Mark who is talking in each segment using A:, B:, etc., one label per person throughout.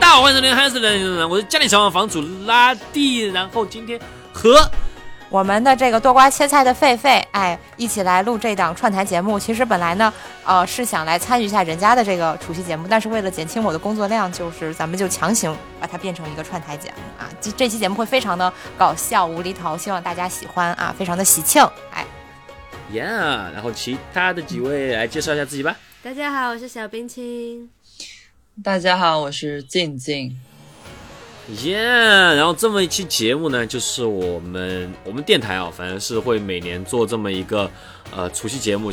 A: 好，欢迎收听《憨事人人人》，我是家里小王房主拉蒂，然后今天和
B: 我们的这个多瓜切菜的狒狒，哎，一起来录这档串台节目。其实本来呢，呃，是想来参与一下人家的这个除夕节目，但是为了减轻我的工作量，就是咱们就强行把它变成一个串台节目啊。这这期节目会非常的搞笑无厘头，希望大家喜欢啊，非常的喜庆。哎，
A: Yeah，然后其他的几位来介绍一下自己吧。
C: 大家好，我是小冰清。
D: 大家好，我是静静。
A: Yeah，然后这么一期节目呢，就是我们我们电台啊，反正是会每年做这么一个呃除夕节目，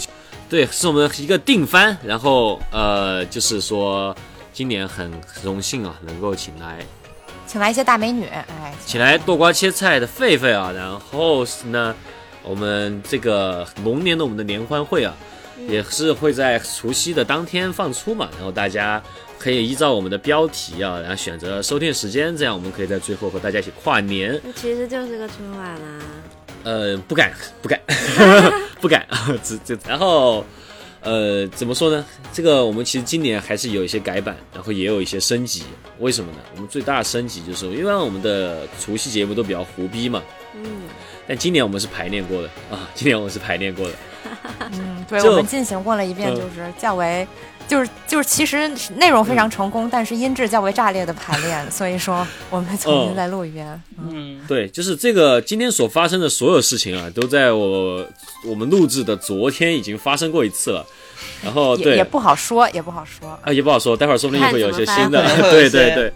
A: 对，是我们一个定番。然后呃，就是说今年很荣幸啊，能够请来
B: 请来一些大美女，哎，
A: 请来剁瓜切菜的狒狒啊，然后是呢，我们这个龙年的我们的联欢会啊，
C: 嗯
A: 也是会在除夕的当天放出嘛，然后大家可以依照我们的标题啊，然后选择收听时间，这样我们可以在最后和大家一起跨年。
C: 那其实就是个春晚啊啦、
A: 呃，不敢，不敢， 不敢， 只这然后，呃，怎么说呢？这个我们其实今年还是有一些改版，然后也有一些升级。为什么呢？我们最大的升级就是，因为我们的除夕节目都比较胡逼嘛，
C: 嗯，
A: 但今年我们是排练过的啊，今年我们是排练过的，
B: 嗯，对
A: 就
B: 我们进行过了一遍，
A: 嗯
B: 就是较为。就是就是，其实内容非常成功，但是音质较为炸裂的排练，所以说我们重新再录一遍。
D: 嗯，
A: 对，就是这个今天所发生的所有事情啊，都在我我们录制的昨天已经发生过一次了，然后
B: 也
A: 对
B: 也不好说，也不好说。
A: 啊也不好说，待会儿 说不定
C: 看
A: 会有一
C: 怎
A: 些
C: 么
A: 新
C: 发
A: 的
C: 挥，
D: 会有
A: 对对
D: 一些
A: 对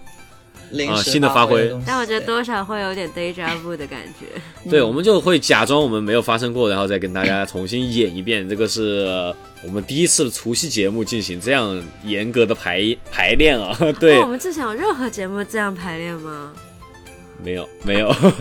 D: 临
A: 啊
D: 时
A: 新的发挥
D: 的东西
C: 但我觉得多少会有点 deja vu 的感 觉。
A: 对，我们就会假装我们没有发生过，然后再跟大家重新演一遍。这个是呃我们第一次除夕节目进行这样严格的排排练啊， 对
C: 那哦我，们之前有任何节目这样排练吗？
A: 没有没有，
D: 嗯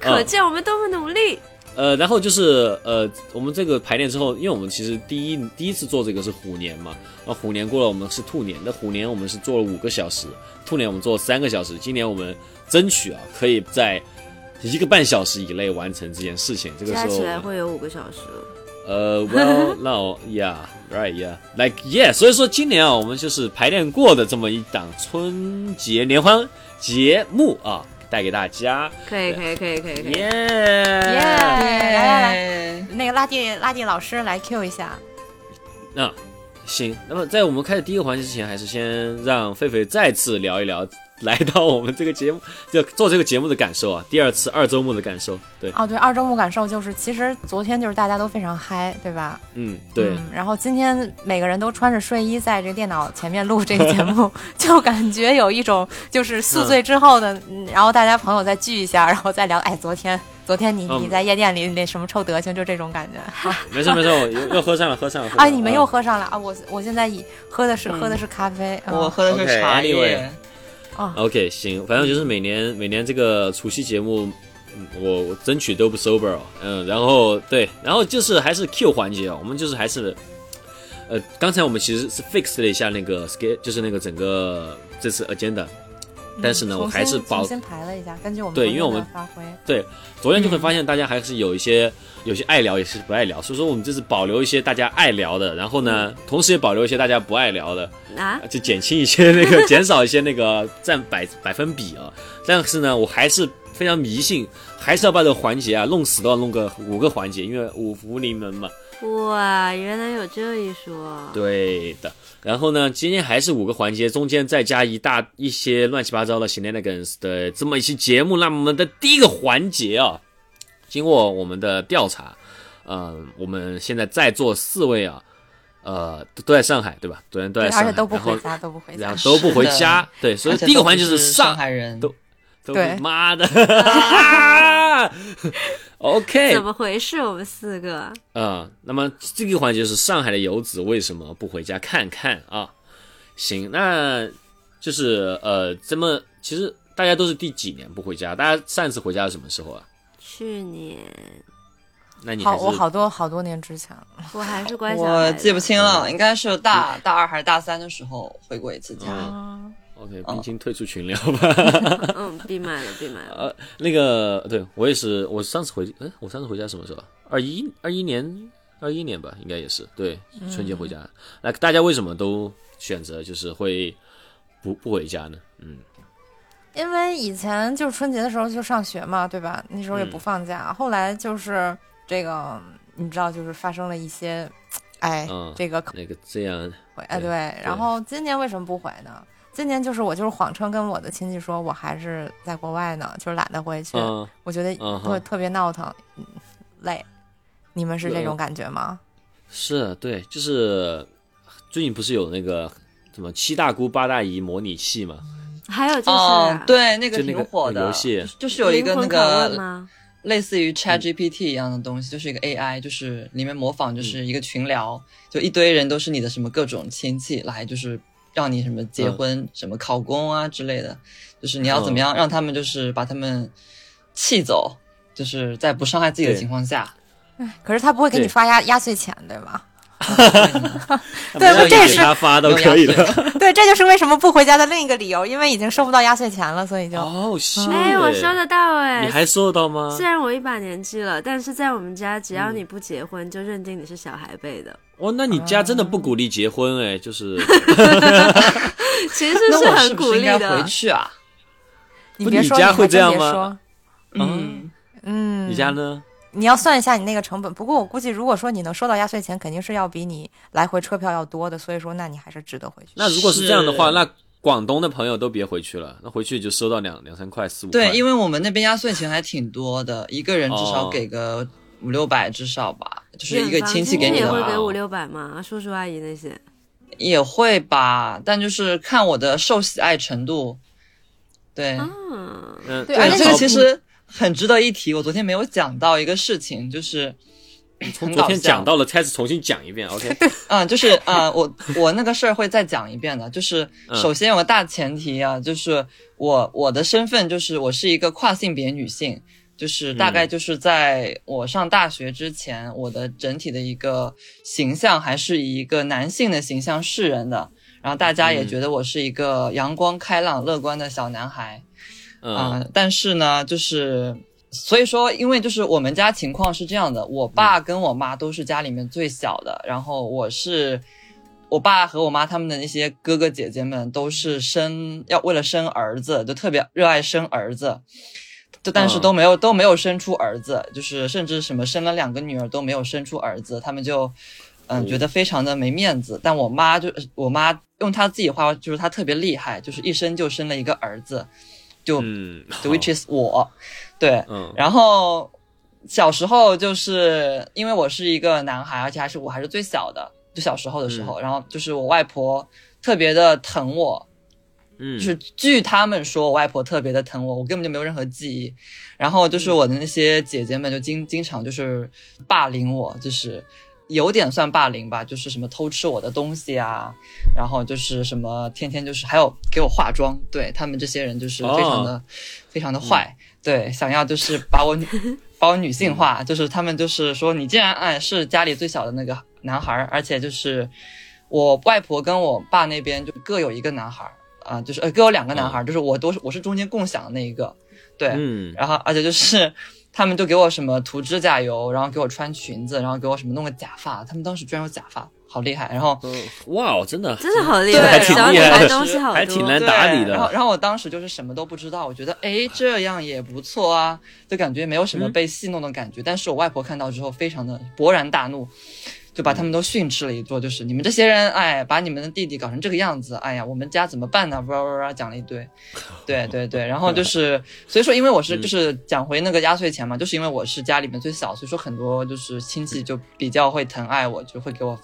C: 可见我们多么努力。
A: 呃，然后就是呃，我们这个排练之后，因为我们其实第一第一次做这个是虎年嘛，那虎年过了，我们是兔年，那虎年我们是做了五个小时，兔年我们做了三个小时，今年我们争取啊，可以在一个半小时以内完成这件事情。这个时
C: 加
A: 候
C: 起
A: 我
C: 来
A: 们，
C: 会有五个小时。
A: 呃，well no yeah right yeah like yeah，所以说今年啊，我们就是排练过的这么一档春节联欢节目啊，带给大家，
C: 可以，可以，可以，可以，可以。
A: 耶耶
B: 耶！
D: 呃
B: 来来来，
D: 来，
B: 那个拉蒂拉蒂老师来 Q 一下，
A: 那行，那么在我们开始第一个环节之前，还是先让狒狒再次聊一聊来到我们这个节目，就做这个节目的感受啊，第二次二周目的感受。对，
B: 哦，对，二周目感受就是，其实昨天就是大家都非常嗨，对吧？
A: 嗯，对，
B: 嗯。然后今天每个人都穿着睡衣在这电脑前面录这个节 目，就感觉有一种就是宿醉之后的，嗯然后大家朋友再聚一下， 然后再聊，哎，昨天昨天你
A: 嗯
B: 你在夜店里那什么臭德行，就这种感觉。
A: 没事没事，我又又喝上了，喝上了。喝上了
B: 哎，你们又喝上了啊！我我现在以喝的是喝的是咖啡，嗯
A: 哦
D: 我喝的是茶
A: OK，anyway
D: 叶，
B: 哦，
A: OK，行，反正就是每年每年这个除夕节目，嗯我我争取都不 sober 哦，嗯，然后对，然后就是还是 Q 环节啊、我们就是还是，呃，刚才我们其实是 fix 了一下那个 scale，就是那个整个这次 agenda，但是呢，
B: 嗯重
A: 我
B: 新
A: 还是保
B: 重新排了一下，根据我们
A: 对
B: 昨天
A: 因为我们
B: 的发挥，
A: 对，昨天就会发现大家还是有一些有些爱聊，也是不爱聊，所以说我们这次保留一些大家爱聊的，然后呢，同时也保留一些大家不爱聊的，
C: 啊，
A: 就减轻一些那个减少一些那个占百百分比啊。但是呢，我还是非常迷信，还是要把这个环节啊弄死都要弄个五个环节，因为五福临门嘛。
C: 哇，原来有这一说。
A: 对的。然后呢，今天还是五个环节，中间再加一大一些乱七八糟的 shenanigans 的这么一期节目。那么我们的第一个环节啊，经过我们的调查，嗯，我们现在在座四位啊，呃，都都在上海，对吧？昨天都在上
B: 而
A: 海，
B: 且都不
A: 然后
B: 回家，都不回
A: 然
B: 家
A: 后。都不回
D: 哎是
A: 家
D: 的，
A: 对，所以
D: 而且
A: 第一个
D: 都不
A: 环节是
D: 上
A: 上
D: 海人，
A: 都都
B: 对
A: 妈的 啊，OK，
C: 怎么回事？我们四个
A: 啊、那么这个环节是上海的游子为什么不回家看看啊？行，那就是呃，这么其实大家都是第几年不回家？大家上一次回家是什么时候啊？
C: 去年
A: 那你还
B: 好，
A: 是
B: 我好多好多年之前了，
C: 我还是乖小孩
D: 我
C: 的
D: 记不清了，应该是大大二还是大三的时候回过一次家。
B: 哦
A: 嗯 OK，冰清退出群聊吧。
C: 嗯，闭麦 了，闭麦了。
A: 呃，那个对我也是，我上次回，哎，我上次回家什么时候啊？二一二一年，二一年吧，应该也是对春节回家。那、大家为什么都选择就是会不不回家呢？嗯，
B: 因为以前就是春节的时候就上学嘛，对吧？那时候也
A: 嗯
B: 不放假，后来就是这个，你知道，就是发生了一些，哎，
A: 嗯
B: 这个
A: 那个这样，
B: 回哎
A: 对
B: 对，然后今年为什么不回呢？今年就是我就是谎称跟我的亲戚说我还是在国外呢，就是懒得回去，
A: 嗯
B: 我觉得
A: 嗯
B: 特
A: 哼，
B: 特别闹腾，嗯累。你们是这种感觉吗？
A: 是啊对，就是最近不是有那个什么七大姑八大姨模拟器嘛？
C: 还有就是、啊
D: 哦，对，那个
A: 就那个
D: 挺火的
A: 游戏
D: 就是就是有一个那
C: 灵魂拷问
D: 个
C: 吗？
D: 类似于 Chat GPT 一样的东西，就是一个 AI，就是里面模仿就是一个群聊，就一堆人都是你的什么各种亲戚来，就是让你什么结婚、什么考公啊之类的，就是你要怎么样让他们就是把他们气走，就是在不伤害自己的
A: 对
D: 情况下。
B: 可是他不会给你
A: 对
B: 发压压岁钱，对吧？对
A: 他们
B: 这
A: 让你
B: 是
A: 给他发都
D: 有压
A: 可以
D: 岁
A: 了。
B: 对，这就是为什么不回家的另一个理由，因为已经收不到压岁钱了，所以就、
A: 哦，
D: 嗯
A: 是
C: 哎，我收得到哎、
A: 你还收得到吗
C: 虽？然我一把年纪了，但是在我们家，
D: 嗯
C: 只要你不结婚，就认定你是小孩辈的，
A: 哦，那你家真的不鼓励结婚哎，就是
C: 其实
D: 那我是
C: 很
D: 不
C: 鼓
D: 是应
C: 励
D: 该
C: 的
D: 回。去啊？
B: 你
A: 不
B: 别
A: 你
B: 说，
A: 家
B: 还
A: 会这
B: 真
A: 样
B: 别
A: 吗
B: 说
D: 嗯，
B: 嗯，
A: 你家呢？
B: 你要算一下你那个成本。不过我估计，如果说你能收到压岁钱，肯定是要比你来回车票要多的。所以说，那你还是值得回去。
A: 那如果是这样的话，
D: 是
A: 那广东的朋友都别回去了，那回去就收到两两三块、四五块。
D: 对，因为我们那边压岁钱还挺多的，一个人至少
A: 哦
D: 给个五六百至少吧，就是一个
C: 远房
D: 亲戚给你
C: 也
D: 的啊
C: 会
D: 话
C: 给五六百吗？叔叔阿姨那些，
D: 也会吧，但就是看我的受喜爱程度。对，
C: 嗯，
A: 嗯，
B: 对
D: 而
B: 而
D: 且
B: 且
D: 这个
B: 你
D: 其实很值得一提，我昨天没有讲到一个事情，就是
A: 从
D: 很
A: 昨
D: 搞
A: 天讲
D: 笑。
A: 到了，开始重新讲一遍。OK，
D: 嗯，就是呃，我我那个事儿会再讲一遍的。就是首先有个大前提啊，就是我我的身份就是我是一个跨性别女性，就是大概就是在我上大学之前，我的整体的一个形象还是以一个男性的形象示人的。然后大家也
A: 嗯
D: 觉得我是一个阳光、开朗、乐观的小男孩。啊、
A: 嗯
D: 但是呢，就是所以说，因为就是我们家情况是这样的，我
A: 嗯
D: 爸跟我妈都是家里面最小的，然后我是我爸和我妈他们的那些哥哥姐姐们都是生要为了生儿子，就特别热爱生儿子。就但是
A: 嗯
D: 都没有、都没有生出儿子，就是甚至什么生了两个女儿都没有生出儿子，他们就嗯觉得非常的没面子。但我妈就我妈用她自己话就是她特别厉害，就是一生就生了一个儿子，就
A: 嗯
D: The which is 我，对，
A: 嗯
D: 然后小时候就是因为我是一个男孩，而且还是我还是最小的，就小时候的时候，然后就是我外婆特别的疼我，
A: 嗯，
D: 就是据他们说，我外婆特别的疼我，我根本就没有任何记忆。然后就是我的那些姐姐们就经经常就是霸凌我，就是有点算霸凌吧，就是什么偷吃我的东西啊，然后就是什么天天就是还有给我化妆，对他们这些人就是非常的、非常的坏，对，想要就是把我女把我女性化，就是他们就是说你竟然哎是家里最小的那个男孩儿，而且就是我外婆跟我爸那边就各有一个男孩儿啊、就是呃各有两个男孩儿，就是我都是我是中间共享的那一个，对，
A: 嗯
D: 然后而且就是他们就给我什么涂指甲油，然后给我穿裙子，然后给我什么弄个假发，他们当时居然有假发，好厉害，然后。
A: 嗯，哇哦，真的
C: 真的好厉
D: 对
C: 害，
D: 还挺
C: 小女
D: 厉害
C: 孩
D: 的
C: 东西好多，
A: 还挺难
D: 对
A: 打理
D: 然后，
A: 的。
D: 然后我当时就是什么都不知道，我觉得哎这样也不错啊，就感觉没有什么被戏弄的感觉。但是我外婆看到之后，非常的勃然大怒，就把他们都训斥了一顿，就是你们这些人，哎，把你们的弟弟搞成这个样子，哎呀，我们家怎么办呢？哇哇哇，讲了一堆。对对对，然后就是，所以说，因为我是就是讲回那个压岁钱嘛，就是因为我是家里面最小，所以说很多就是亲戚就比较会疼爱我，就会给我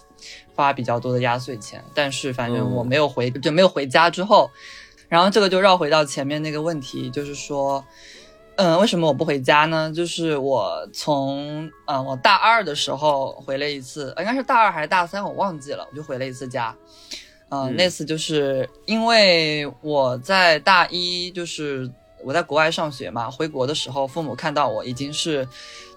D: 发比较多的压岁钱。但是反正我没有回，就没有回家之后，然后这个就绕回到前面那个问题，就是说，嗯，为什么我不回家呢？就是我从呃我大二的时候回了一次，呃应该是大二还是大三，我忘记了，我就回了一次家。呃、
A: 嗯
D: 那次就是因为我在大一，就是我在国外上学嘛，回国的时候，父母看到我已经是，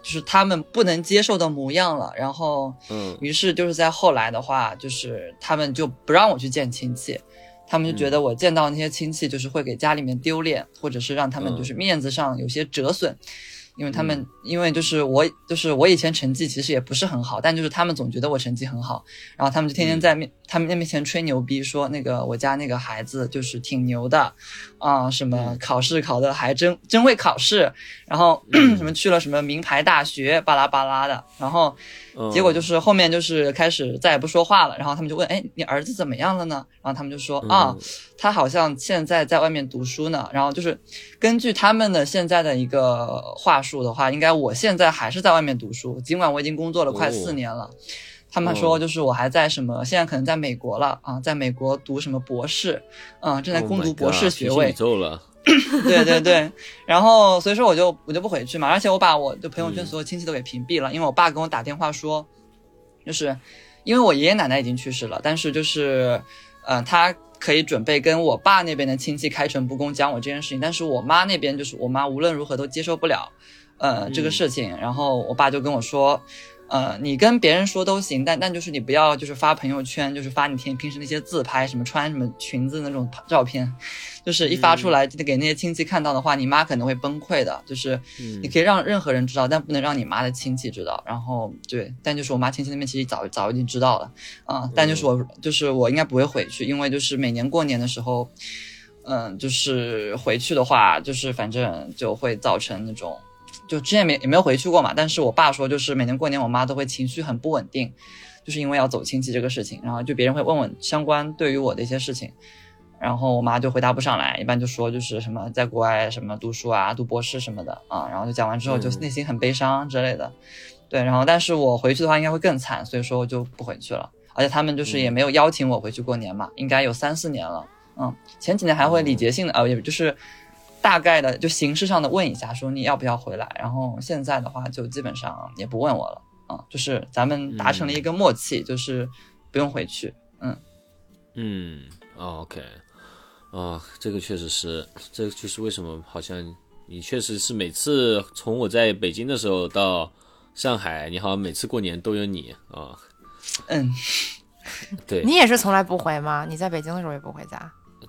D: 就是他们不能接受的模样了，然后，
A: 嗯
D: 于是就是在后来的话，就是他们就不让我去见亲戚，他们就觉得我见到那些亲戚就是会给家里面丢脸，或者是让他们就是面子上有些折损，因为他们、因为就是我就是我以前成绩其实也不是很好，但就是他们总觉得我成绩很好，然后他们就天天在面、他们那面前吹牛逼说那个我家那个孩子就是挺牛的，啊、什么考试考的还真真会考试，然后、 什么去了什么名牌大学巴拉巴拉的，然后
A: 嗯
D: 结果就是后面就是开始再也不说话了，然后他们就问，哎，你儿子怎么样了呢？然后他们就说啊
A: 嗯，
D: 他好像现在在外面读书呢。然后就是根据他们的现在的一个话术的话，应该我现在还是在外面读书，尽管我已经工作了快
A: 哦
D: 四年了。他们说，就是我还在什么，现在可能在美国了啊，在美国读什么博士，嗯，正在
A: Oh
D: 攻
A: my
D: 读博
A: God，
D: 士学
A: 平行
D: 位
A: 宇，宙了，
D: 对对对，然后所以说我就我就不回去嘛，而且我把我的朋友圈
A: 嗯
D: 所有亲戚都给屏蔽了，因为我爸跟我打电话说，就是因为我爷爷奶奶已经去世了，但是就是呃他。可以准备跟我爸那边的亲戚开诚布公讲我这件事情，但是我妈那边就是我妈无论如何都接受不了，呃，这个
A: 嗯
D: 事情。然后我爸就跟我说，呃，你跟别人说都行，但但就是你不要就是发朋友圈，就是发你平平时那些自拍，什么穿什么裙子那种照片，就是一发出来就给那些亲戚看到的话，你妈可能会崩溃的。就是
A: 嗯
D: 你可以让任何人知道，但不能让你妈的亲戚知道。然后对，但就是我妈亲戚那边其实早早已经知道了啊、但就是我就是我应该不会回去，因为就是每年过年的时候，嗯，就是回去的话，就是反正就会造成那种。就之前没也没有回去过嘛，但是我爸说，就是每年过年我妈都会情绪很不稳定，就是因为要走亲戚这个事情，然后就别人会问我相关对于我的一些事情，然后我妈就回答不上来，一般就说就是什么在国外什么读书啊、读博士什么的啊，然后就讲完之后就
A: 嗯
D: 内心很悲伤之类的，对，然后但是我回去的话应该会更惨，所以说我就不回去了，而且他们就是也没有邀请我回去过年嘛，应该有三四年了，嗯，前几年还会礼节性的呃，也就是大概的就形式上的问一下，说你要不要回来，然后现在的话就基本上也不问我了。啊，就是咱们达成了一个默契，就是不用回去。
A: 嗯，OK，啊，这个确实是，这个就是为什么好像你确实是每次从我在北京的时候到上海，你好像每次过年都有你啊，
D: 嗯，
A: 对，
B: 你也是从来不回吗？你在北京的时候也不回家？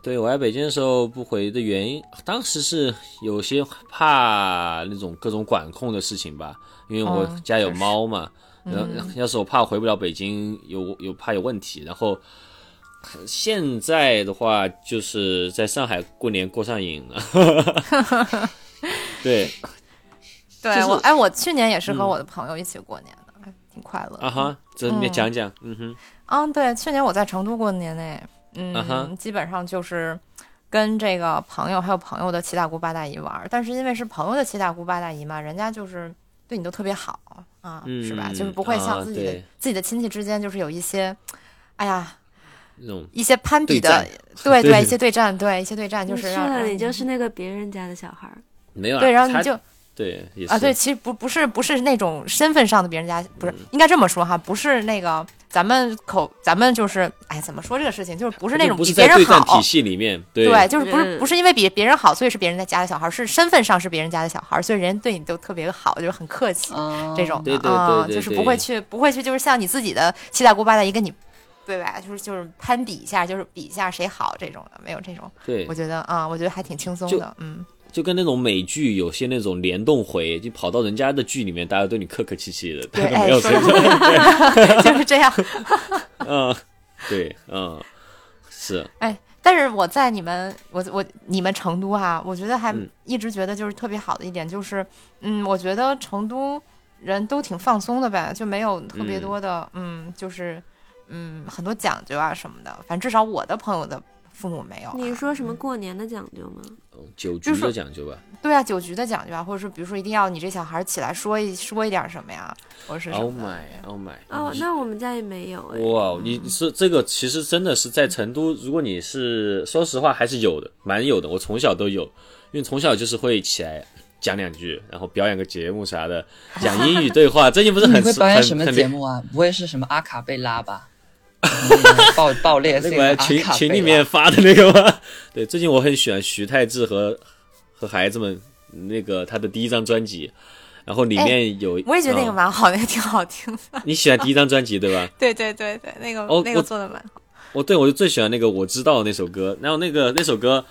A: 对我来北京的时候不回的原因，当时是有些怕那种各种管控的事情吧，因为我
B: 嗯
A: 家有
B: 哦确实嗯
A: 猫嘛，然后要是我怕我回不了北京，有有怕有问题，然后现在的话就是在上海过年过上瘾了， 对
B: 对、
A: 就是嗯
B: 我，哎，我去年也是和我的朋友一起过年的，哎挺快乐的。
A: 啊哈，这你讲讲，嗯哼，
B: 嗯，对，去年我在成都过年呢，嗯，
A: 啊哈
B: 基本上就是跟这个朋友还有朋友的七大姑八大姨玩儿，但是因为是朋友的七大姑八大姨嘛，人家就是对你都特别好啊，是吧？就是
A: 嗯
B: 不会
A: 啊
B: 像自己的、
A: 对
B: 自己的亲戚之间就是有一些，哎呀，
A: 那种
B: 一些攀比
A: 对
B: 的
A: 战，
B: 对
A: 对嗯
B: 一些对战，对一些对战，就
C: 你
B: 是
C: 去
B: 让
C: 了，
B: 让
C: 你就是那个别人家的小孩儿。
A: 没有啊，
B: 对，然后
A: 他
B: 你就
A: 对也是嗯
B: 啊，对，，其实不不是不是那种身份上的别人家，不是应该这么说哈，不是那个咱们口咱们就是哎怎么说这个事情，就是不是那
A: 就
B: 种
A: 不
B: 比
A: 是在
B: 别人
A: 对战
B: 好
A: 体，系里面，对
B: 对，就是不是
C: 嗯
B: 不是因为比别人好，所以是别人家的小孩，是身份上是别人家的小孩，所以人家对你都特别好，就是很客气
D: 啊，
B: 这种
A: 对对
B: 的啊，
A: 对对
B: 就是
A: 对
B: 不会去不会去就是像你自己的七大姑八大姨跟你对吧，就是就是攀比一下，就是比一下谁好这种的，没有这种，
A: 对
B: 我觉得啊，我觉得还挺轻松
A: 就
B: 的， 嗯。
A: 就跟那种美剧有些那种联动回，就跑到人家的剧里面，大家对你客客气气的，但
B: 对，
A: 是没
B: 哎，
A: 有
B: 说
A: 谁
B: 的
A: 在，
B: 就是这样。
A: 嗯，对，嗯，是，
B: 哎，但是我在你们，我我你们成都哈、啊我觉得还
A: 嗯
B: 一直觉得就是特别好的一点就是，嗯，我觉得成都人都挺放松的呗，就没有特别
A: 嗯
B: 多的，嗯就是嗯很多讲究啊什么的，反正至少我的朋友的父母没有啊、
C: 你说什么
D: 嗯
C: 过年的讲究吗？
A: 酒
B: 就
A: 局
B: 是
A: 的讲究吧。
B: 对啊，酒局的讲究啊，或者是比如说一定要你这小孩起来说一说一点什么呀，或者是什
A: Oh
B: 么的。
A: my, oh my！
C: 哦，
D: 嗯
C: 那我们家也没有哎。
A: 哇，你是这个其实真的是在成都，如果你是说实话还是有的，蛮有的。我从小都有，因为从小就是会起来讲两句，然后表演个节目啥的，讲英语对话，最近不是
D: 你
A: 很
D: 会表演
A: 很
D: 什么
A: 很
D: 节目啊？不会是什么阿卡贝拉 吧？嗯爆爆裂
A: 那个
D: 性的
A: 还
D: 阿
A: 群
D: 卡
A: 群
D: 贝
A: 里
D: 拉
A: 面发的那个吗？ 对，最近我很喜欢徐太志和和孩子们那个他的第一张专辑，然后里面有、
B: 哎我也觉得那个
A: 嗯
B: 蛮好，那个挺好听的。
A: 你喜欢第一张专辑对吧？
B: 对对对对，那个、
A: 哦
B: 那
A: 我哦
B: 个做的蛮好。
A: 我对我就最喜欢那个我知道那首歌，然后那个那首歌。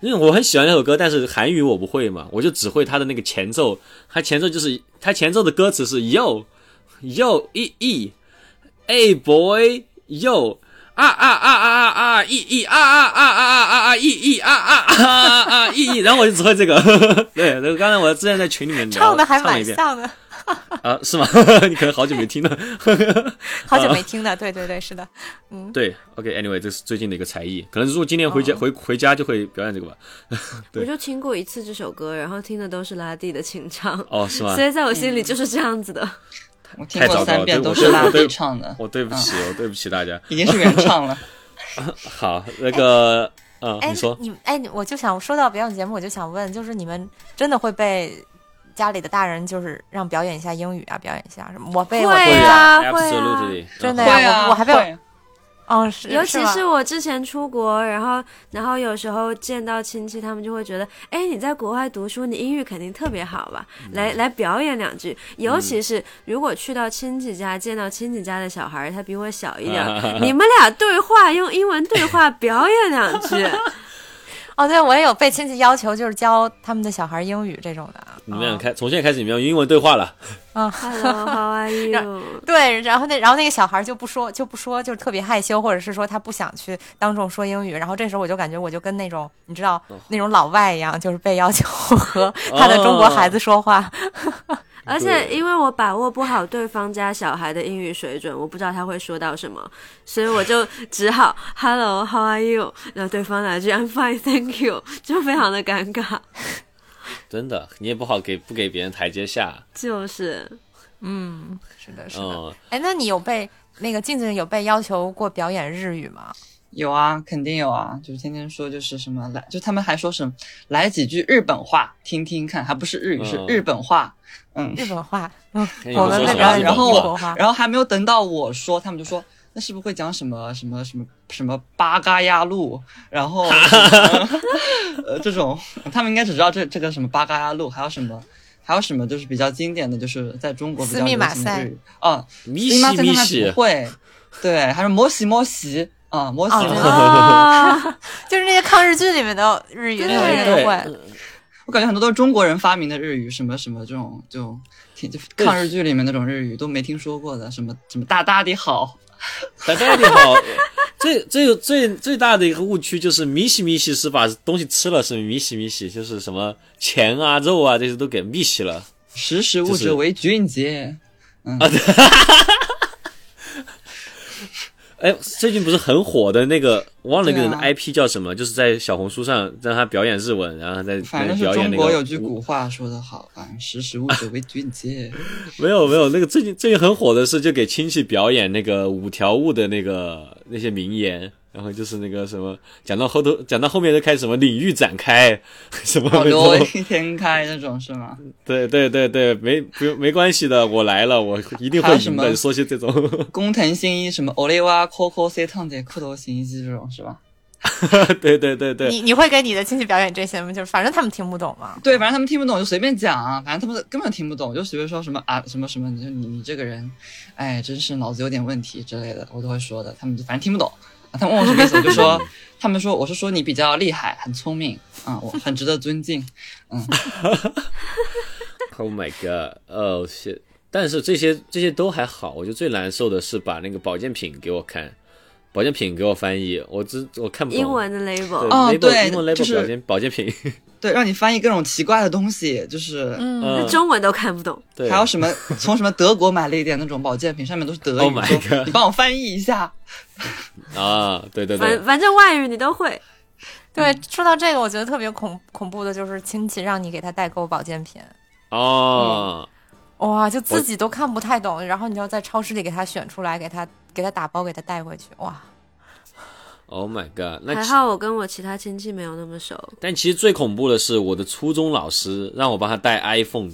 A: 因为我很喜欢那首歌，但是韩语我不会嘛，我就只会它的那个前奏，它前奏就是它前奏的歌词是 yo yo e e a boy yo 啊啊啊啊啊啊 e e 啊啊啊啊啊啊啊 e e 啊啊啊啊啊 e e，然后我就只会这个， 对，那个刚才我之前在群里面聊
B: 唱的还
A: 了
B: 蛮
A: 一遍
B: 像的，
A: 啊，是吗？ 你可能好久没听了。
B: 好
A: 嗯
B: 久没听了，对对对，是的，
A: 对，OK，Anyway，、这是最近的一个才艺，可能如果今天回
B: 哦
A: 家、回回家就会表演这个吧。对
C: 我就听过一次这首歌，然后听的都是拉蒂的清唱，
A: 哦，是吗
C: 所？以在我心里
B: 嗯
C: 就是这样子的。
D: 我听
A: 太糟
D: 过
A: 糕
D: 三遍
A: 对
D: 都
A: 我
D: 是
A: 对
D: 拉
A: 我对
D: 蒂唱的，
A: 我对不起，我对不起大家。
D: 已经是原 唱了。
A: 好，那个，嗯、
B: 哎，
A: 你说，
B: 你哎，你我就想说到表演节目，我就想问，就是你们真的会被家里的大人就是让表演一下英语啊，表演一下什么？我被我
C: 会
B: 被
C: 啊会啊
A: ，absolutely，
B: 真的
A: 嗯
B: 呀
D: 会啊，
B: 我我还被
D: 会
B: 嗯，是，
C: 尤其
B: 吗
C: 是我之前出国，然后然后有时候见到亲戚，他们就会觉得，哎，你在国外读书，你英语肯定特别好吧？来来表演两句。尤其是如果去到亲戚家，见到亲戚家的小孩儿，他比我小一点儿，你们俩对话用英文对话表演两句，
B: 哦，对我也有被亲戚要求就是教他们的小孩英语这种的，
A: 你们俩
B: 嗯
A: 开，从现在开始你们用英文对话了。
C: Hello，How are you？
B: 哦对，然后那然后那个小孩就不说就不说，就是特别害羞，或者是说他不想去当众说英语。然后这时候我就感觉我就跟那种你知道
A: 哦
B: 那种老外一样，就是被要求 和他的
A: 哦
B: 中国孩子说话。
C: 而且因为我把握不好对方家小孩的英语水准，我不知道他会说到什么，所以我就只好 Hello，How are you？然后对方来一句 I'm fine，Thank you，就 非常的尴尬。
A: 真的，你也不好给不给别人台阶下。
C: 就是
B: 嗯，是的，是的。
A: 嗯，
B: 哎、那你有被那个静静有被要求过表演日语吗？
D: 有啊，肯定有啊，就是天天说就是什么来，就他们还说什么来几句日本话听听看，还不是日语，是
A: 嗯
D: 日本话。嗯，
B: 日本话，嗯，
A: 看你
B: 我
A: 们
B: 们
A: 说
B: 那
A: 什
B: 边
A: 么
B: 儿
A: 日
B: 有
D: 然
A: 本
D: 后
A: 话？
B: 中国话，
D: 然后还没有等到我说，他们就说那是不是会讲什么什么什么什么八嘎呀路，然后 呃这种，他们应该只知道这这个什么八嘎呀路，还有什么。还有什么就是比较经典的，就是在中国比较
B: 私密
D: 流
B: 马
D: 行的
B: 赛
D: 日语啊，
A: 咪
D: 斯密马
A: 西
D: 赛
A: 咪
D: 他们
A: 西
D: 不，会，对，还是摩西摩西啊，摩西
B: 哦
D: 摩
B: 对
D: 西
C: 啊，
B: 就是那些抗日剧里面的日语，
C: 对
B: 那
A: 哎
B: 种都会。
A: 对，
D: 我感觉很多都是中国人发明的日语，什么什么这种就挺就
A: 对
D: 抗日剧里面那种日语都没听说过的，什么什么大大的好，
A: 大家你好。 最最最最大的一个误区就是咪西咪西是把东西吃了是咪西咪西，就是什么钱啊肉啊这些都给咪西了。
D: 识时务
A: 就是
D: 者为俊杰。
A: 哎，最近不是很火的那个，忘了那个人的
D: 对啊
A: IP 叫什么，就是在小红书上让他表演日文，然后在
D: 反
A: 那
D: 正
A: 里
D: 是
A: 表演
D: 中
A: 那个。
D: 国有句古话说得好啊，识时务者为 俊杰。
A: 没有没有，那个最近最近很火的是，就给亲戚表演那个五条悟的那个那些名言，然后就是那个什么，讲到后头讲到后面就开始什么领域展开， 什么
D: 好
A: 那
D: 多
A: 种，
D: 天开那种是吗？
A: 对对对对，没不用没关系的，我来了，我一定会赢
D: 还有什
A: 的，
D: 么
A: 说些这种，
D: 工藤新一什么 o l e w a Coco C 烫姐裤头新一这种是吧？
A: 对对对对，
B: 你你会给你的亲戚表演这些吗？就是反正他们听不懂嘛。
D: 对，反正他们听不懂就随便讲啊，反正他们根本听不懂，就随便说什么啊什么什么，你就你你这个人，哎，真是脑子有点问题之类的，我都会说的。他们就反正听不懂，啊、他们问我什么意思，我就 说，他们说我是说你比较厉害，很聪明，啊、我很值得尊敬。
A: Oh my god！哦、shit！但是这些这些都还好，我觉得最难受的是把那个保健品给我看，保健品给我翻译，我只我看不懂
C: 英文的
A: 对
C: label，
D: 哦
A: label
D: 对
A: 英文 label
D: 就是
A: 保健保健品，
D: 对，让你翻译各种奇怪的东西，就是。
B: 嗯，
A: 嗯，
C: 中文都看不懂。
A: 对，
D: 还有什么？ 从什么德国买了一点那种保健品，上面都是德语
A: Oh my
D: 说
A: God
D: 你帮我翻译一下。
A: 啊，对对对
C: 反，反正外语你都会，
B: 对，说到这个，我觉得特别恐恐怖的就是亲戚让你给他代购保健品，
D: 嗯
A: 哦，
B: 哇，就自己都看不太懂，然后你要在超市里给他选出来，给他给他打包，给他带回去，哇，
A: Oh my god！那
C: 还
A: 其
C: 好我跟我其他亲戚没有那么熟。
A: 但其实最恐怖的是我的初中老师让我帮他带 iPhone，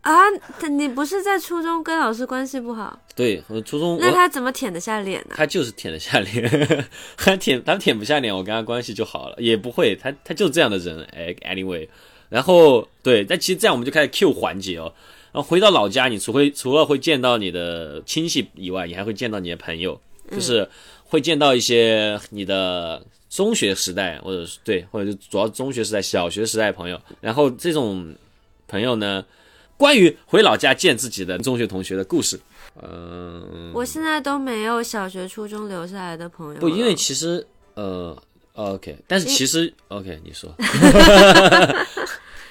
C: 啊，他你不是在初中跟老师关系不好，
A: 对我初中
C: 那
A: 我
C: 他怎么舔得下脸啊呢、
A: 他就是舔得下脸， 他舔他舔不下脸，我跟他关系就好了，也不会，他他就是这样的人，哎，anyway，然后对，但其实这样我们就开始 Q 环节哦。然后回到老家，你除非除了会见到你的亲戚以外，你还会见到你的朋友，就是会见到一些你的中学时代，或者是对，或者是主要中学时代、小学时代的朋友。然后这种朋友呢，关于回老家见自己的中学同学的故事，嗯、
C: 我现在都没有小学、初中留下来的
B: 嗯
C: 朋友了。
A: 不，因为其实呃，OK，但是其实 OK，你 说，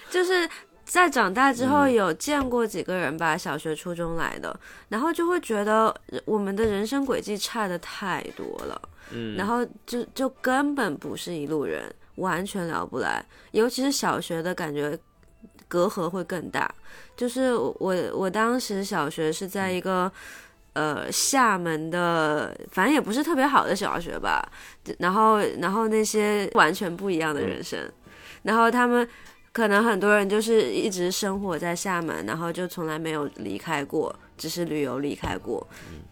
C: 就是在长大之后有见过几个人吧，小学、初中来的，然后就会觉得我们的人生轨迹差的太多了，嗯，然后就就根本不是一路人，完全聊不来，尤其是小学的感觉隔阂会更大。就是我我我当时小学是在一个。呃，厦门的，反正也不是特别好的小学吧。然后，然后那些完全不一样的人生，然后他们可能很多人就是一直生活在厦门，然后就从来没有离开过，只是旅游离开过，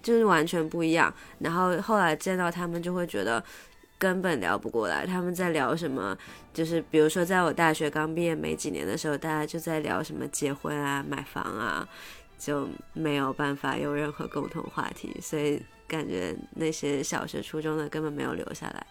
C: 就是完全不一样。然后后来见到他们，就会觉得根本聊不过来，他们在聊什么？就是比如说，在我大学刚毕业没几年的时候，大家就在聊什么结婚啊、买房啊，就没有办法有任何共同话题，所以感觉那些小学、初中的根本没有留下来。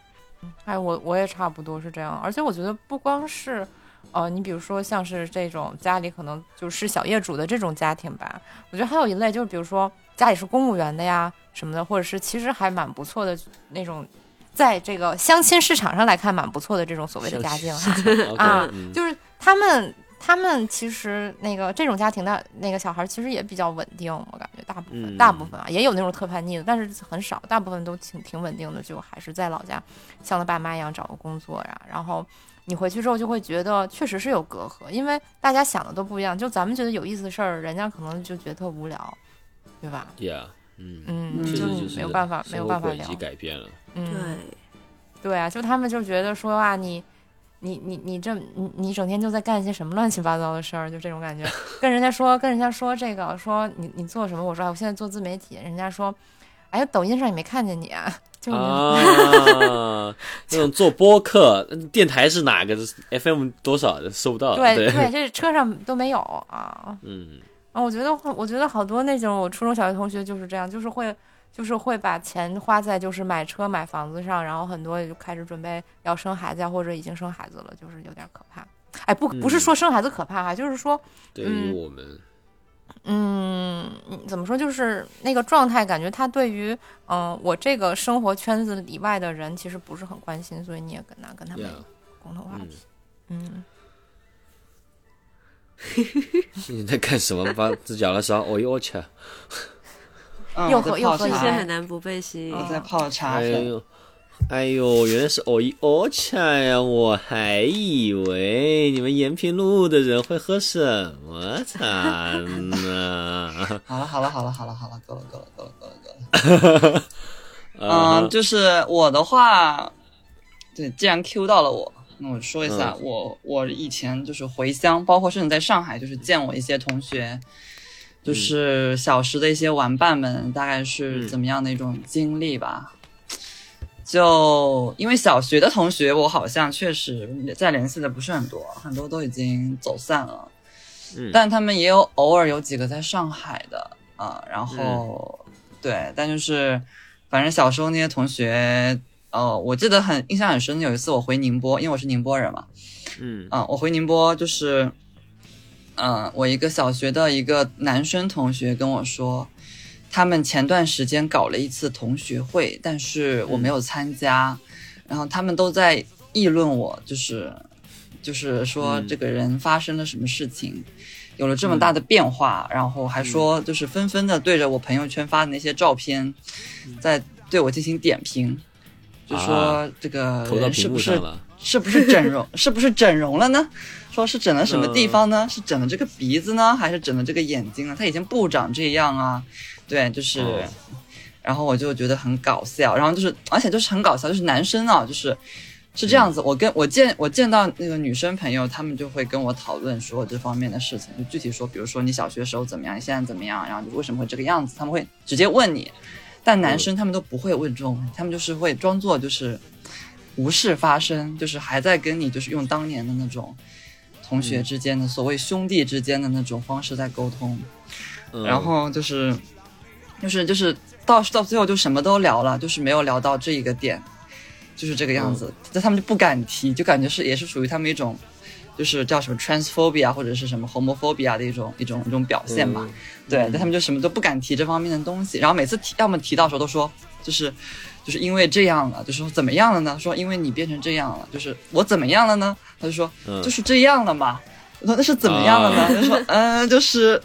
B: 哎，我我也差不多是这样，而且我觉得不光是，呃，你比如说像是这种家里可能就是小业主的这种家庭吧，我觉得还有一类就是，比如说家里是公务员的呀什么的，或者是其实还蛮不错的那种，在这个相亲市场上来看蛮不错的这种所谓的家境 啊，
A: OK，
B: 啊
A: 嗯
B: 就是他们他们其实那个这种家庭的那个小孩其实也比较稳定，我感觉大部分、
A: 嗯
B: 大部分啊也有那种特叛逆的，但是很少，大部分都挺挺稳定的，就还是在老家像他爸妈一样找个工作呀、然后你回去之后就会觉得确实是有隔阂，因为大家想的都不一样，就咱们觉得有意思的事儿，人家可能就觉得特无聊，对吧？
A: ，Yeah，嗯，
B: 嗯，
A: 确
D: 嗯
A: 实
B: 就
A: 就
B: 你
A: 是
B: 没有办法
A: 生
B: 没有
A: 活
B: 办法
A: 轨
B: 聊
A: 迹，改变了，
B: 嗯，
C: 对。
B: 对啊，就他们就觉得说啊，你你你你这你你整天就在干一些什么乱七八糟的事儿，就这种感觉。跟人家说，跟人家说这个，说你你做什么？我说啊，我现在做自媒体。人家说，哎呀，抖音上也没看见你啊，就你、
A: 啊，那种做播客，嗯电台是哪个？FM 多少收不到？
B: 对
A: 对，
B: 这车上都没有啊
A: 嗯，
B: 啊！我觉得我觉得好多那种我初中小学同学就是这样，就是会。就是会把钱花在就是买车买房子上，然后很多也就开始准备要生孩子呀，啊或者已经生孩子了，就是有点可怕。哎，不不是
A: 嗯
B: 说生孩子可怕哈、啊就是说
A: 对于
B: 嗯
A: 我们，
B: 嗯，嗯怎么说？就是那个状态，感觉他对于嗯、我这个生活圈子以外的人，其实不是很关心，所以你也跟他跟他们
A: Yeah，
B: 共同话
A: 嗯
B: 题。嗯，
A: 你在干什么？把自己咬了勺，哦呦我去！
D: 嗯，
B: 又
D: 我在
B: 喝又
D: 泡
B: 喝
C: 这
B: 一
C: 些
B: 些
D: 茶啊
C: 很，难不被吸引。
D: 我在泡茶
A: 哎
D: 粉，
A: 呦，哎呦，原来是哦一哦恰呀！我还以为你们延平路的人会喝什么茶 呢？
D: 好了好了好了好了好了，够了够了够了够了够了。
A: 啊
D: 嗯，就是我的话，对，既然 Q 到了我，那我说一下，我我以前就是回乡，包括甚至在上海，就是见我一些同学，就是小时的一些玩伴们，大概是怎么样的一种经历吧。就因为小学的同学，我好像确实在联系的不是很多，很多都已经走散了。
A: 嗯
D: 但他们也有偶尔有几个在上海的啊、然后、对，但就是反正小时候那些同学，呃，我记得很印象很深，有一次我回宁波，因为我是宁波人嘛，
A: 嗯
D: 嗯、我回宁波就是，嗯、我一个小学的一个男生同学跟我说，他们前段时间搞了一次同学会，但是我
A: 嗯
D: 没有参加，然后他们都在议论我，就是就是说
A: 嗯
D: 这个人发生了什么事情。有了这么大的变化，然后
A: 嗯
D: 还说就是纷纷的对着我朋友圈发的那些照片，在对我进行点评，就说
A: 嗯啊
D: 这个
A: 投到
D: 人是
A: 屏幕
D: 不
A: 上
D: 是
A: 了。
D: 是不是整容？是不是整容了呢？说是整了什么地方呢？是整了这个鼻子呢，还是整了这个眼睛呢？他以前不长这样啊，对，就是，
A: 哦
D: 然后我就觉得很搞笑，然后就是，而且就是很搞笑，就是男生啊，就是是这样子。我跟我见我见到那个女生朋友，他们就会跟我讨论说这方面的事情，就具体说，比如说你小学时候怎么样，你现在怎么样，然后你为什么会这个样子，他们会直接问你。但男生他们都不会问这种问题，他们就是会装作就是无事发生，就是还在跟你就是用当年的那种同学之间的、所谓兄弟之间的那种方式在沟通，
A: 嗯
D: 然后就是就是就是到到最后就什么都聊了，就是没有聊到这一个点。就是这个样子。但他们就不敢提，就感觉是也是属于他们一种，就是叫什么 transphobia 或者是什么 homophobia 的一种一种一种
A: 嗯
D: 表现吧。对，但他们就什么都不敢提这方面的东西，然后每次提，要么提到的时候都说，就是就是因为这样了，就是说怎么样了呢？说因为你变成这样了，就是我怎么样了呢？他就说、
A: 嗯啊
D: 就是这样了嘛。我说那是怎么样了呢？他就说嗯，就是，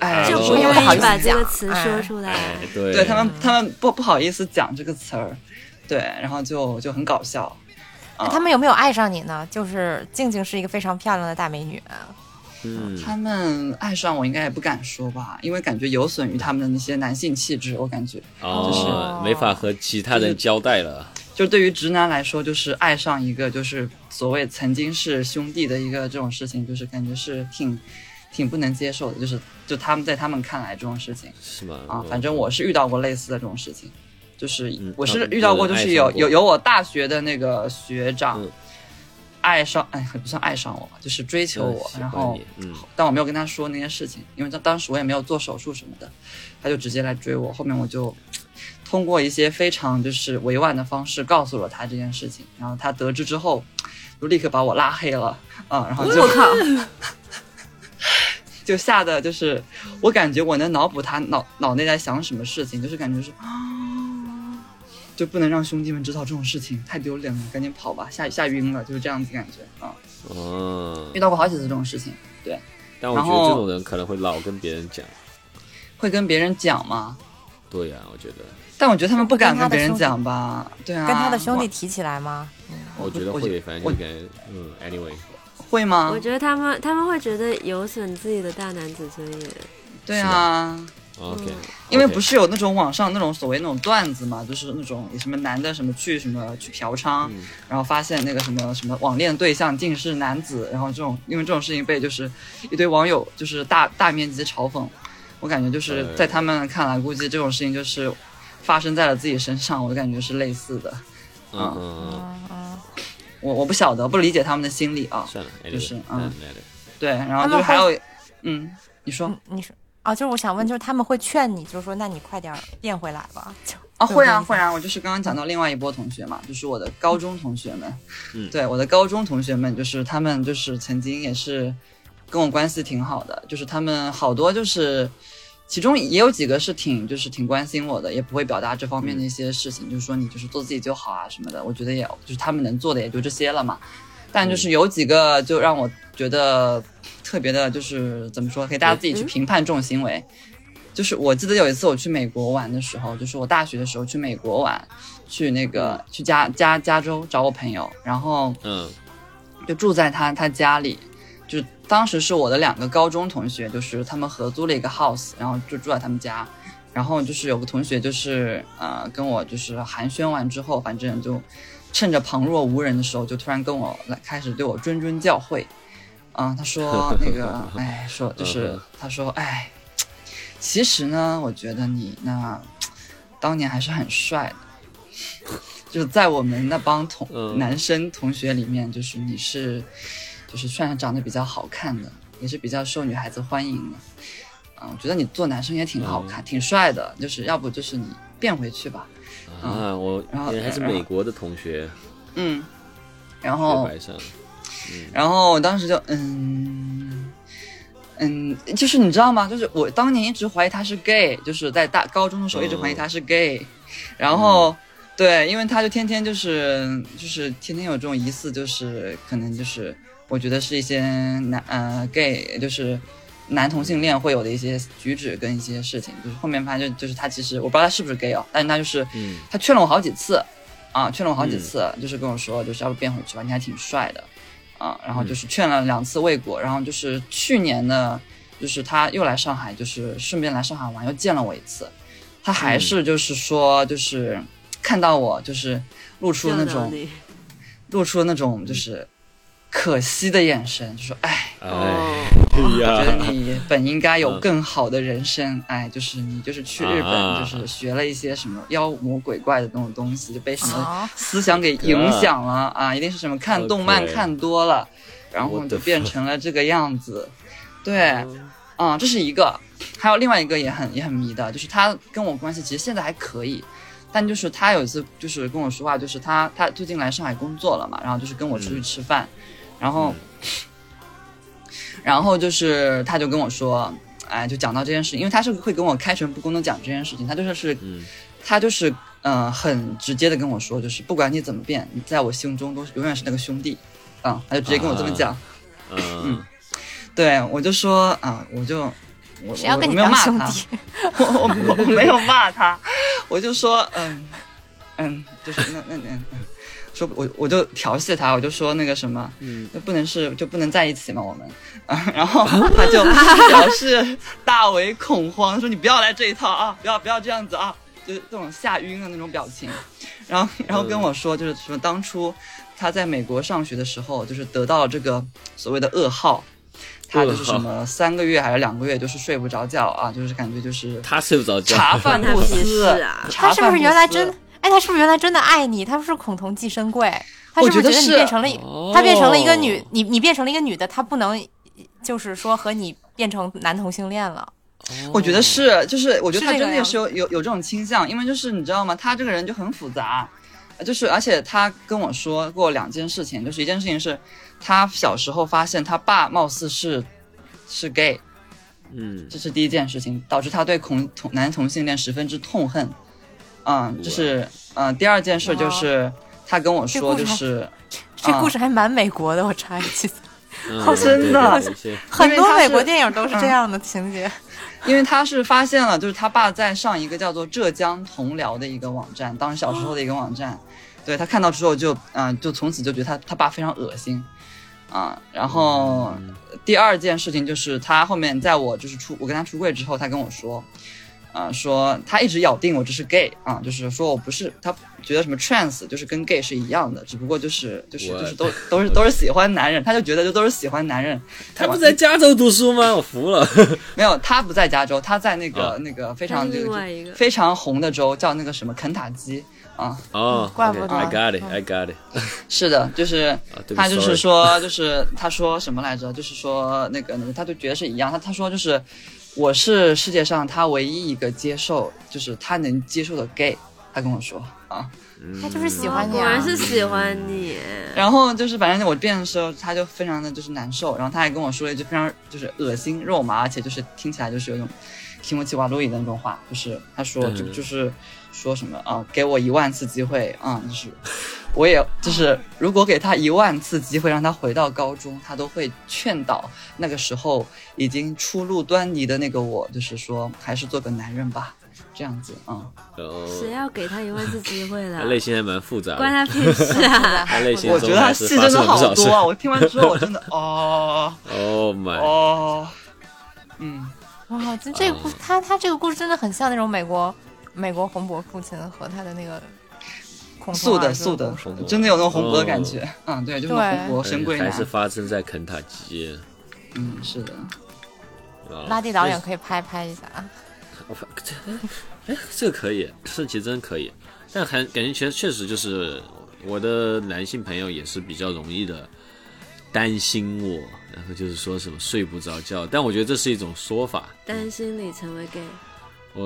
D: 哎，
C: 就
A: 哎
D: 是
C: 不
D: 我
B: 呦
D: 也
B: 不好
C: 愿
B: 意
C: 意
B: 思
C: 把这个
B: 讲
C: 词
B: 哎
C: 说出来。
A: 哎对
D: 对他们，他们不不好意思讲这个词儿，对，然后就就很搞笑。
B: 那他们有没有爱上你呢？就是静静是一个非常漂亮的大美女，
A: 嗯
D: 他们爱上我，应该也不敢说吧，因为感觉有损于他们的那些男性气质。我感觉，
A: 哦，没法和其他人交代了。
D: 就对于直男来说，就是爱上一个就是所谓曾经是兄弟的一个这种事情，就是感觉是挺挺不能接受的，就是就他们在他们看来这种事情
A: 是吗？哦
D: 啊，反正我是遇到过类似的这种事情，就是
A: 嗯
D: 我
A: 他
D: 是
A: 们
D: 遇到过，
A: 有
D: 就
A: 人
D: 是
A: 爱
D: 有
A: 上过
D: 有有我大学的那个学长
A: 嗯
D: 爱上，哎，也不算爱上我吧，就是追求我，然后。
A: 嗯，
D: 但我没有跟他说那些事情，因为当当时我也没有做手术什么的，他就直接来追我。后面我就通过一些非常就是委婉的方式告诉了他这件事情，然后他得知之后，就立刻把我拉黑了啊、然后就
C: 我靠，
D: 就吓得就是我感觉我能脑补他脑脑内在想什么事情，就是感觉是。啊就不能让兄弟们知道这种事情，太丢脸了，赶紧跑吧，吓吓晕了，就是这样子感觉啊、
A: 哦
D: 遇，到过好几次这种事情，
A: 但我觉得这种人可能会老跟别人讲。
D: 会跟别人讲吗？
A: 对呀、我觉得，
D: 但我觉得他们不敢
B: 跟他
D: 跟
B: 的
D: 别人
B: 兄弟
D: 讲吧，对啊，
B: 跟她的兄弟提起来吗？
A: 我觉得
D: 我
A: 会，
D: 觉
A: 反正
D: 我
A: 应该，嗯，anyway，
D: 会吗
C: 我？觉得他们他们会觉得有损自己的大男子尊严。
D: 对啊，
A: OK，
D: 因为不是有那种网上那种所谓那种段子嘛，就是那种什么男的什么去什么去嫖娼，
A: 嗯
D: 然后发现那个什么什么网恋对象竟是男子，然后这种因为这种事情被就是一堆网友就是大大面积的嘲讽，我感觉就是
A: 哎
D: 在他们看来，估计这种事情就是发生在了自己身上，我感觉是类似的。
A: 嗯嗯，
B: 嗯嗯，
D: 我我不晓得，不理解他们的心理啊。
A: 算了，anyway，嗯
D: 对，然后
B: 他们
D: 就是还
B: 会
D: 有，嗯，你说。
B: 嗯你说啊，就是我想问，就是他们会劝你，就是说，那你快点儿变回来吧。 就
D: 啊，
B: 对
D: 会
B: 我
D: 啊
B: 跟你
D: 会啊，我就是刚刚讲到另外一波同学嘛，就是我的高中同学们，
A: 嗯
D: 对我的高中同学们，就是他们就是曾经也是跟我关系挺好的，就是他们好多就是，其中也有几个是挺就是挺关心我的，也不会表达这方面的一些事情，就是说你就是做自己就好啊什么的，我觉得也就是他们能做的也就这些了嘛，但就是有几个就让我觉得特别的，就是怎么说，可以大家自己去评判这种行为。就是我记得有一次我去美国玩的时候，就是我大学的时候去美国玩，去那个去加加加州找我朋友，然后
A: 嗯
D: 就住在他他家里，就是当时是我的两个高中同学，就是他们合租了一个 house，然后就住在他们家。然后就是有个同学，就是呃跟我就是寒暄完之后，反正就趁着旁若无人的时候，就突然跟我来开始对我谆谆教诲。啊、他说那个，哎，说就是
A: 嗯
D: 他说，哎，其实呢，我觉得你那当年还是很帅的，就是在我们那帮同、
A: 嗯
D: 男生同学里面，就是你是就是算是长得比较好看的，也是比较受女孩子欢迎的。啊，我觉得你做男生也挺
A: 嗯
D: 好看，挺帅的，就是要不就是你变回去吧，
A: 啊，我原来是美国的同学，
D: 嗯，然
A: 黑
D: 后
A: 白上，
D: 然后我当时就嗯嗯，就是你知道吗？就是我当年一直怀疑他是 gay，就是在大高中的时候一直怀疑他是 gay，、然后。对，因为他就天天就是就是天天有这种疑似，就是可能就是我觉得是一些男呃 gay，就是男同性恋会有的一些举止跟一些事情，就是后面发现就就是他其实我不知道他是不是 gay 哦，但是他就是、
A: 嗯
D: 他劝了我好几次，啊，劝了我好几次，就是跟我说就是要不变回去吧，你还挺帅的，啊，然后就是劝了两次未果，然后就是去年呢，就是他又来上海，就是顺便来上海玩，又见了我一次，他还是就是说就是看到我就是露出
C: 教
D: 那
C: 导
D: 种
C: 你
D: 露出那种就是可惜的眼神，就说 哎，
A: 哎
C: 哦，
D: 觉得
A: 呀，
D: 你本应该有更好的人生，哎，就是你就是去日本
A: 啊
D: 就是学了一些什么妖魔鬼怪的那种东西，就被什么
B: 哦
D: 思想给影响了啊，一定是什么看动漫
A: OK
D: 看多了，然后
A: What
D: 就
A: the
D: 变
A: fuck
D: 成了这个样子，对。啊、这是一个，还有另外一个也很也很迷的，就是他跟我关系其实现在还可以，但就是他有一次就是跟我说话，就是他他最近来上海工作了嘛，然后就是跟我
A: 嗯
D: 出去吃饭，然后、 然后就是他就跟我说，哎，就讲到这件事情，因为他是会跟我开诚布公的讲这件事情，他就是是，
A: 嗯
D: 他就是嗯、呃很直接的跟我说，就是不管你怎么变，你在我心中都是永远是那个兄弟，啊、他就直接跟我这么讲，
A: 嗯
D: 对我就说啊、我就。我
B: 谁要
D: 我
B: 跟
D: 我
B: 你
D: 没有
B: 当
D: 骂
B: 兄
D: 他，
B: 弟？
D: 我 我我我没有骂他，我就说嗯嗯，就是那那那，嗯说我我就调戏他，我就说那个什么，
A: 嗯
D: 就不能是就不能在一起嘛，我们， 啊、然后他就表示大为恐慌，说你不要来这一套啊，不要不要这样子啊，就是这种吓晕的那种表情，然后然后跟我说就是什么当初他在美国上学的时候，就是得到这个所谓的噩耗。他就是什么三个月还是两个月，就是睡不着觉啊，就是感觉就是
A: 他睡不着觉，
D: 茶饭
C: 关他
D: 不
C: 屁事
D: 思
C: 啊！
B: 他
D: 茶
B: 是不
D: 饭
B: 是
D: 不
B: 原来
D: 思
B: 真？哎，他是不是原来真的爱你？他是不是恐同寄生贵？他是不
D: 我觉得
B: 觉得你
D: 是
B: 变成了一，
A: 哦
B: 他变成了一个女，你你变成了一个女的，他不能，就是说和你变成男同性恋了。
D: 我觉得是，就是我觉得
B: 是
D: 他
B: 这个
D: 真的是有有有这种倾向，因为就是你知道吗？他这个人就很复杂，呃就是而且他跟我说过两件事情，就是一件事情是，他小时候发现他爸貌似是是 gay，
A: 嗯
D: 这是第一件事情，导致他对恐同男同性恋十分之痛恨。嗯，这是嗯、呃第二件事就是他跟我说
B: 这故事
D: 就
B: 还
D: 是
B: 这
D: 啊
B: 故事还蛮美国的，我插一 句，
A: 嗯
D: 哦真
A: 对
D: 的
A: 对对一些
B: 很多
D: 他
B: 美
D: 是
B: 国电影都是嗯这样的情节。
D: 因为他是发现了，就是他爸在上一个叫做浙江同僚的一个网站，当时小时候的一个网站，对他看到之后就，嗯、就从此就觉得他他爸非常恶心，啊、然后第二件事情就是他后面在我就是出我跟他出柜之后，他跟我说，啊、说他一直咬定我这是 gay 啊、就是说我不是他觉得什么 trans 就是跟 gay 是一样的，只不过就是就是
A: 我
D: 就是都都是都是喜欢男人，他就觉得就都是喜欢男人，
A: 他不在加州读书吗？我服了。
D: 没有，他不在加州，他在那个、
A: 啊
D: 那个非
C: 他
D: 常
C: 是
D: 就
C: 另
D: 是
C: 外一个
D: 非常红的州，叫那个什么肯塔基啊。
A: 哦，
B: 嗯怪不得
A: OK，I got it, I got it。
D: 是的，就是
A: 啊对不起
D: 他就是
A: ，sorry
D: 说，就是他说什么来着？就是说那个那个，他就觉得是一样。他他说就是我是世界上他唯一一个接受，就是他能接受的 gay。他跟我说啊，
A: 嗯
B: 他就是喜欢你
C: 果
B: 啊
C: 然！是喜欢你，
D: 然后就是反正我变的时候，他就非常的就是难受，然后他还跟我说了一句非常就是恶心肉麻，而且就是听起来就是有一种听不起瓦路易的那种话，就是他说就
A: 嗯
D: 就是说什么啊，给我一万次机会啊、就是我也就是如果呃给他一万次机会让他回到高中，他都会劝导那个时候已经初露端倪的那个我，就是说还是做个男人吧，这样子啊。
C: 谁
A: 哦，
C: 要给他一万次机会
A: 他
C: 了？
A: 内心还蛮复杂
C: 关
A: 的，
C: 他屁事啊！
A: 他内心
D: 我觉
A: 中
D: 得他
A: 还是
D: 戏
A: 发
D: 真的
A: 生了不
D: 好
A: 少事
D: 多。啊！我听完之后，我真的哦
A: Oh my，
D: 哦，嗯，
B: 哇，就这个故，他他这个故事真的很像那种美国美国红脖父亲和他的那个恐同
D: 素的
B: 儿子
D: 素的
B: 故事
A: 红脖，
D: 啊真的有那种红脖的感觉。嗯，对，就是那种红脖
A: 哎
D: 神鬼
A: 还
D: 男
A: 是。发生在肯塔基。
D: 嗯，是的。
A: 啊
B: 拉蒂导演可以拍拍一下啊。
A: 这哎，这个可以，顺其真可以，但还感觉确确实就是我的男性朋友也是比较容易的担心我，然后就是说什么睡不着觉，但我觉得这是一种说法，
C: 担心你成为 gay，
A: 我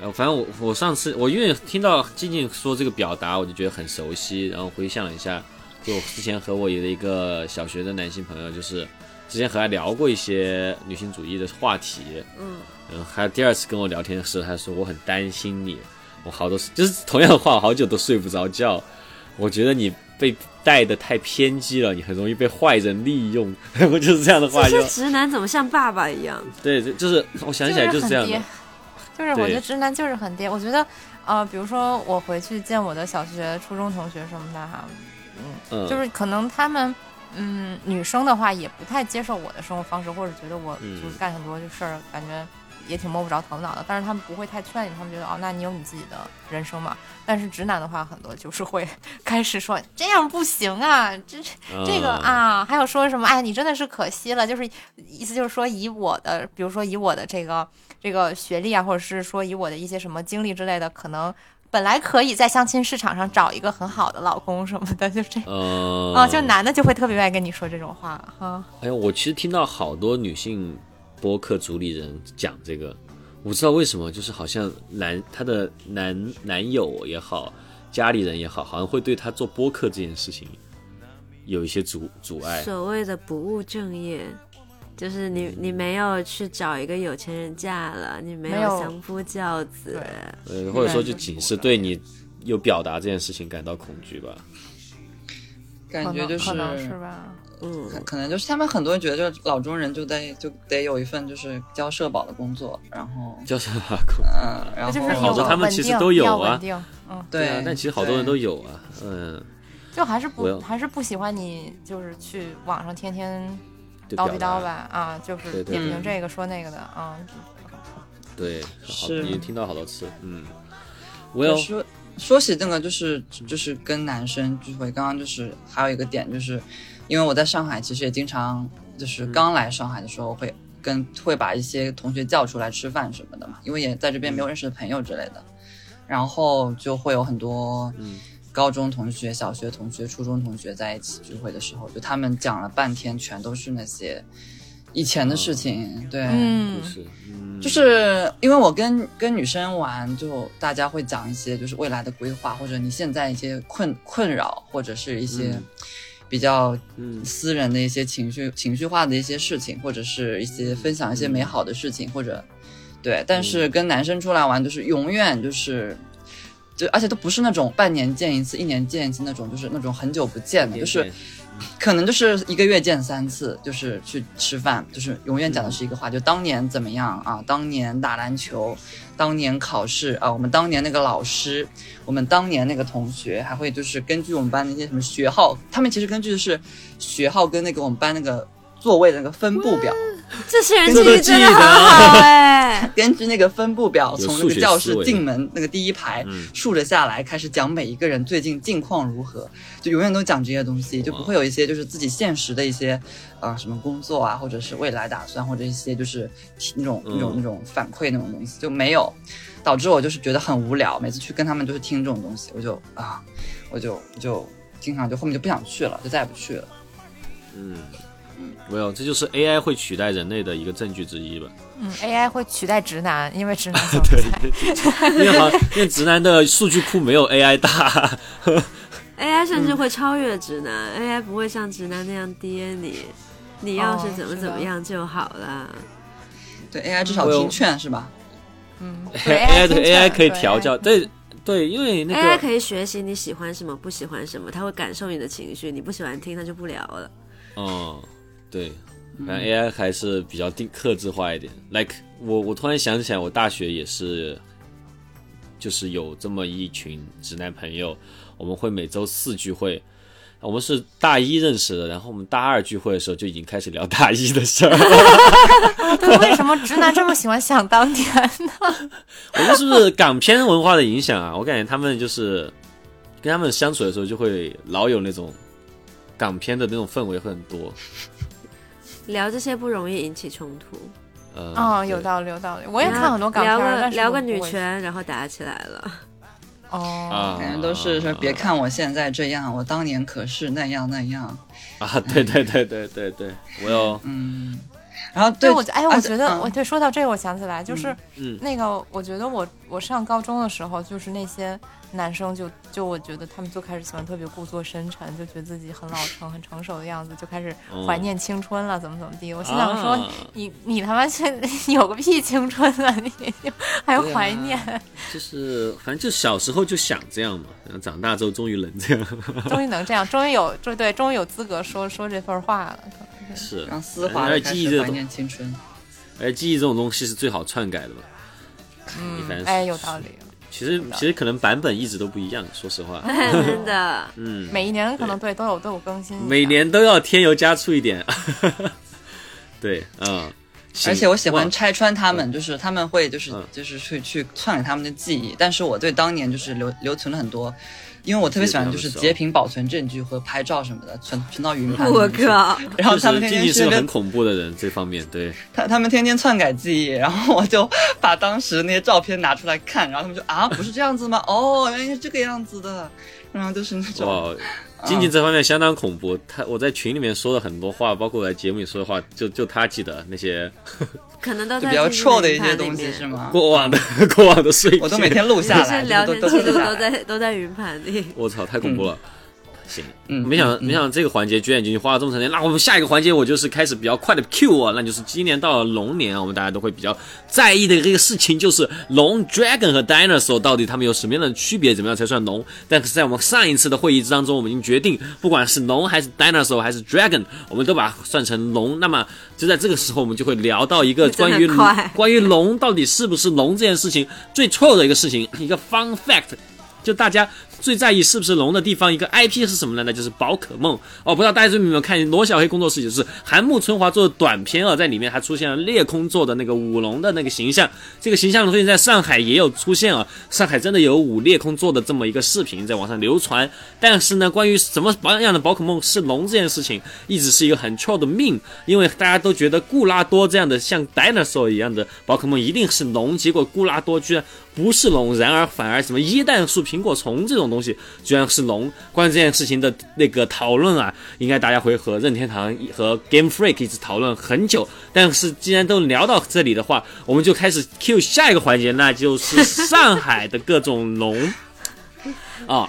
A: 呃，反正我我上次我因为听到静静说这个表达，我就觉得很熟悉，然后回想了一下，就我之前和我有的一个小学的男性朋友，就是之前和他聊过一些女性主义的话题，
C: 嗯，
A: 然后他第二次跟我聊天的时候，他说我很担心你，我好多就是同样的话，我好久都睡不着觉，我觉得你被带的太偏激了，你很容易被坏人利用， 我就是这样的话就
C: 这直男怎么像爸爸一样？
A: 对，就就是我想起来就是
B: 很
A: 这样
B: 爹
A: 的，
B: 就是我
A: 对
B: 觉得直男就是很爹。我觉得，呃，比如说我回去见我的小学、初中同学什么的哈，
A: 嗯，
B: 就是可能他们，嗯，女生的话也不太接受我的生活方式，或者觉得我
A: 嗯
B: 就是干很多事儿，感觉也挺摸不着头脑的。但是他们不会太劝你，他们觉得哦，那你有你自己的人生嘛。但是直男的话，很多就是会 开始说这样不行啊，这这个
A: 嗯
B: 啊，还有说什么？哎，你真的是可惜了，就是意思就是说，以我的，比如说以我的这个这个学历啊，或者是说以我的一些什么经历之类的，可能本来可以在相亲市场上找一个很好的老公什么的，就 这
A: 呃，
B: 啊，就男的就会特别愿意跟你说这种话哈、
A: 哎呦，我其实听到好多女性播客主理人讲这个，我不知道为什么，就是好像男她的男男友也好，家里人也好，好像会对她做播客这件事情有一些阻阻碍。
C: 所谓的不务正业，就是你你没有去找一个有钱人嫁了，你没
B: 没
C: 有
B: 有
C: 相夫教子，
A: 呃，或者说就仅是对你有表达这件事情感到恐惧吧。
B: 可
D: 感觉
B: 能
D: 就是
B: 可能是吧。
C: 嗯，
D: 可可能就是他们很多人觉得，就是老中人就得就得有一份就是交社保的工作，然后
A: 叫什么啊恐？
D: 嗯，然
B: 那
D: 后
B: 就是
A: 好
B: 有
A: 多他们
B: 稳
A: 其实
B: 定
A: 都有
B: 要
A: 啊
B: 稳定嗯，
D: 对
A: 啊，，但其实好多人都有啊。嗯，
B: 就还是
A: 我要
B: 不还是不喜欢你，就是去网上天天
A: 就
B: 叨
A: 表
B: 逼
A: 达
B: 叨吧，啊，就是
A: 对对
B: 点评
D: 对
B: 这个说那个的，啊，
A: 对，好，
D: 是
A: 你听到好多次。嗯，我要
D: 对说说起这个，就是就是跟男生聚会，刚刚就是还有一个点，就是因为我在上海，其实也经常
A: 嗯
D: 就是刚来上海的时候会跟会把一些同学叫出来吃饭什么的嘛，因为也在这边
A: 嗯
D: 没有认识的朋友之类的，然后就会有很多
A: 嗯
D: 高中同学、小学同学、初中同学在一起聚会的时候，就他们讲了半天，全都是那些以前的事
A: 哦
D: 情，对，
B: 嗯
A: 就，是，嗯
D: 就是因为我跟跟女生玩，就大家会讲一些就是未来的规划，或者你现在一些困困扰，或者是一些
A: 嗯
D: 比较
A: 嗯
D: 私人的一些情绪情绪化的一些事情，或者是一些分享一些美好的事情，或者对。但
A: 嗯
D: 是跟男生出来玩，就是永远就是。就而且都不是那种半年见一次、一年见一次那种，就是那种很久不见的，就是可能就是一个月见三次，就是去吃饭，就是永远讲的是一个话，就当年怎么样啊？当年打篮球，当年考试啊，我们当年那个老师，我们当年那个同学，还会就是根据我们班那些什么学号，他们其实根据的是学号跟那个我们班那个座位的那个分布表，，
C: 这些人
A: 这
C: 记
A: 都
C: 忆真的
A: 记得
C: 很好哎
D: 根据那个分布表，
A: 有
D: 从那
A: 数
D: 个
A: 学
D: 教
A: 思
D: 室
A: 维
D: 进门那个第一排
A: 嗯
D: 竖着下来，开始讲每一个人最近近况如何，就永远都讲这些东西，就不会有一些就是自己现实的一些，呃，什么工作啊，或者是未来打算，或者一些就是提那种那种
A: 嗯
D: 那种反馈那种东西就没有，导致我就是觉得很无聊，每次去跟他们就是听这种东西，我就啊，我就我就经常就后面就不想去了，就再也不去了。
A: 嗯。没有，这就是 AI 会取代人类的一个证据之一吧？
B: 嗯，AI 会取代直男，因为直男
A: 对，因为好，因为直男的数据库没有 AI 大。
C: ，AI 甚
D: 嗯
C: 至会超越直男、a i 不会像直男那样爹你，你
D: 哦
C: 要是怎么怎么样就好了。
D: 对 AI 至少
A: 我有
D: 听劝是吧？
B: 嗯
A: AI
B: 对
A: 对 AI 可以
B: 对
A: 调教，对对，因为那
C: AI
A: 个
C: 可以学习你喜欢什么，不喜欢什么，他会感受你的情绪，你不喜欢听他就不聊了。
A: 哦，对，反正 AI 还是比较定克制化一点。Like 我我突然想起来，我大学也是，就是有这么一群直男朋友，我们会每周四聚会。我们是大一认识的，然后我们大二聚会的时候就已经开始聊大一的事儿。
B: 对，为什么直男这么喜欢想当年呢？
A: 我们是不是港片文化的影响啊？我感觉他们就是跟他们相处的时候，就会老有那种港片的那种氛围会很多。
C: 聊这些不容易引起冲突。
A: 呃，
B: 啊，
A: 对
B: 有道理，有道理。我也看很多港片
C: 聊
B: 儿，
C: 个
B: 但是
C: 聊
B: 我
C: 个
B: 不
C: 女
B: 会
C: 权，然后打起来 了。
B: 哦，
A: 啊，
D: 感觉哎都是说别看我现在这样，我当年可是那样那样。
A: 啊！对对对对对对，我有
D: 嗯，然后
B: 对，
D: 对
B: 我哎，我
D: 而且
B: 觉得
D: 嗯
B: 我对说到这个，我想起来就是
A: 嗯
B: 那个，我觉得我我上高中的时候，就是那些男生就就我觉得他们就开始喜欢特别故作深沉，就觉得自己很老成、很成熟的样子，就开始怀念青春了，怎么怎么地。我心想说
A: 嗯啊，
B: 你你他妈现 有个屁青春啊，你 还
D: 对啊
B: 怀念？
A: 就是反正就小时候就想这样嘛，然后长大之后终于能这样，
B: 终于能这样，终于有对对，终于有资格说说这份话了。
A: 是
D: 让丝滑
A: 而
D: 的
A: 且
D: 开
A: 记忆
D: 始
A: 这
D: 怀
A: 种，
D: 念青春。
A: 而且记忆这种东西是最好篡改的嘛。一般
B: 嗯
A: 是，
B: 哎，有道理。
A: 其实其实可能版本一直都不一样，说实话，
C: 真的，
A: 嗯，
B: 每一年可能对都有都有更新一下，
A: 每年都要添油加醋一点。 对，嗯，行
D: 而且我喜欢
A: 哇
D: 拆穿他们，就是他们会就是
A: 嗯
D: 就是去去篡改他们的记忆，但是我对当年就是留留存了很多，因为我特别喜欢就是
A: 截屏
D: 截屏保存证据和拍照什么的，存存到云盘。
C: 我！靠，
D: 然后
A: 就
D: 他们
A: 是静静
D: 天天
A: 是
D: 去
A: 个
D: 那
A: 很
D: 边，
A: 恐怖的人，这方面对，
D: 他他们天天篡改记忆，然后我就把当时那些照片拿出来看，然后他们就啊，不是这样子吗？哦，原来是这个样子的。然后就是嗯那种，
A: 哇，静静这方面相当恐怖。他我在群里面说的很多话，包括我在节目里说的话，就就他记得那些
C: 可能都
D: 就
C: 在
D: 比较
C: 自己
D: troll
C: 那
D: 的一些
C: 盘
D: 东
C: 里
D: 西
C: 面
D: 是吗？
A: 过往的 过往的碎片。
D: 我都每天录下
C: 就
D: 来，
C: 是聊
D: 都
C: 天
D: 都
C: 记
D: 记
C: 录
D: 下
C: 都
D: 来。
C: 在都在云盘里。
A: 我操，太恐怖了。行，
D: 嗯
A: 没想到
D: 嗯嗯
A: 没想到这个环节居然已经花了这么长时间。那我们下一个环节，我就是开始比较快的 Q 啊，那就是今年到了龙年啊，我们大家都会比较在意的这个事情，就是龙 Dragon 和 Dinosaur 到底它们有什么样的区别，怎么样才算龙？但是在我们上一次的会议当中，我们已经决定，不管是龙还是 Dinosaur 还是 Dragon，我们都把它算成龙。那么就在这个时候，我们就会聊到一个
C: 真的
A: 关于
C: 快
A: 关于龙到底是不是龙这件事情最错的一个事情，一个 fun fact，就大家最在意是不是龙的地方，一个 IP 是什么呢？那就是宝可梦哦。不知道大家有没有看罗小黑工作室，就是韩木春华做的短片啊，在里面还出现了裂空做的那个舞龙的那个形象，这个形象最近在上海也有出现啊。上海真的有舞裂空做的这么一个视频在网上流传，但是呢，关于什么样的宝可梦是龙这件事情，一直是一个很臭的命，因为大家都觉得固拉多这样的像 dinosaur 一样的宝可梦一定是龙，结果固拉多居然不是龙，然而反而什么椰蛋树苹果虫这种东西居然是龙。关于这件事情的那个讨论啊，应该大家会和任天堂和 Game Freak 一直讨论很久。但是既然都聊到这里的话，我们就开始 Q 下一个环节，那就是上海的各种龙。啊，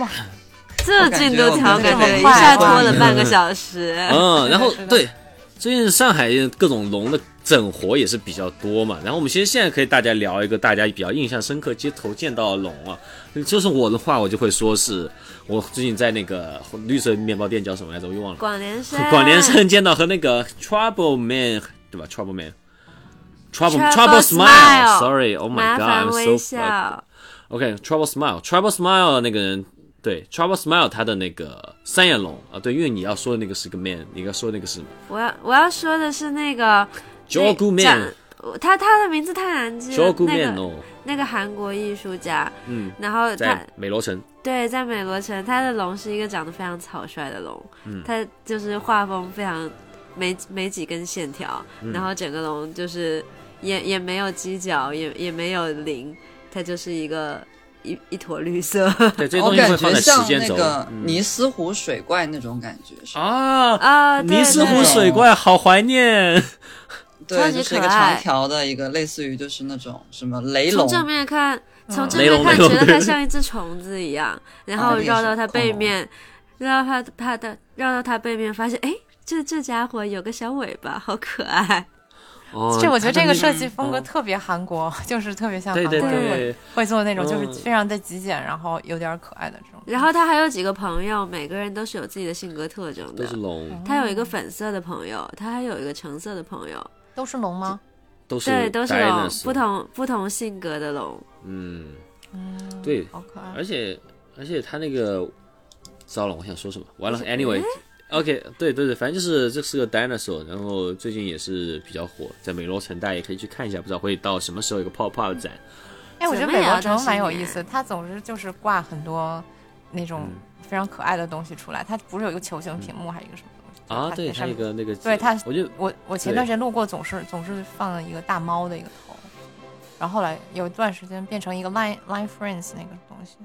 C: 这进度条感觉一
B: 我
C: 下
B: 感觉我们这个
C: 拖了半个小时。
A: 嗯，然后
D: 是的
A: 对，最近上海各种龙的整活也是比较多嘛。然后我们其实现在可以大家聊一个大家比较印象深刻街头见到的龙啊，就是我的话，我就会说是我最近在那个绿色面包店叫什么来着，我又忘了。
C: 广联山，
A: 广联山见到和那个 Trouble Man 对吧？Trouble Man。Trouble Trouble
C: Trouble Smile
A: Smile，Sorry，Oh my
C: 麻烦
A: God，I'm so fucked
C: 微笑。
A: OK，Trouble Smile，Trouble Smile 那个人，对，Trouble Smile 他的那个三眼龙啊，对，因为你要说的那个是个 man，你要说的那个是
C: 我要我要说的是那个
A: Jogu
C: 那
A: Man，
C: 讲他他的名字太难记了。
A: Jogu
C: 那
A: Man
C: 个
A: 哦，
C: 那个韩国艺术家，
A: 嗯，
C: 然后他
A: 在美罗城，
C: 对在美罗城，他的龙是一个长得非常草率的龙，
A: 嗯
C: 他就是画风非常没没几根线条，
A: 嗯
C: 然后整个龙就是也也没有犄角，也也没有鳞，它就是一个一一坨绿色
A: 对，这些
D: 我
A: 东西
C: 哦
A: 会
D: 感
A: 放
D: 觉
A: 在时
D: 像
A: 间
D: 那
A: 轴嗯
D: 个尼斯湖水怪那种感觉，是吧
A: 啊。
C: 啊。对
A: 尼斯湖
C: 对
A: 水怪，好怀念！
C: 超
D: 对，
C: 级
D: 就是一个
C: 可
D: 长
C: 爱
D: 条的一个，类似于就是那种什么雷
C: 从
D: 龙，
C: 正面看，
B: 嗯
C: 从正
A: 雷
C: 面
A: 龙
C: 看
A: 雷龙
C: 觉得它像一只虫子一样，然后绕到它背面，绕到它它的绕到它背面，发现哎，这这家伙有个小尾巴，好可爱。
A: 哦，
B: 这我觉得这个设
A: 是
B: 计风格特别韩国， 就是特别像
A: 对
B: 韩国
A: 对
C: 对
B: 人
A: 对，
B: 会做那种，就
A: 嗯
B: 是非常的极简，然后有点可爱的这种。
C: 然后它还有几个朋友，每个人都是有自己的性格特征
A: 都是
C: 的。
B: 嗯
A: 龙，
C: 它有一个粉色的朋友，它还有一个橙色的朋友，
B: 都是龙吗？
A: 都是
C: 对，都是龙，
A: dinosaur
C: 不同不同性格的龙。
A: 嗯，对，
B: 好可爱。
A: 而且而且他那个，糟了，我想说什么？完了，anyway，OK，、对对对，反正就是这是个 dinosaur，然后最近也是比较火，在美罗城大家也可以去看一下，不知道会到什么时候有个 pop up 展。
B: 哎，我觉得
C: 怎么
B: 美
C: 也要
B: 国城
C: 在
B: 蛮有
C: 室内
B: 意思，它总是就是挂很多那
A: 嗯
B: 种非常可爱的东西出来。它不是有一个球形屏幕，还是一个什么
D: 嗯
B: 东西？
A: 啊，
B: 它
A: 对，
B: 在
A: 他
B: 上
A: 一
B: 面。
A: 个那个，
B: 对它
A: 我觉
D: 哦
A: 得
B: 我我前
A: 对
B: 段时间路过，总是总是放了一个大猫的一个头，然后后来有一段时间变成一个 Line Line Friends 那个东西。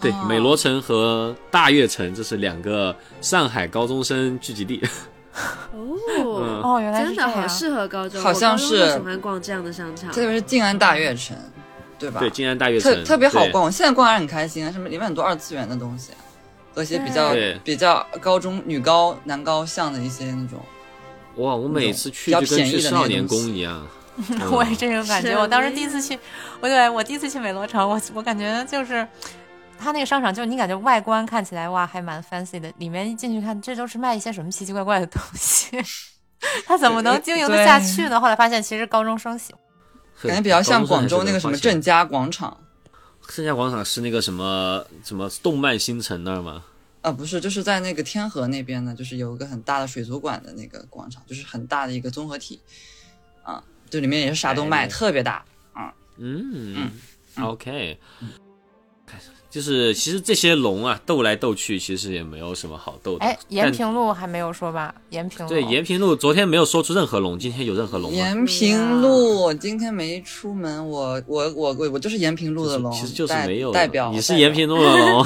A: 对
B: 哦
A: 美罗城和大悦城这是两个上海高中生聚集地。
C: 哦，
B: 哦， 原来是
C: 真
B: 这
C: 的
B: 样。。
C: 好适合高中，
D: 好像
C: 我高中就是喜欢逛这样的商场。
D: 这个是静安大悦城，对吧？
A: 对，静安大悦
D: 特
A: 城
D: 特别好
A: 对
D: 逛，我现在逛还很开心啊，什么里面很多二次元的东西，和一些比较
A: 对
D: 比较高中女高男高像的一些那种，
A: 哇！我每次去
D: 那
A: 就
D: 种
A: 跟
D: 比
A: 去
D: 较便宜的
A: 少
D: 那
A: 年
D: 种东
A: 宫
D: 西
A: 一 样
B: 我
A: 嗯
B: 也这种感觉。
C: 什
B: 我当时
C: 么
B: 第一次
C: 呀
B: 去，我对我第一次去美罗城，我我感觉就是。它那个商场，就你感觉外观看起来哇，还蛮 fancy 的，里面一进去看，这都是卖一些什么奇奇怪怪的东西， 它怎么能经营得下去呢？后来发现，其实高中生喜欢。
A: 很
D: 感觉比较
A: 高
D: 像
A: 中
D: 广
A: 生
D: 州
A: 还是
D: 那个什么
A: 花钱
D: 正佳广场
A: 盛夏广场是那个什么什么动漫新城那儿吗？
D: 啊，不是，就是在那个天河那边呢，就是有一个很大的水族馆的那个广场，就是很大的一个综合体，啊，就里面也是啥都
A: 哎
D: 卖，
A: 对
D: 特别大。
A: 嗯 o k 就是其实这些龙啊，斗来斗去，其实也没有什么好斗的。
B: 哎，延
A: 但
B: 平路还没有说吧？延平路
A: 对延平路昨天没有说出任何龙，今天有任何龙吗？
D: 哦延平路，
B: 啊
D: 我今天没出门，我我我我我就是延平路的龙，
A: 其实就是
D: 代
A: 没有
D: 代表。
A: 你
D: 代
A: 是
D: 表
A: 延，平路的龙，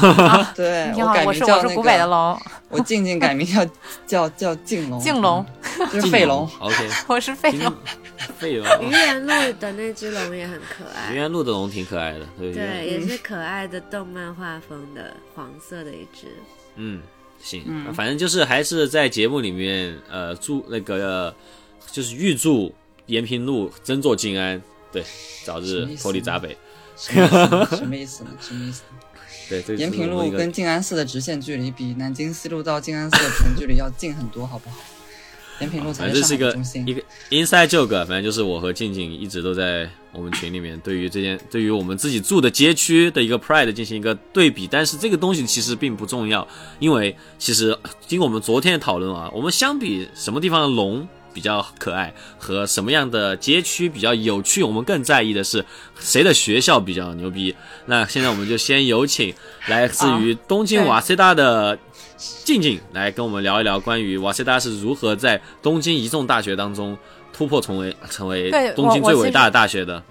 D: 对，
B: 挺
D: 我
B: 好
D: 改，
B: 我
D: 名
B: 是
D: 叫
B: 我是
D: 那个
B: 古北的，龙，
D: 我静静改名叫叫叫静龙，嗯
B: 静龙，
D: 就是废龙
A: 龙。。OK，嗯
B: 我是费
A: 今
B: 龙
A: 天。废龙。
C: 愚 园路的那只龙也很可
A: 愚
C: 爱，
A: 园路的龙挺可爱的，对
C: 对，，也是可爱的动漫画风的黄色的一只。
A: 嗯，行，反正就是还是在节目里面，呃，祝那个就是预祝延平路真坐静安，对，早
D: 什
A: 日
D: 么意思
A: 脱离闸北。
D: 什么意思呢？什么意思呢？什么意思呢？
A: 对，这
D: 延
A: 是
D: 平
A: 我们
D: 路
A: 一个
D: 跟静安寺的直线距离比南京西路到静安寺的全距离要近很多，好不好？延平路
A: 啊
D: 才
A: 反正这是
D: 是
A: 一
D: 上海的
A: 个
D: 中心
A: 一。个 inside joke，反正就是我和静静一直都在我们群里面对于这件对于我们自己住的街区的一个 pride 进行一个对比，但是这个东西其实并不重要，因为其实经过我们昨天的讨论啊，我们相比什么地方的龙比较可爱和什么样的街区比较有趣，我们更在意的是谁的学校比较牛逼。那现在我们就先有请来自于东京
B: 对
A: 瓦塞达的静静来跟我们聊一聊关于瓦塞达是如何在东京一众大学当中突破重围，成为
B: 对
A: 东
B: 我
A: 京
B: 我
A: 最
B: 其
A: 伟
B: 实
A: 大的大学的。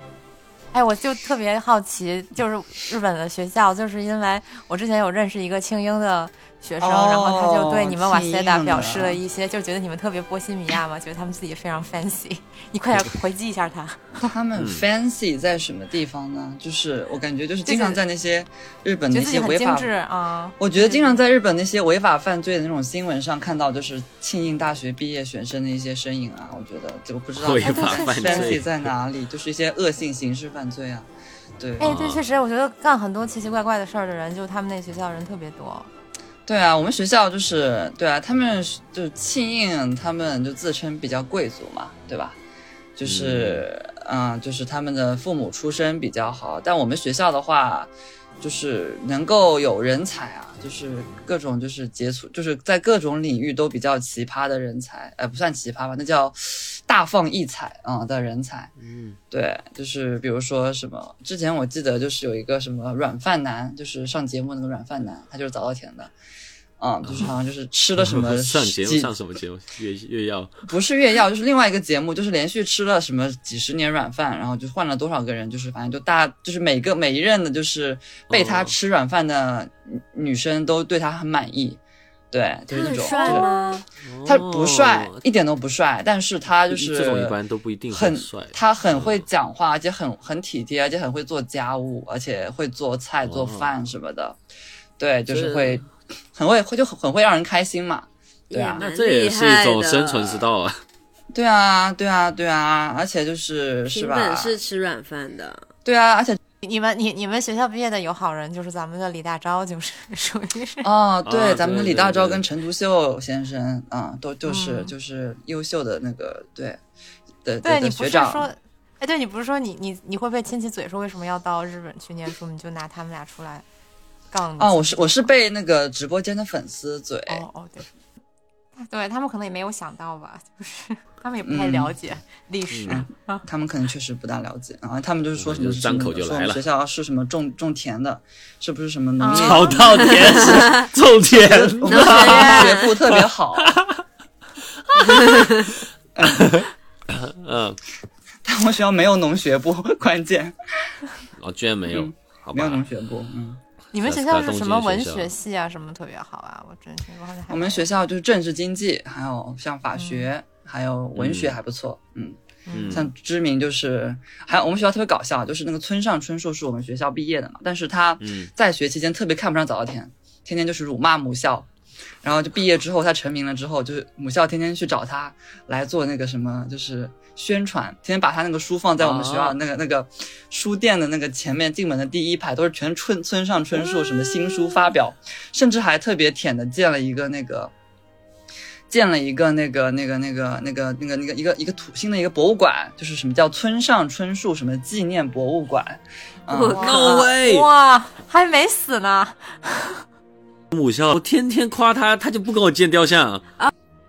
B: 哎，我就特别好奇，就是日本的学校，就是因为我之前有认识一个庆英的学生，
D: 哦
B: 然后他就对你们瓦塞达
D: 庆英的
B: 表示了一些，就觉得你们特别波西米亚嘛，觉得他们自己非常 fancy。你快点回击一下他。
D: 他
A: 嗯
D: 们 fancy 在什么地方呢？就是我感觉就是经常在那些日本
B: 觉得自
D: 那
B: 己
D: 些
B: 很
D: 违
B: 精
D: 法，
B: 致啊、
D: 我觉得经常在日本那些违法犯罪的那种新闻上看到，就是庆应大学毕业学生的一些身影啊。我觉得这个不知道
A: 违
D: 他们
A: 法犯
D: fancy
A: 罪
D: 在哪里，就是一些恶性刑事犯罪啊。对，
B: 哎，对，确实，我觉得干很多奇奇怪怪的事儿的人，就他们那学校人特别多。
D: 对啊，我们学校就是对啊，他们是就是庆应，他们就自称比较贵族嘛，对吧？就是嗯就是他们的父母出身比较好，但我们学校的话，就是能够有人才啊，就是各种就是杰出，就是在各种领域都比较奇葩的人才，呃，不算奇葩吧，那叫大放异彩啊、的人才。
A: 嗯
D: 对，就是比如说什么，之前我记得就是有一个什么软饭男，就是上节目那个软饭男，他就是早稻田的，嗯，就是好像就是吃了什么
A: 哦 上节目
D: 几
A: 上什么节目？越越要
D: 不是越药，就是另外一个节目，就是连续吃了什么几十年软饭，然后就换了多少个人，就是反正就大，就是每个每一任的，就是被他
A: 哦
D: 吃软饭的女女生都对他很满意，对，就是那
A: 啊
C: 很
D: 种，
C: 帅啊
D: 对
C: 吗？
D: 他不帅
A: 哦，
D: 一点都不帅，但是他就是
A: 这种一般都不一定
D: 很
A: 帅。
D: 他很会讲话，而且很很体贴，而且很会做家务，而且会做菜、做饭什么的。对，就是
A: 这
D: 会很会会就很很会让人开心嘛。对啊
C: 也
A: 那
C: 蛮
A: 这也
C: 厉
A: 是一
C: 害
A: 种
C: 的。
A: 生存之道啊！
D: 对啊，对啊，对啊，而且就是是
C: 平
D: 吧
C: 本？是吃软饭的，
D: 对啊，而且
B: 你们你你们学校毕业的有好人，就是咱们的李大钊，就是属于是。
A: 啊
D: 哦，对，咱们的
A: 对
D: 李大
A: 对
D: 钊
A: 对
D: 跟陈独秀先生啊，都就是
B: 嗯
D: 就是优秀的那个对
B: 对
D: 的的
B: 你
D: 的
B: 不
D: 学
B: 是
D: 长。
B: 说，哎，对你不是说你你你会被亲戚嘴说为什么要到日本去念书，你就拿他们俩出来杠你
D: 啊，我是我是被那个直播间的粉丝嘴，
B: 哦哦对，对他们可能也没有想到吧，就是 他们也不太
D: 嗯
B: 了解历史。
A: 嗯
D: 他们可能确实不大了解，然后他们就是说什
A: 嗯
D: 么
A: 就是张口就
D: 说
A: 来
D: 我们
A: 了
D: 学校是什么种种田的，是不是什么农业？
A: 早稻田是种田，
D: 我们学部特别好，
A: 嗯，
D: 但我们学校没有农学部，关键
A: 哦，居然没有
D: 嗯，
A: 好
D: 没有农
A: 吧，
D: 学部。嗯，
B: 你们
A: 在
B: 学
A: 在
B: 校是
A: 东
B: 什
A: 京
B: 么
A: 学
B: 文
A: 校
B: 学系啊？什么特别好啊？我真是我好像还
D: 我们
B: 没
D: 学校就是政治经济，还有像法学，还有文学还不错。嗯，
A: 嗯，
D: 像知名就是，还有我们学校特别搞笑，就是那个村上春树是我们学校毕业的嘛，但是他
A: 嗯
D: 在学期间特别看不上早稻田，天天就是辱骂母校，然后就毕业之后他成名了之后，就是母校天天去找他来做那个什么，就是宣传，天天把他那个书放在我们学校
A: 啊
D: 那个、那个书店的那个前面进门的第一排，都是全村村上春树什么新书发表，甚至还特别舔的建了一个那个。建了一个那个那个那个那个那个那个一个一个土新的一个博物馆，就是什么叫村上春树什么纪念博物馆，啊、
C: 我
B: 哇
C: 靠
A: No way
B: 哇，还没死呢。
A: 母校我天天夸他，他就不跟我建雕像，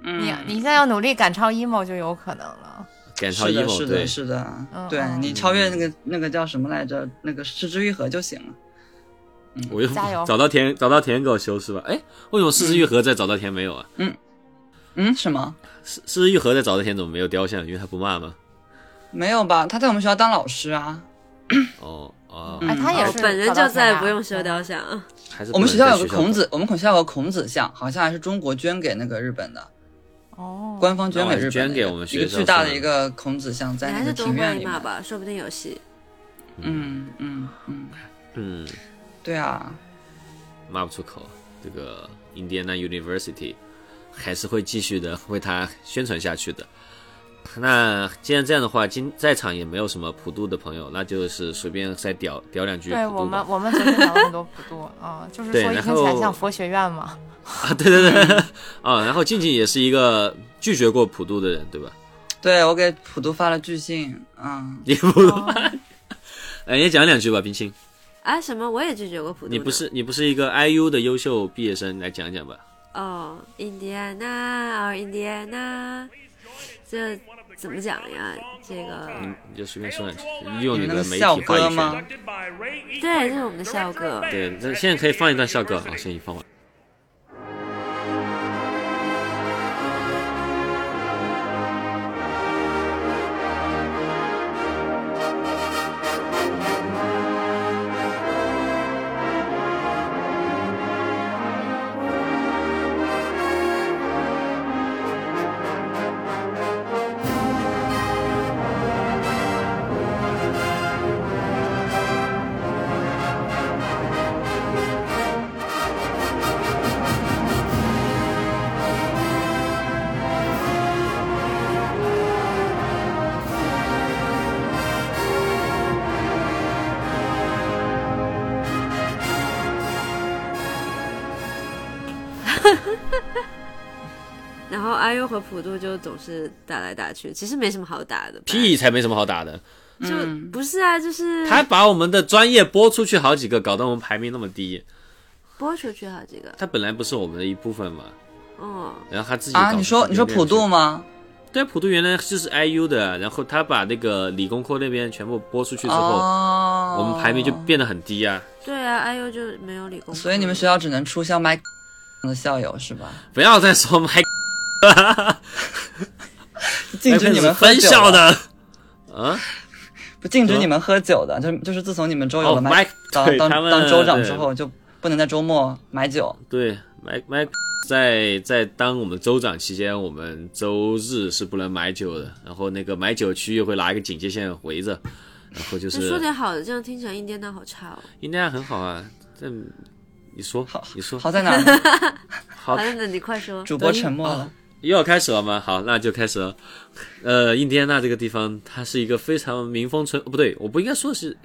D: 嗯
B: 你你现在要努力赶超 emo 就有可能了。
A: 赶超
D: 是的，
A: emo
D: 是
A: 对
D: 的，，是的
B: 嗯，
D: 对
B: 嗯
D: 你超越那个那个叫什么来着，那个失之愈合就行了。
A: 我又
B: 加油
A: 找到舔找到舔狗修是吧？哎，为什么四肢愈合在找到田没有啊？
D: 嗯，什么？
A: 四四肢愈合在找到田怎么没有雕像？因为他不骂吗？
D: 没有吧？他在我们学校当老师啊。
A: 哦哦，
B: 哎，他也
C: 我
B: 是
C: 本人
B: 找到
C: 就在
B: 他
C: 不用修
B: 嗯
C: 雕像，
A: 还是
D: 我们
A: 不
D: 学
A: 能
D: 校
A: 在
D: 有个孔子，我们孔学校有个孔子像，好像还是中国捐给那个日本的，
B: 哦，
D: 官方捐给日本的，
A: 捐给我们
D: 一个
A: 学校
D: 巨大
A: 是
D: 的
A: 吗
D: 一个孔子像
C: 你
D: 在
C: 还
D: 那个
C: 是多
D: 庭院
C: 问
D: 里
C: 一
D: 面
C: 骂。吧，说不定有戏。
D: 嗯嗯嗯，
A: 嗯，
D: 对啊，
A: 骂不出口。这个 Indiana University 还是会继续的为他宣传下去的。那既然这样的话，今在场也没有什么普渡的朋友，那就是随便再屌屌两句
B: 对
A: 普
B: 我
A: 渡
B: 们
A: 吧。
B: 我们昨天聊了很多不多啊，就是
A: 对
B: 说一
A: 然
B: 听起来
A: 后
B: 像佛学院嘛，
A: 啊，对对对， 啊，然后静静也是一个拒绝过普渡的人，对吧？
D: 对我给普渡发了巨信，嗯，
A: 你普渡， 哎，也讲两句吧，冰清。
C: 啊，什么？我也拒绝过普渡呢。
A: 你不是你不是一个 IU 的优秀毕业生，来讲讲吧。
C: 哦，印第安纳，哦，印第安纳，这怎么讲呀？这个
A: 嗯，你就随便说两
D: 哎
A: 句，用你的媒体
D: 校
A: 话
D: 歌
A: 语
D: 吗
A: 权。
C: 对，这是我们的校歌。
A: 对，这现在可以放一段校歌啊，先放完。
C: 然后阿优和普渡就总是打来打去，其实没什么好打的。
A: 屁，才没什么好打的，
C: 就不是啊，
D: 嗯
C: 就是
A: 他把我们的专业播出去好几个，搞得我们排名那么低。
C: 播出去好几个。
A: 他本来不是我们的一部分嘛，
C: 哦，
A: 然后他自己
D: 啊，
A: 搞
D: 你说你说普渡？吗？
A: 对，普渡原来就是 IU 的，然后他把那个理工科那边全部播出去之后，
D: 哦，
A: 我们排名就。变得很低啊。
C: 对啊，阿优就没有理工科。
D: 所以你们学校只能出像麦的校友是吧？
A: 不要再说 Mike
D: 禁
A: 哎
D: 止你们喝
A: 分
D: 酒哦
A: 校
D: 的，
A: 的，啊，
D: 不禁止你们喝酒的，就就是自从你们州有
A: 哦
D: 了麦
A: ，Mike
D: 当
A: 对
D: 当
A: 他们
D: 当州长之
A: 对
D: 后，就不能在周末买酒。
A: 对，Mike Mike 在在当我们州长期间，我们周日是不能买酒的，然后那个买酒区又会拿一个警戒线围着，然后就
C: 那哎说
A: 是
C: 点好的，这样听起来印第安纳好差哦。
A: 应该很好啊。这你说
D: 好，
A: 你说
D: 好在哪 儿呢？
A: 好
C: 好的，那你快说。
D: 主播沉默了。
A: 又要开始了吗？好，那就开始了。呃，印第安纳这个地方，它是一个非常民风淳，不对，我不应该说是，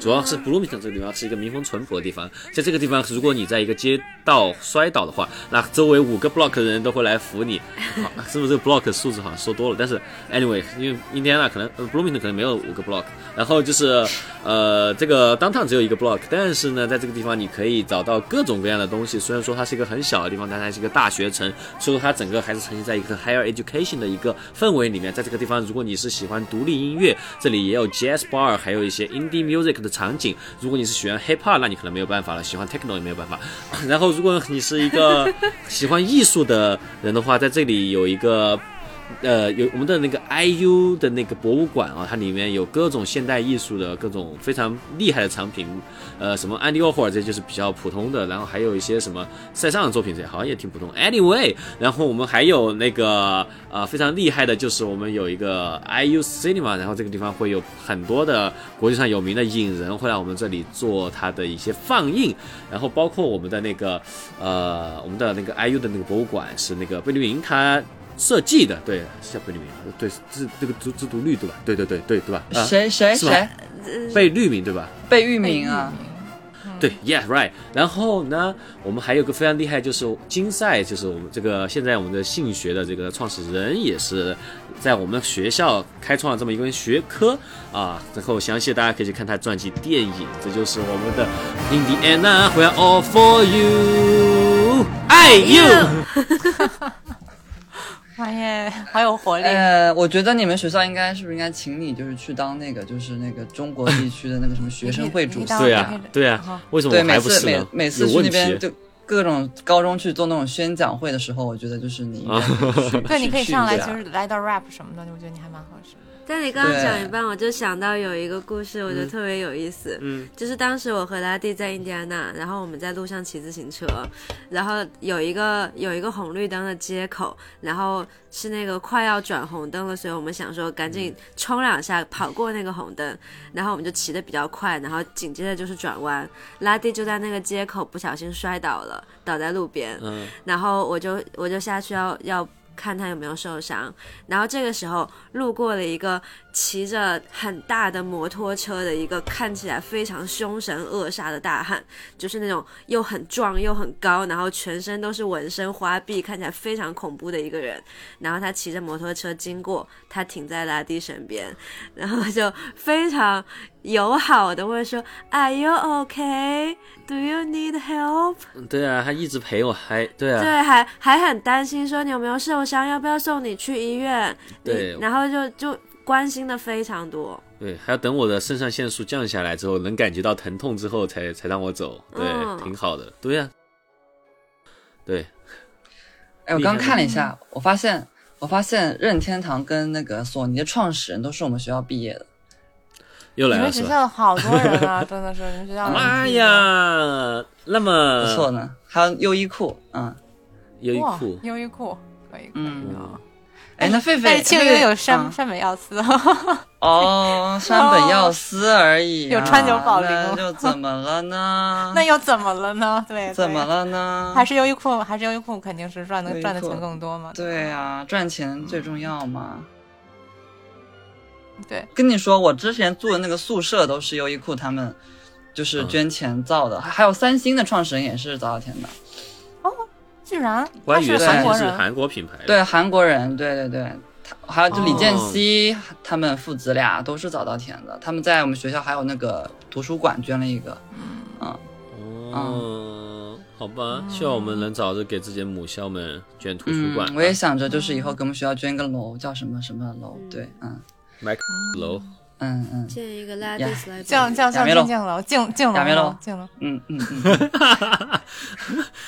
A: 主要是 Bloomington 这个地方是一个民风淳朴的地方。在这个地方，如果你在一个街道摔倒的话，那周围五个 block 的人都会来扶你。好，是不是这个 block 数字好像说多了？但是 anyway，因为印第安纳可能、呃、Bloomington 可能没有五个 block，然后就是呃，这个 downtown 只有一个 block，但是呢，在这个地方你可以找到各种各样的东西。虽然说它是一个很小的地方，但它是一个大学城，所以说它整个还是呈现在一个 higher education 的一个氛围里面。在这个地方，如果你是喜欢独立音乐，这里也有 jazz bar，还有一些 indie music 的场景。如果你是喜欢 hip hop，那你可能没有办法了；喜欢 techno 也没有办法。 然后，如果你是一个 喜欢艺术的人的话，在这里有一个呃，有我们的那个 IU 的那个博物馆啊，它里面有各种现代艺术的各种非常厉害的藏品，呃，什么安迪沃霍尔这就是比较普通的，然后还有一些什么塞尚的作品，这好像也挺普通。Anyway，然后我们还有那个呃非常厉害的，就是我们有一个 IU Cinema，然后这个地方会有很多的国际上有名的影人会来我们这里做他的一些放映，然后包括我们的那个呃我们的那个 IU 的那个博物馆是那个贝聿铭他。设计的，对，是叫贝聿铭吧，对，是这个自自读率对吧？对对对对对吧？啊，
D: 谁谁
A: 是吧
D: 谁？
A: 贝聿铭对吧？
D: 贝聿 铭啊，
A: 对，Yeah right。然后呢，我们还有个非常厉害，就是金赛，就是我们这个现在我们的性学的这个创始人，也是在我们学校开创了这么一个学科啊。然后详细大家可以去看他传记电影，这就是我们的 Indiana We Are 啊 All For You，爱 you。
B: 哎呀，好有活力！
D: 呃，我觉得你们学校应该是不是应该请你，就是去当那个，就是那个中国地区的那个什么学生会主
B: 你
D: 席
B: 当
D: 啊？
A: 对
B: 呀
A: 啊，对啊
B: 好，
A: 为什么
D: 对，
A: 我
D: 每
A: 还不
D: 次
A: 是
D: 每
A: 呢？
D: 每次
A: 有
D: 去
A: 问题
D: 那边。就各种高中去做那种宣讲会的时候，我觉得就是你应该
A: 哦
D: 去去
B: 对，你可以
D: 去
B: 上来
D: 对啊
B: 就是来段 rap 什么的，我觉得你还蛮合适的。
C: 但你刚刚
D: 对
C: 讲一半，我就想到有一个故事，我觉得特别有意思。
A: 嗯，
C: 就是当时我和拉蒂在印第安纳，然后我们在路上骑自行车，然后有一个有一个红绿灯的街口，然后是那个快要转红灯了，所以我们想说赶紧冲两下跑过那个红灯，然后我们就骑得比较快，然后紧接着就是转弯，拉蒂就在那个街口不小心摔倒了，倒在路边，
A: 嗯，
C: 然后我就我就下去要要看他有没有受伤，然后这个时候路过了一个骑着很大的摩托车的一个看起来非常凶神恶煞的大汉，就是那种又很壮又很高，然后全身都是纹身花臂，看起来非常恐怖的一个人。然后他骑着摩托车经过，他停在拉蒂身边，然后就非常友好的问说：“Are you okay? Do you need help?”
A: 对啊，他一直陪我，还对啊，
C: 对，还还很担心说你有没有受伤，要不要送你去医院？你
A: 对
C: 然后就就关心的非常多。
A: 对，还要等我的肾上腺素降下来之后，能感觉到疼痛之后才，才让我走。对，
B: 哦
C: 嗯
A: 挺好的。对呀、对，
D: 哎，我刚看了一下，我发现我发现任天堂跟那个索尼的创始人都是我们学校毕业的。
A: 又
B: 你
A: 来
B: 们
A: 了
B: 学
A: 是
B: 校
A: 吧？
B: 有好多人啊，真的是你们学校。
A: 妈！呀，那么
D: 不错呢，还有优衣库，嗯
A: 优衣
B: 哇
A: 库，
B: 优衣库可以可以
D: 嗯
B: 啊。
D: 哎，那狒狒，
B: 但是庆
D: 那个
B: 余有山
D: 嗯
B: 山本耀司，
D: 哦，山本耀司而已、啊，
B: 有川久保玲
D: 那就怎么了
B: ？
D: 呢
B: 那又怎么了呢？对，
D: 怎么
B: 对？
D: 了呢？
B: 还是优衣库，还是优衣库肯定是赚的
D: 优衣库
B: 赚的钱更多嘛。
D: 对啊，赚钱最重要嘛。
B: 对，
D: 跟你说，我之前住的那个宿舍都是优衣库他们就是捐钱造的，还还有三星的创始人也是早稻田的，
B: 居然
A: 我还
B: 他
A: 以
B: 是
A: 为
D: 对
B: 韩
A: 三
B: 国
A: 星是
B: 人，
A: 韩国品牌。，
D: 对，韩国人，对对对。他还有就李健
A: 哦
D: 熙他们父子俩都是早稻田的，他们在我们学校还有那个图书馆捐了一个，嗯
A: 哦，好吧，希望我们能早日给自己的母校们捐图书馆啊。
D: 嗯，我也想着就是以后给我们学校捐个楼，叫什么什么楼，
C: 嗯
D: 对，嗯
A: 买 楼，
D: 嗯嗯
C: 建一个拉
D: 呀
C: 蒂斯来
B: 叫叫
D: 亚
B: 叫
D: 梅
B: 静
D: 洛
B: 静楼，静静
D: 亚梅
B: 楼
D: 洛，
B: 静楼。
D: 嗯嗯嗯。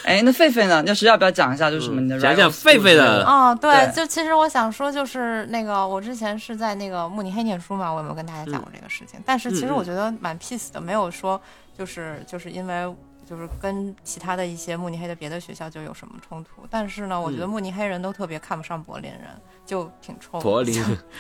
D: 哎，那狒狒呢？要是要不要讲一下，就是什么你的
A: 嗯
D: rival
A: 讲讲狒
D: school
A: 狒的啊
D: 之类的？
B: 哦，对，
D: 对
B: 就其实我想说，就是那个我之前是在那个慕尼黑念书嘛，我有没有跟大家讲过这个事情？但是其实
A: 嗯嗯
B: 我觉得蛮 peace 的，没有说就是就是因为就是跟其他的一些慕尼黑的别的学校就有什么冲突。但是呢，我觉得
A: 嗯
B: 慕尼黑人都特别看不上柏林人，就挺冲的。
A: 柏林，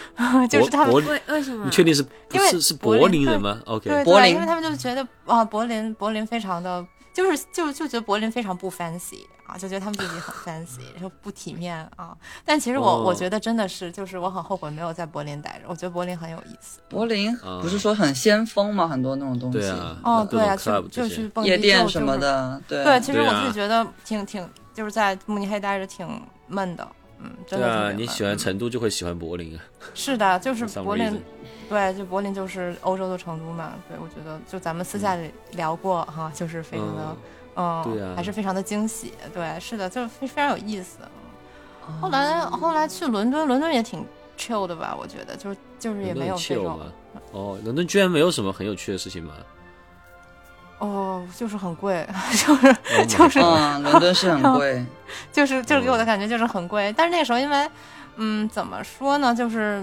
B: 就是他们
A: 柏柏
C: 为为什么？
A: 你确定是不
B: 因为
A: 是是
B: 柏林
A: 柏林
B: 对
A: 人吗？OK，
B: 对
D: 柏
B: 对，
D: 林
B: 因为他们就觉得啊，柏林柏林非常的，就是就就觉得柏林非常不 fancy 啊，就觉得他们自己 很 fancy，然后不体面啊。但其实我、
A: 哦
B: 我觉得真的是，就是我很后悔没有在柏林待着，我觉得柏林很有意思。
D: 柏林
A: 嗯
D: 不是说很先锋吗？很多那种东西，
A: 对啊
B: 哦，
A: 各
B: 对
A: 种
B: 啊，去
A: club
B: 就
A: 这
B: 去
A: 些
B: 蹦迪
D: 夜店
B: 就
D: 什么。
B: 就是
D: 的，对
B: 对，其实
A: 对
B: 我
A: 啊
B: 自己觉得挺挺，就是在慕尼黑待着挺闷的。嗯，真
A: 对
B: 的特别
A: 啊，
B: 闷。嗯
A: 你喜欢成都就会喜欢柏林啊。
B: 是的，就是
A: For some
B: 柏林
A: reason，
B: 对，就柏林就是欧洲的成都嘛。对，我觉得就咱们私下里聊过哈，就是非常的
A: 嗯，
B: 嗯，
A: 对啊
B: 还是非常的惊喜。对，是的，就是非非常有意思。嗯
D: 哦
B: 后来后来去伦敦，伦敦也挺 chill 的吧？我觉得就是就是也
A: 伦
B: 没
A: 敦
B: 有
A: 很
B: 这
A: chill
B: 种
A: 吗？哦，伦敦居然没有什么很有趣的事情 吗？
B: 哦，就是很贵， 就是就是
D: 嗯，伦敦是很贵，
B: 就是就是
A: 嗯
B: 给我的感觉就是很贵。但是那个时候因为，嗯，怎么说呢，就是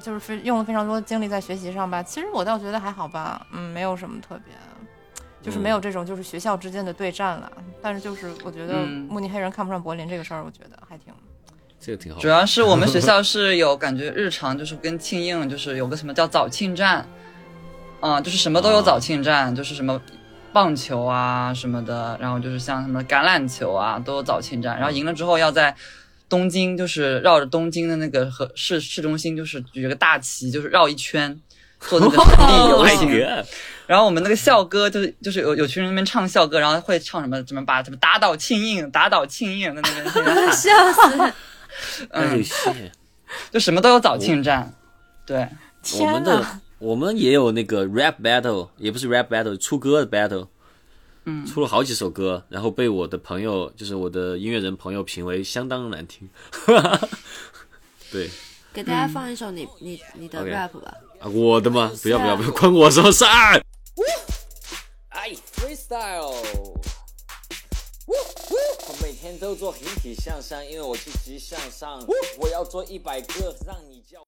B: 就是非用了非常多的精力在学习上吧。其实我倒觉得还好吧，嗯，没有什么特别。就是
A: 嗯
B: 没有这种就是学校之间的对战了，但是就是我觉得
D: 嗯
B: 慕尼黑人看不上柏林这个事儿，我觉得还挺
A: 这个挺好。
D: 主要是我们学校是有感觉日常就是跟庆应就是有个什么叫早庆站，嗯，就是什么都有早庆站，就是什么棒球啊什么的，然后就是像什么橄榄球啊都有早庆站，然后赢了之后要在。东京就是绕着东京的那个和市市中心，就是举个大旗，就是绕一圈，做那个胜利游
A: 外
D: 行。
A: 援，
D: 然后我们那个校歌就是就是有有群人那边唱校歌，然后会唱什么什么把什么打倒庆应，打倒庆应在那边在那边喊，
C: 笑死！
A: 哎
D: 嗯，
A: 谢
D: 就什么都有早庆站，对，
A: 我
B: 天
A: 们
B: 呐，
A: 的我们也有那个 rap battle，也不是 rap battle，出歌的 battle，
D: 嗯
A: 出了好几首歌，然后被我的朋友，就是我的音乐人朋友评为相当难听。 对
C: 给大家放一首你你你的
A: OK
C: rap 吧。
A: 啊，我的吗？不要不要不要，关我什么事儿？
E: 哎，freestyle。我每天都做引体向上，因为我积极向上。我要做一百个，让你叫。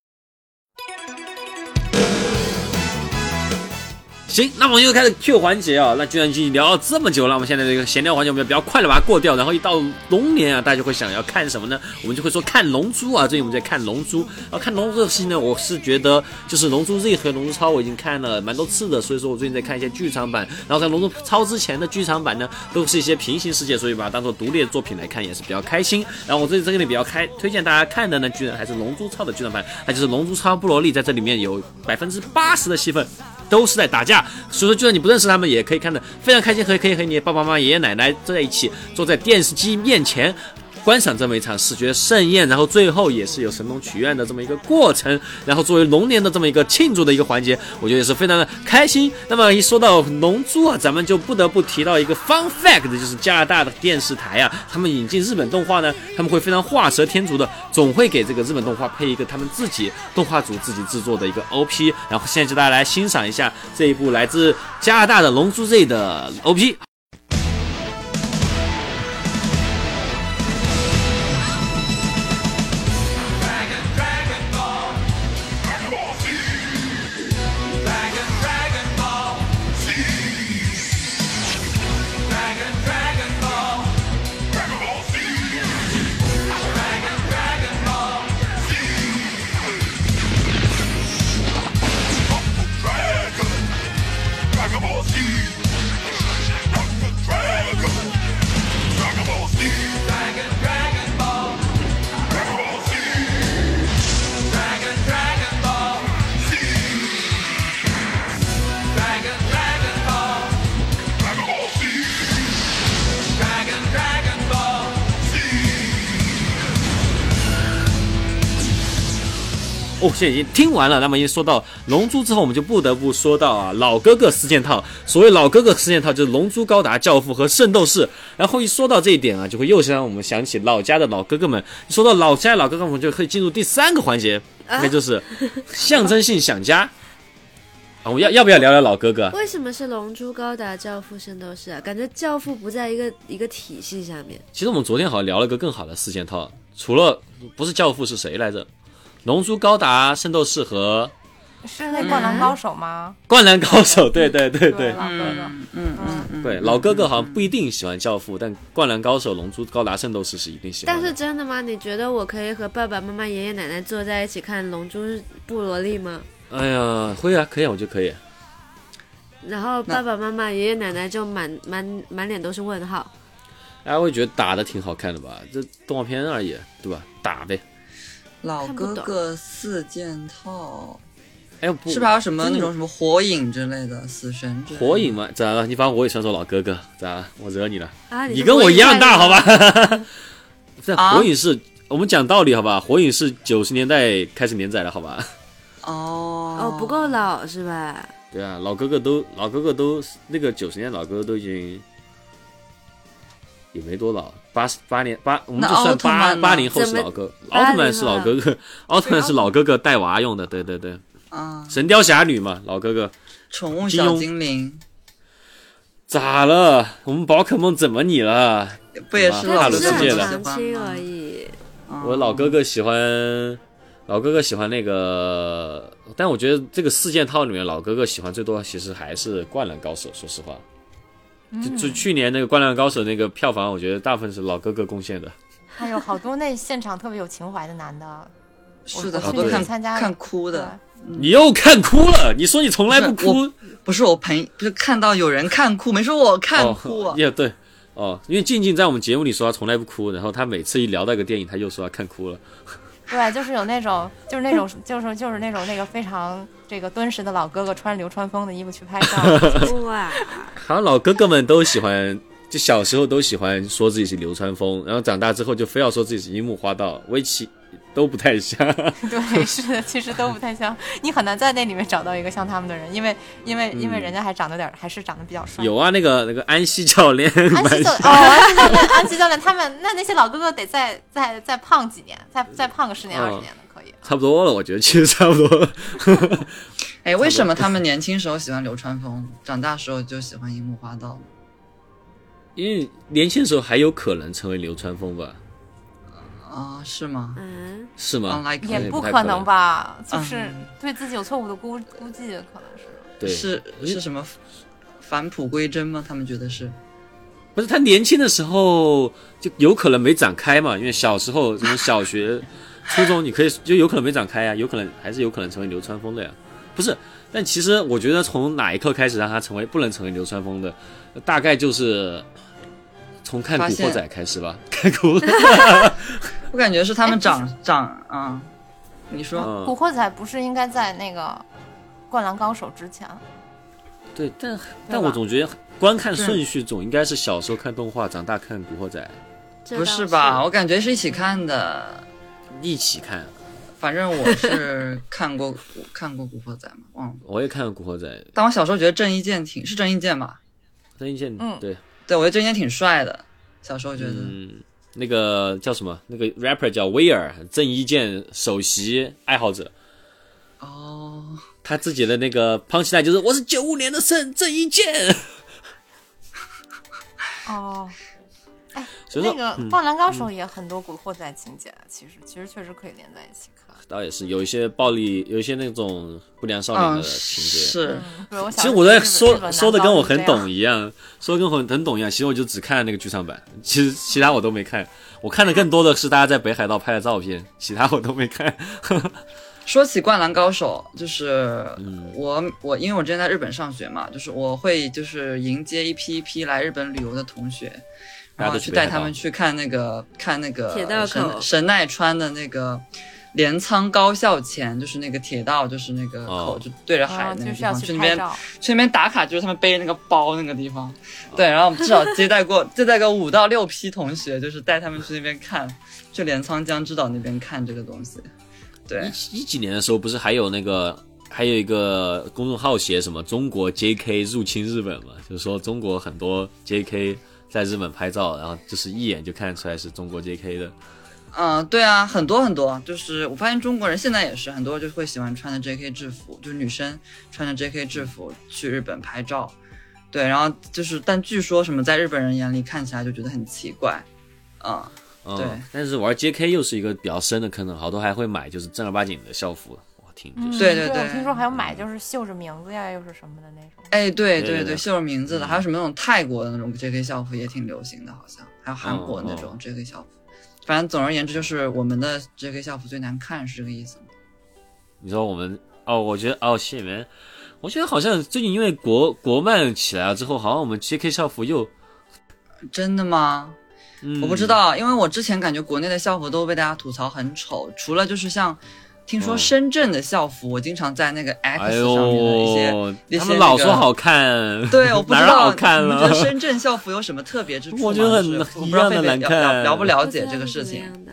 A: 行，那我们又开始 Q 环节啊、那居然已经聊了这么久了，我们现在这个闲聊环节，我们就比较快的把它过掉。然后一到龙年啊，大家会想要看什么呢？我们就会说看《龙珠》啊。最近我们在看《龙珠》，然后看《龙珠》的事情呢，我是觉得就是《龙珠 Z》和《龙珠超》我已经看了蛮多次的，所以说我最近在看一些剧场版。然后在《龙珠超》之前的剧场版呢，都是一些平行世界，所以把它当做独立的作品来看也是比较开心。然后我最近这个里比较开推荐大家看的呢，居然还是《龙珠超》的剧场版，那就是《龙珠超》布罗利在这里面有百分之八十的戏份。都是在打架，所以说就算你不认识他们，也可以看得非常开心，和可以和你的爸爸妈妈、爷爷奶奶坐在一起，坐在电视机面前。观赏这么一场视觉盛宴，然后最后也是有神农许愿的这么一个过程，然后作为龙年的这么一个庆祝的一个环节，我觉得也是非常的开心。那么一说到龙珠啊，咱们就不得不提到一个 fun fact，就是加拿大的电视台啊，他们引进日本动画呢，他们会非常画蛇添足的，总会给这个日本动画配一个他们自己动画组自己制作的一个 OP，然后现在就大家来欣赏一下这一部来自加拿大的《龙珠 Z》的 OP。
F: Dragon Ball Z. Dragon. Dragon Ball Z. Dragon, Dragon Ball. Dragon Ball Z. Dragon, Dragon Ball. Z. Dragon, Dragon Ball. Dragon Ball Z. Dragon, Dragon Ball. Z.
A: 哦，现在已经听完了。那么一说到《龙珠》之后，我们就不得不说到啊老哥哥四件套。所谓老哥哥四件套，就是《龙珠》、《高达》、《教父》和《圣斗士》。然后一说到这一点啊，就会又让我们想起老家的老哥哥们。一说到老家的老哥哥们，我们就可以进入第三个环节，那就是象征性想家。啊，我们要要不要聊聊老哥哥？
C: 为什么是《龙珠》《高达》《教父》《圣斗士》啊？感觉《教父》不在一个一个体系下面。
A: 其实我们昨天好像聊了个更好的四件套，除了不是教父是谁来着？《龙珠》、《高达》、《圣斗士》和
B: 是那《灌篮高手》吗？
A: 《灌篮高手》。对对对对
B: 对，。嗯老哥哥，
A: 对，老哥哥好像不一定喜欢《教父》，但《灌篮高手》《龙珠》《高达》《圣斗士》是一定喜欢
C: 但
A: 的。
C: 是真的吗？你觉得我可以和爸爸妈妈、爷爷奶奶坐在一起看《龙珠》布罗利吗？
A: 哎呀，会啊，可以啊，我觉得可以。
C: 然后爸爸妈妈、爷爷奶奶就满满满脸都是问号。
A: 大家会觉得打的挺好看的吧？这动画片而已，对吧？打呗。
D: 老
C: 看不
D: 哥
C: 懂
D: 哥四件套
A: 哎，不
D: 是吧？还有什么
A: 真的
D: 那种什么火影之类的，死神之类的
A: 火影嘛，咋了？你把我也算作老哥哥，咋了？我惹你了？
C: 啊，
A: 你
C: 是
A: 跟我一样大，好
C: 国语
A: 吧
C: 派？
A: 但
D: 啊
A: 火影是、我们讲道理，好吧？火影是九十年代开始连载的，好吧？
D: 哦
C: 的？哦，不够老是吧？
A: 对啊，老哥哥都老哥哥都那个九十年代老哥哥都已经也没多老，八十八年八，我们
D: 那
A: 就算
D: 奥特
A: 八
D: 曼呢
A: 八零后是
C: 怎么
A: 老哥，
C: 80
A: 奥特曼是老哥哥，奥特曼是老哥哥带娃用的，对对对，
D: 啊！
A: 神雕侠侣嘛，老哥哥
D: 宠物
A: 金
D: 小
A: 庸
D: 精灵
A: 咋了？我们宝可梦怎么你了？
D: 不也是
A: 是吧
D: 老
C: 他
A: 了
C: 只
D: 哥
C: 是
A: 世界
D: 哥
C: 很
A: 了
D: 喜
C: 长
D: 欢
C: 期
D: 吗哦
C: 而？已。
A: 我老哥哥喜欢。老哥哥喜欢那个，但我觉得这个四件套里面，老哥哥喜欢最多其实还是《灌篮高手》。说实话，就就去年那个《灌篮高手》那个票房，我觉得大部分是老哥哥贡献的。
B: 还有好多那现场特别有情怀的男的，
D: 是的，
B: 我
D: 好多
A: 去
D: 看
B: 年参加
D: 看哭
B: 对
D: 的，，
A: 你又看哭了，你说你从来不
D: 不是
A: 哭，
D: 不是我朋，不是看到有人看哭，没说我看哭啊
A: 哦，。也、对，哦，因为静静在我们节目里说她从来不哭，然后她每次一聊到一个电影，她又说她看哭了。
B: 对，就是有那种，就是那种，就是就是那种那个非常这个敦实的老哥哥，穿着流川枫的衣服去拍照，
C: 哇，
A: 好像老哥哥们都喜欢，就小时候都喜欢说自己是流川枫，然后长大之后就非要说自己是樱木花道。围棋都不太 像。
B: 对，是的，其实都不太像，你很难在那里面找到一个像他们的人，因为因为因为人家还长得有点，还是长得比较帅。
A: 嗯有啊，那个那个安西教练，
B: 安西
A: 蛮
B: 教
A: 像
B: 练，哦，安西教练，安西教练，他们那那些老哥哥得再再再胖几年，再再胖个十年
A: 嗯
B: 二十年的可以。
A: 差不多了，我觉得其实差不多了。
D: 哎，为什么他们年轻时候喜欢流川枫，长大时候就喜欢樱木花道？
A: 因为年轻的时候还有可能成为流川枫吧？
D: 啊，是吗？
C: 嗯，
A: 是吗？
D: Unlikely
A: 也
B: 也
A: 不
B: 不
A: 太
B: 可
A: 可能啊
B: 能吧，就是
D: 嗯
B: 对自己有错误的估估计，可能是。
A: 对，
D: 是是什么返璞归真吗？他们觉得是
A: 不是他年轻的时候就有可能没长开嘛？因为小时候什么小学、初中，你可以就有可能没长开啊呀、有可能还是有可能成为流川枫的呀。不是，但其实我觉得从哪一刻开始让他成为不能成为流川枫的，呃大概就是从看《
D: 发
A: 古
D: 现
A: 惑仔》开始 吧。看《古惑仔》
D: 我感觉是他们长长啊。你说
A: 嗯
B: 古惑仔不是应该在那个《灌篮高手》之前？
A: 对，但
B: 对
A: 但
B: 吧
A: 我总觉得观看
D: 对
A: 顺序总应该是小时候看动画，长大看《古惑仔
C: 这
D: 不
C: 倒
D: 是吧？？我感觉是一起看的。》，
A: 一起看。
D: 反正我 是看过看过《古惑仔》嘛，忘了。
A: 我也看《古惑仔》，
D: 但我小时候觉得郑伊健挺是郑伊健吧？
A: 郑伊健，
B: 嗯
A: 对，
D: 对，我觉得郑伊健挺帅的。小时候觉得，
A: 嗯，那个叫什么？那个 rapper 叫威尔，郑伊健首席爱好者。
D: 哦，
A: 他自己的那个 punch line 就是我是九五年的郑郑伊 健，
B: 哦，
A: 所以
B: 那
A: 说、
B: 个《
A: 嗯、
B: 灌篮高手》也很多古惑仔情节，其实其实确实可以连在一起看。
A: 倒也是有一些暴力，有一些那种不良少年
D: 嗯，
A: 的情节。
D: 是
B: 嗯，比如我
A: 其
B: 小
A: 实
B: 时候
A: 我在
B: 日本日本
A: 说
B: 男
A: 说的
B: 高
A: 跟我
B: 是这
A: 很
B: 样
A: 懂一样，说的跟我很很懂一样。其实我就只看那个剧场版，其实其他我都没看。我看的更多的是大家在北海道拍的照片，其他我都没看。
D: 说起《灌篮高手》，就是
A: 嗯
D: 我我因为我之前在日本上学嘛，就是我会就是迎接一批一批来日本旅游的同学，
A: 大家
D: 然后
A: 都去
D: 去
A: 北海
D: 带
A: 道
D: 他们去看那个看那个
C: 铁道口
D: 神神奈川的那个镰仓高校前，就是那个铁道，就是那个口、
A: 哦
D: 就对着海
B: 啊，
D: 的
B: 就
D: 那个
B: 是
D: 地
B: 要
A: 嗯
D: 方，去
B: 去
D: 那
B: 拍
D: 边
B: 照。
D: 去那边打卡，就是他们背那个包那个地方。对，然后我们至少接 待过接待过五到六批同学，就是带他们去那边看，去镰仓江之岛那边看这个东西。对，
A: 一一几年的时候，不是还有那个，还有一个公众号写什么“中国 JK 入侵日本”嘛，就是说中国很多 JK 在日本拍照，然后就是一眼就看出来是中国 JK 的。
D: 嗯，对啊，很多很多，就是我发现中国人现在也是很多就会喜欢穿着 JK 制服，就是女生穿着 JK 制服去日本拍照。对，然后就是，但据说什么在日本人眼里看起来就觉得很奇怪，嗯，
A: 嗯、
D: 对
A: 但是玩 JK 又是一个比较深的坑了，好多还会买就是正儿八经的校服。我听就是、
D: 对
B: 嗯
D: 对
B: 我
D: 对
B: 听说还有买就是绣着名字呀，又是什么的那种。
D: 哎，对
A: 对对
D: 对
A: 对嗯
D: 对，绣着名字的，还有什么那种泰国的那种 JK 校服也挺流行的，好像还有韩国那
A: 哦
D: 种 JK 校服。反正总而言之，就是我们的 JK 校服最难看，是这个意思吗？
A: 你说我们哦，我觉得哦，谢里面，我觉得好像最近因为国国漫起来了之后，好像我们 JK 校服又，
D: 真的吗？
A: 嗯、
D: 我不知。道，因为我之前感觉国内的校服都被大家吐槽很丑，除了就是像听说
A: 嗯
D: 深圳的校服，我经常在那个
A: 哎
D: X 上面的一些，
A: 呦，
D: 一些
A: 他们老
D: 那个
A: 说好看，
D: 对，我不知
A: 哪儿
D: 道
A: 好看
D: 你
A: 了。
D: 们觉得深圳校服有什么特别之处吗？
A: 我觉得很
D: 就是我不知道
A: 一样的
D: 贝贝
A: 难
D: 了
A: 看
D: 了了不了解
C: 不
D: 这
C: 知道
D: 个
C: 是
D: 事
C: 怎么
D: 情。
C: 样的。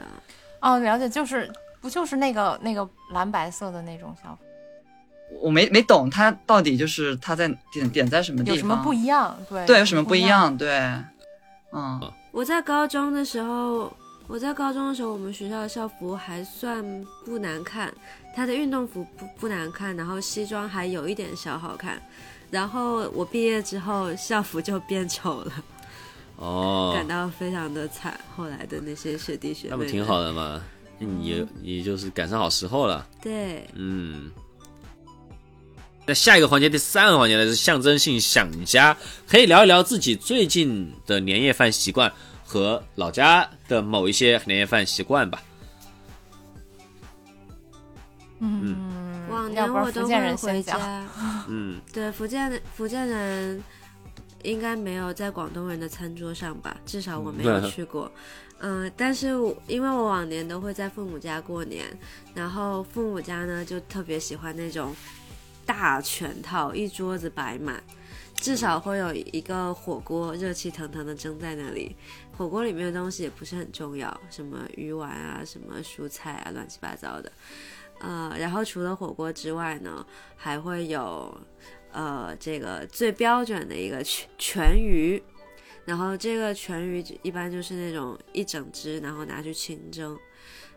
B: 哦，了解，就是不就是那个那个蓝白色的那种校服，
D: 我没没懂他到底就是他在点点在什么地
B: 有
D: 方，
B: 什么不一样？对
D: 对有什么不
B: 不
D: 一
B: 样？
D: 样？对，嗯，
C: 我在高中的时候，我在高中的时候，我们学校的校服还算不难看，它的运动服不不难看，然后西装还有一点小好看。然后我毕业之后，校服就变丑了，
A: 哦，
C: 感到非常的惨。后来的那些学弟学妹
A: 那
C: 们，
A: 不挺好的吗？你你就是赶上好时候了，
C: 对，
A: 嗯。那下一个环节，第三个环节呢是象征性想家，可以聊一聊自己最近的年夜饭习惯和老家的某一些年夜饭习惯吧。
C: 往
B: 嗯要
C: 年
B: 不然
C: 我
B: 福
C: 都
B: 建
C: 会
B: 人先
C: 回
B: 讲
C: 家。
A: 嗯，
C: 对，福建的福建人应该没有在广东人的餐桌上吧，至少我没有去过。嗯、但是我因为我往年都会在父母家过年，然后父母家呢就特别喜欢那种大全套，一桌子摆满。至少会有一个火锅热气腾腾的蒸在那里。火锅里面的东西也不是很重要，什么鱼丸啊，什么蔬菜啊，乱七八糟的。呃，然后除了火锅之外呢，还会有呃这个最标准的一个全全鱼，然后这个全鱼一般就是那种一整只，然后拿去清蒸。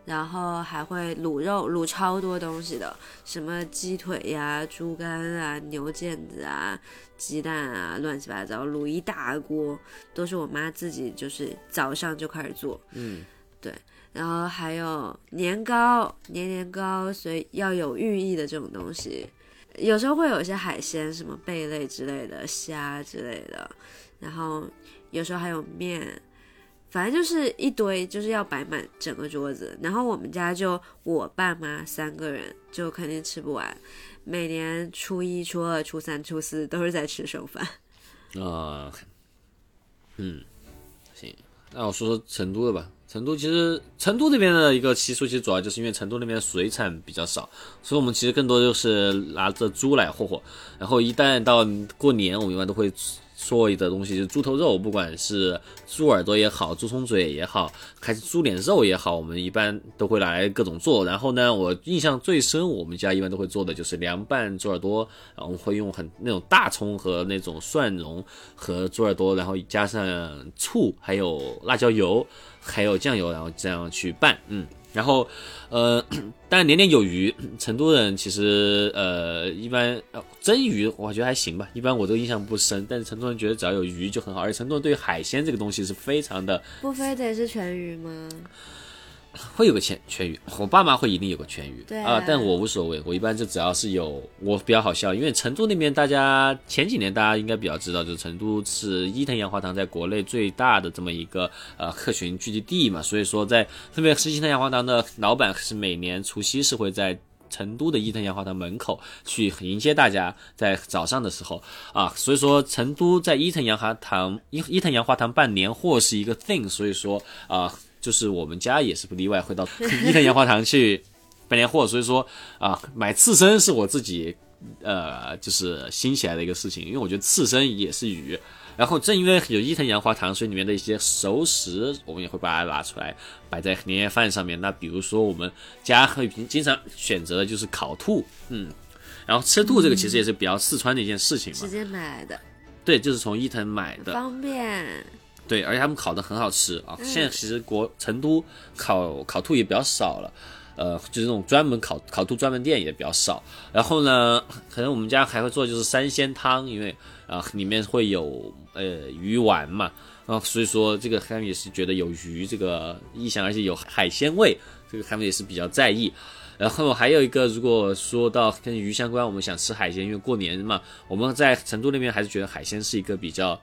C: 然后还会卤肉，卤超多东西的，什么鸡腿呀、猪肝啊、牛腱子啊、鸡蛋啊，乱七八糟，卤一大锅，都是我妈自己就是早上就开始做。
A: 嗯，
C: 对。然后还有年糕，年年糕，所以要有寓意的这种东西，有时候会有一些海鲜，什么贝类之类的、虾之类的，然后有时候还有面，反正就是一堆，就是要摆满整个桌子。然后我们家就我爸妈三个人，就肯定吃不完。每年初一、初二、初三、初四都是在吃剩饭。
A: 啊、嗯，行，那我说说成都的吧。成都其实，成都这边的一个习俗，其实主要就是因为成都那边水产比较少，所以我们其实更多就是拿着猪来霍霍。然后一旦到过年，我们一般都会做一的东西就是猪头肉，不管是猪耳朵也好，猪葱嘴也好，还是猪脸肉也好，我们一般都会拿来各种做。然后呢，我印象最深，我们家一般都会做的就是凉拌猪耳朵，然后会用很那种大葱和那种蒜蓉和猪耳朵，然后加上醋，还有辣椒油，还有酱油，然后这样去拌，嗯。然后，呃，但年年有余，成都人其实呃一般、呃蒸鱼我觉得还行吧，一般我都印象不深，但是成都人觉得只要有鱼就很好，而且成都人对于海鲜这个东西是非常的
C: 不非得是全鱼吗？
A: 会有个全全鱼，我爸妈会一定有个全鱼，
C: 对
A: 啊、但我无所谓，我一般就只要是有，我比较好笑，因为成都那边大家前几年大家应该比较知道，就是成都是伊藤洋华堂在国内最大的这么一个呃客群聚集地嘛，所以说在特别是伊藤洋华堂的老板是每年除夕是会在。成都的伊藤洋华堂门口去迎接大家，在早上的时候啊，所以说成都在伊藤洋华堂伊伊藤洋华堂办年货是一个 thing，所以说啊，就是我们家也是不例外，会到 伊藤洋华堂去办年货，所以说啊，买刺身是我自己呃就是新起来的一个事情，因为我觉得刺身也是鱼。然后正因为有伊藤洋华堂，所以里面的一些熟食，我们也会把它拿出来摆在年夜饭上面。那比如说我们家会平经常选择的就是烤兔，嗯，然后吃兔这个其实也是比较四川的一件事情嘛
C: 直，接买的，
A: 对，就是从伊藤买的，
C: 方便。
A: 对，而且他们烤的很好吃啊。现在其实国成都烤烤兔也比较少了，呃，就是那种专门烤烤兔专门店也比较少。然后呢，可能我们家还会做就是三鲜汤，因为啊、里面会有呃鱼丸嘛，啊、所以说这个他们也是觉得有鱼这个意象，而且有海鲜味，这个他们也是比较在意。然后还有一个，如果说到跟鱼相关，我们想吃海鲜，因为过年嘛，我们在成都那边还是觉得海鲜是一个比较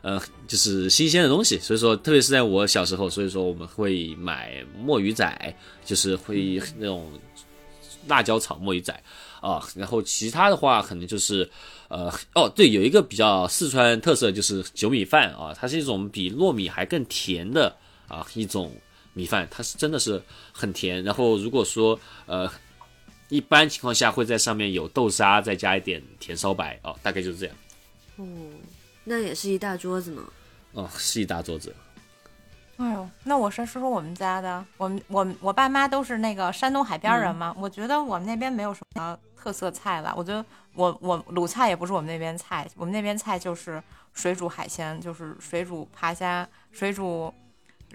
A: 呃，就是新鲜的东西，所以说，特别是在我小时候，所以说我们会买墨鱼仔，就是会那种辣椒炒墨鱼仔啊。然后其他的话，可能就是呃，哦，对，有一个比较四川特色就是酒米饭啊，它是一种比糯米还更甜的啊一种米饭，它是真的是很甜。然后如果说呃，一般情况下会在上面有豆沙，再加一点甜烧白啊，大概就是这样
C: 哦，那也是一大桌子呢。
A: 哦，是一大桌子。
B: 哎呦，那我先说说我们家的，我们我们我爸妈都是那个山东海边人嘛，我觉得我们那边没有什么特色菜了。我觉得我我鲁菜也不是我们那边菜，我们那边菜就是水煮海鲜，就是水煮扒虾、水煮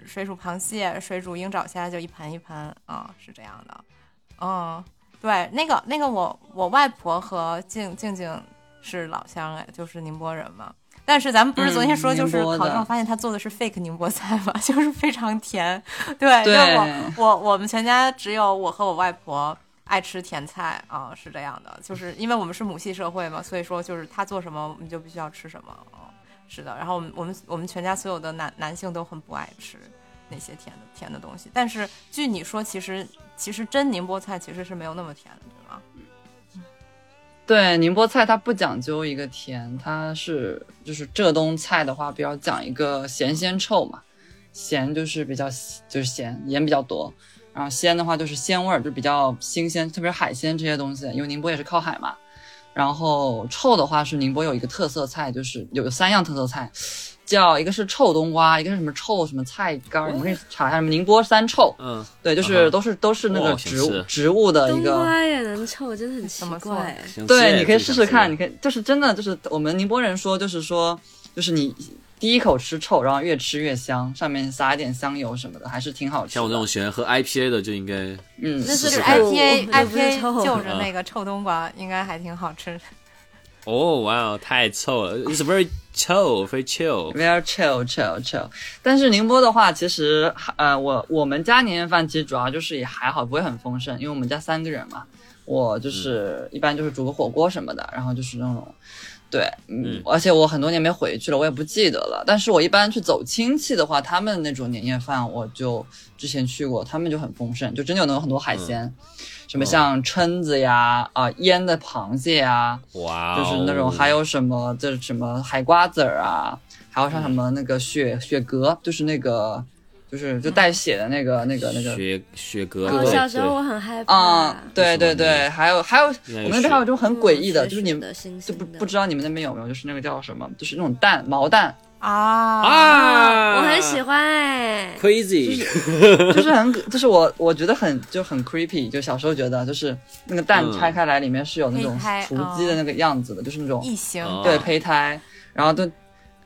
B: 水煮螃蟹、水煮鹰爪虾，就一盘一盘啊、是这样的。嗯，对，那个那个我我外婆和静静静是老乡哎，就是宁波人嘛。但是咱们不是昨天
D: 嗯
B: 说，就是
D: 宁波的
B: 考证发现他做的是 fake 宁波菜嘛， 就是非常甜。 对，
D: 对
B: 那我我我们全家只有我和我外婆爱吃甜菜啊、是这样的，就是因为我们是母系社会嘛，所以说就是他做什么我们就必须要吃什么。哦是的，然后我们我们我们全家所有的男男性都很不爱吃那些甜的甜的东西，但是据你说，其实其实真宁波菜其实是没有那么甜的，对吗？
D: 对，宁波菜它不讲究一个甜，它是就是浙东菜的话，比较讲一个咸鲜臭嘛，咸就是比较就是咸，盐比较多，然后鲜的话就是鲜味儿，就比较新鲜，特别是海鲜这些东西，因为宁波也是靠海嘛。然后臭的话是宁波有一个特色菜，就是有三样特色菜，叫一个是臭冬瓜，一个是什么臭什么菜干儿，你们可以查一下什么宁波三臭。
A: 嗯，
D: 对，就
A: 啊
D: 是
A: 哈
D: 都是都是那
A: 哇
D: 个
A: 想
D: 植物
A: 吃
D: 植物的呃一
C: 冬
D: 个
C: 瓜也能臭，真的很奇
B: 怎么做
C: 怪。
A: 行
D: 对，你可以试试看，你
A: 你
D: 可以就是真的就是我们宁波人说就是说就是你第一口吃臭，然后越吃越香，上面撒一点香油什么的，还是挺好吃的。
A: 像我这种喜欢喝 IPA 的，就应该
D: 嗯，
C: 那
A: 是
C: 是
B: 就是
C: 苦
B: IPA
C: 那不是
B: IPA
C: 臭
B: 就。是那个臭冬瓜，应该还挺好吃。
A: 哦，哇哦，太臭了，It's very chill, very chill。
D: Very chill, chill, chill。但是宁波的话，其实呃，我我们家年夜饭其实主要就是也还好，不会很丰盛，因为我们家三个人嘛，我就是、一般就是煮个火锅什么的，然后就是那种。对，嗯
A: 嗯，
D: 而且我很多年没回去了，我也不记得了。但是我一般去走亲戚的话，他们那种年夜饭，我就之前去过，他们就很丰盛，就真的有能有很多海鲜，什么像蛏子呀，啊、腌的螃蟹呀，
A: 哇
D: 就
A: 哦，
D: 是那种还有什么就是什么海瓜子儿啊，还有像什么那个
A: 嗯
D: 雪雪蛤，就是那个就是就带血的那个那个那个。
A: 雪雪哥，
C: 哦，
A: 对
C: 小时候
A: 对
C: 我很害
D: 啊、
C: 怕。
D: 对对
A: 为什么
D: 对，
A: 呢
D: 还有还有，
A: 应该有
D: 我们那边还有一种很诡异的，
C: 血
D: 就是你
C: 嗯血的
D: 们
C: 腥
D: 就
C: 腥
D: 不
C: 的
D: 不知道你们那边有没有，就是那个叫什么，就是那种蛋毛蛋，
B: 啊
A: 啊，
C: 我很喜欢哎。
A: crazy，
D: 就是很就是我我觉得很就很 creepy，就小时候觉得就是那个蛋
A: 嗯
D: 拆开来里面是有那种
B: 胚胎
D: 雏鸡
C: 哦
D: 的那个样子的，就是那种
B: 异形
A: 哦
D: 对胚胎，然后都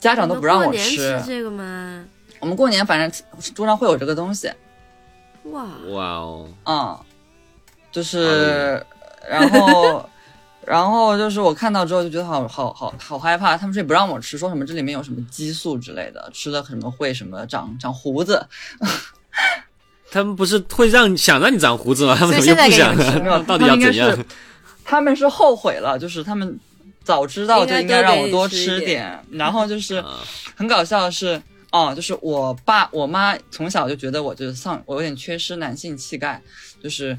D: 家长都
C: 你们
D: 不让
C: 过
D: 我
C: 年
D: 吃
C: 吃这个吗？
D: 我们过年反正桌上会有这个东西，
C: 哇，
A: 哇哦，
D: 嗯，就是，然后，然后就是我看到之后就觉得好好好好害怕，他们说也不让我吃，说什么这里面有什么激素之类的，吃了什么会什么长长胡子，
A: 他们不是会让想让你长胡子吗？他们
B: 所
A: 怎
B: 以
A: 么就不想
B: 现在给你吃
A: 啊？ 到底
D: 他
A: 要
D: 们应该
A: 怎
D: 是
A: 样？
D: 他们是后悔了，就是他们早知道就应该让我多吃
C: 应该多给你吃一
D: 点，然后就是
A: 啊
D: 很搞笑的是。哦，就是我爸我妈从小就觉得我就是丧，我有点缺失男性气概，就是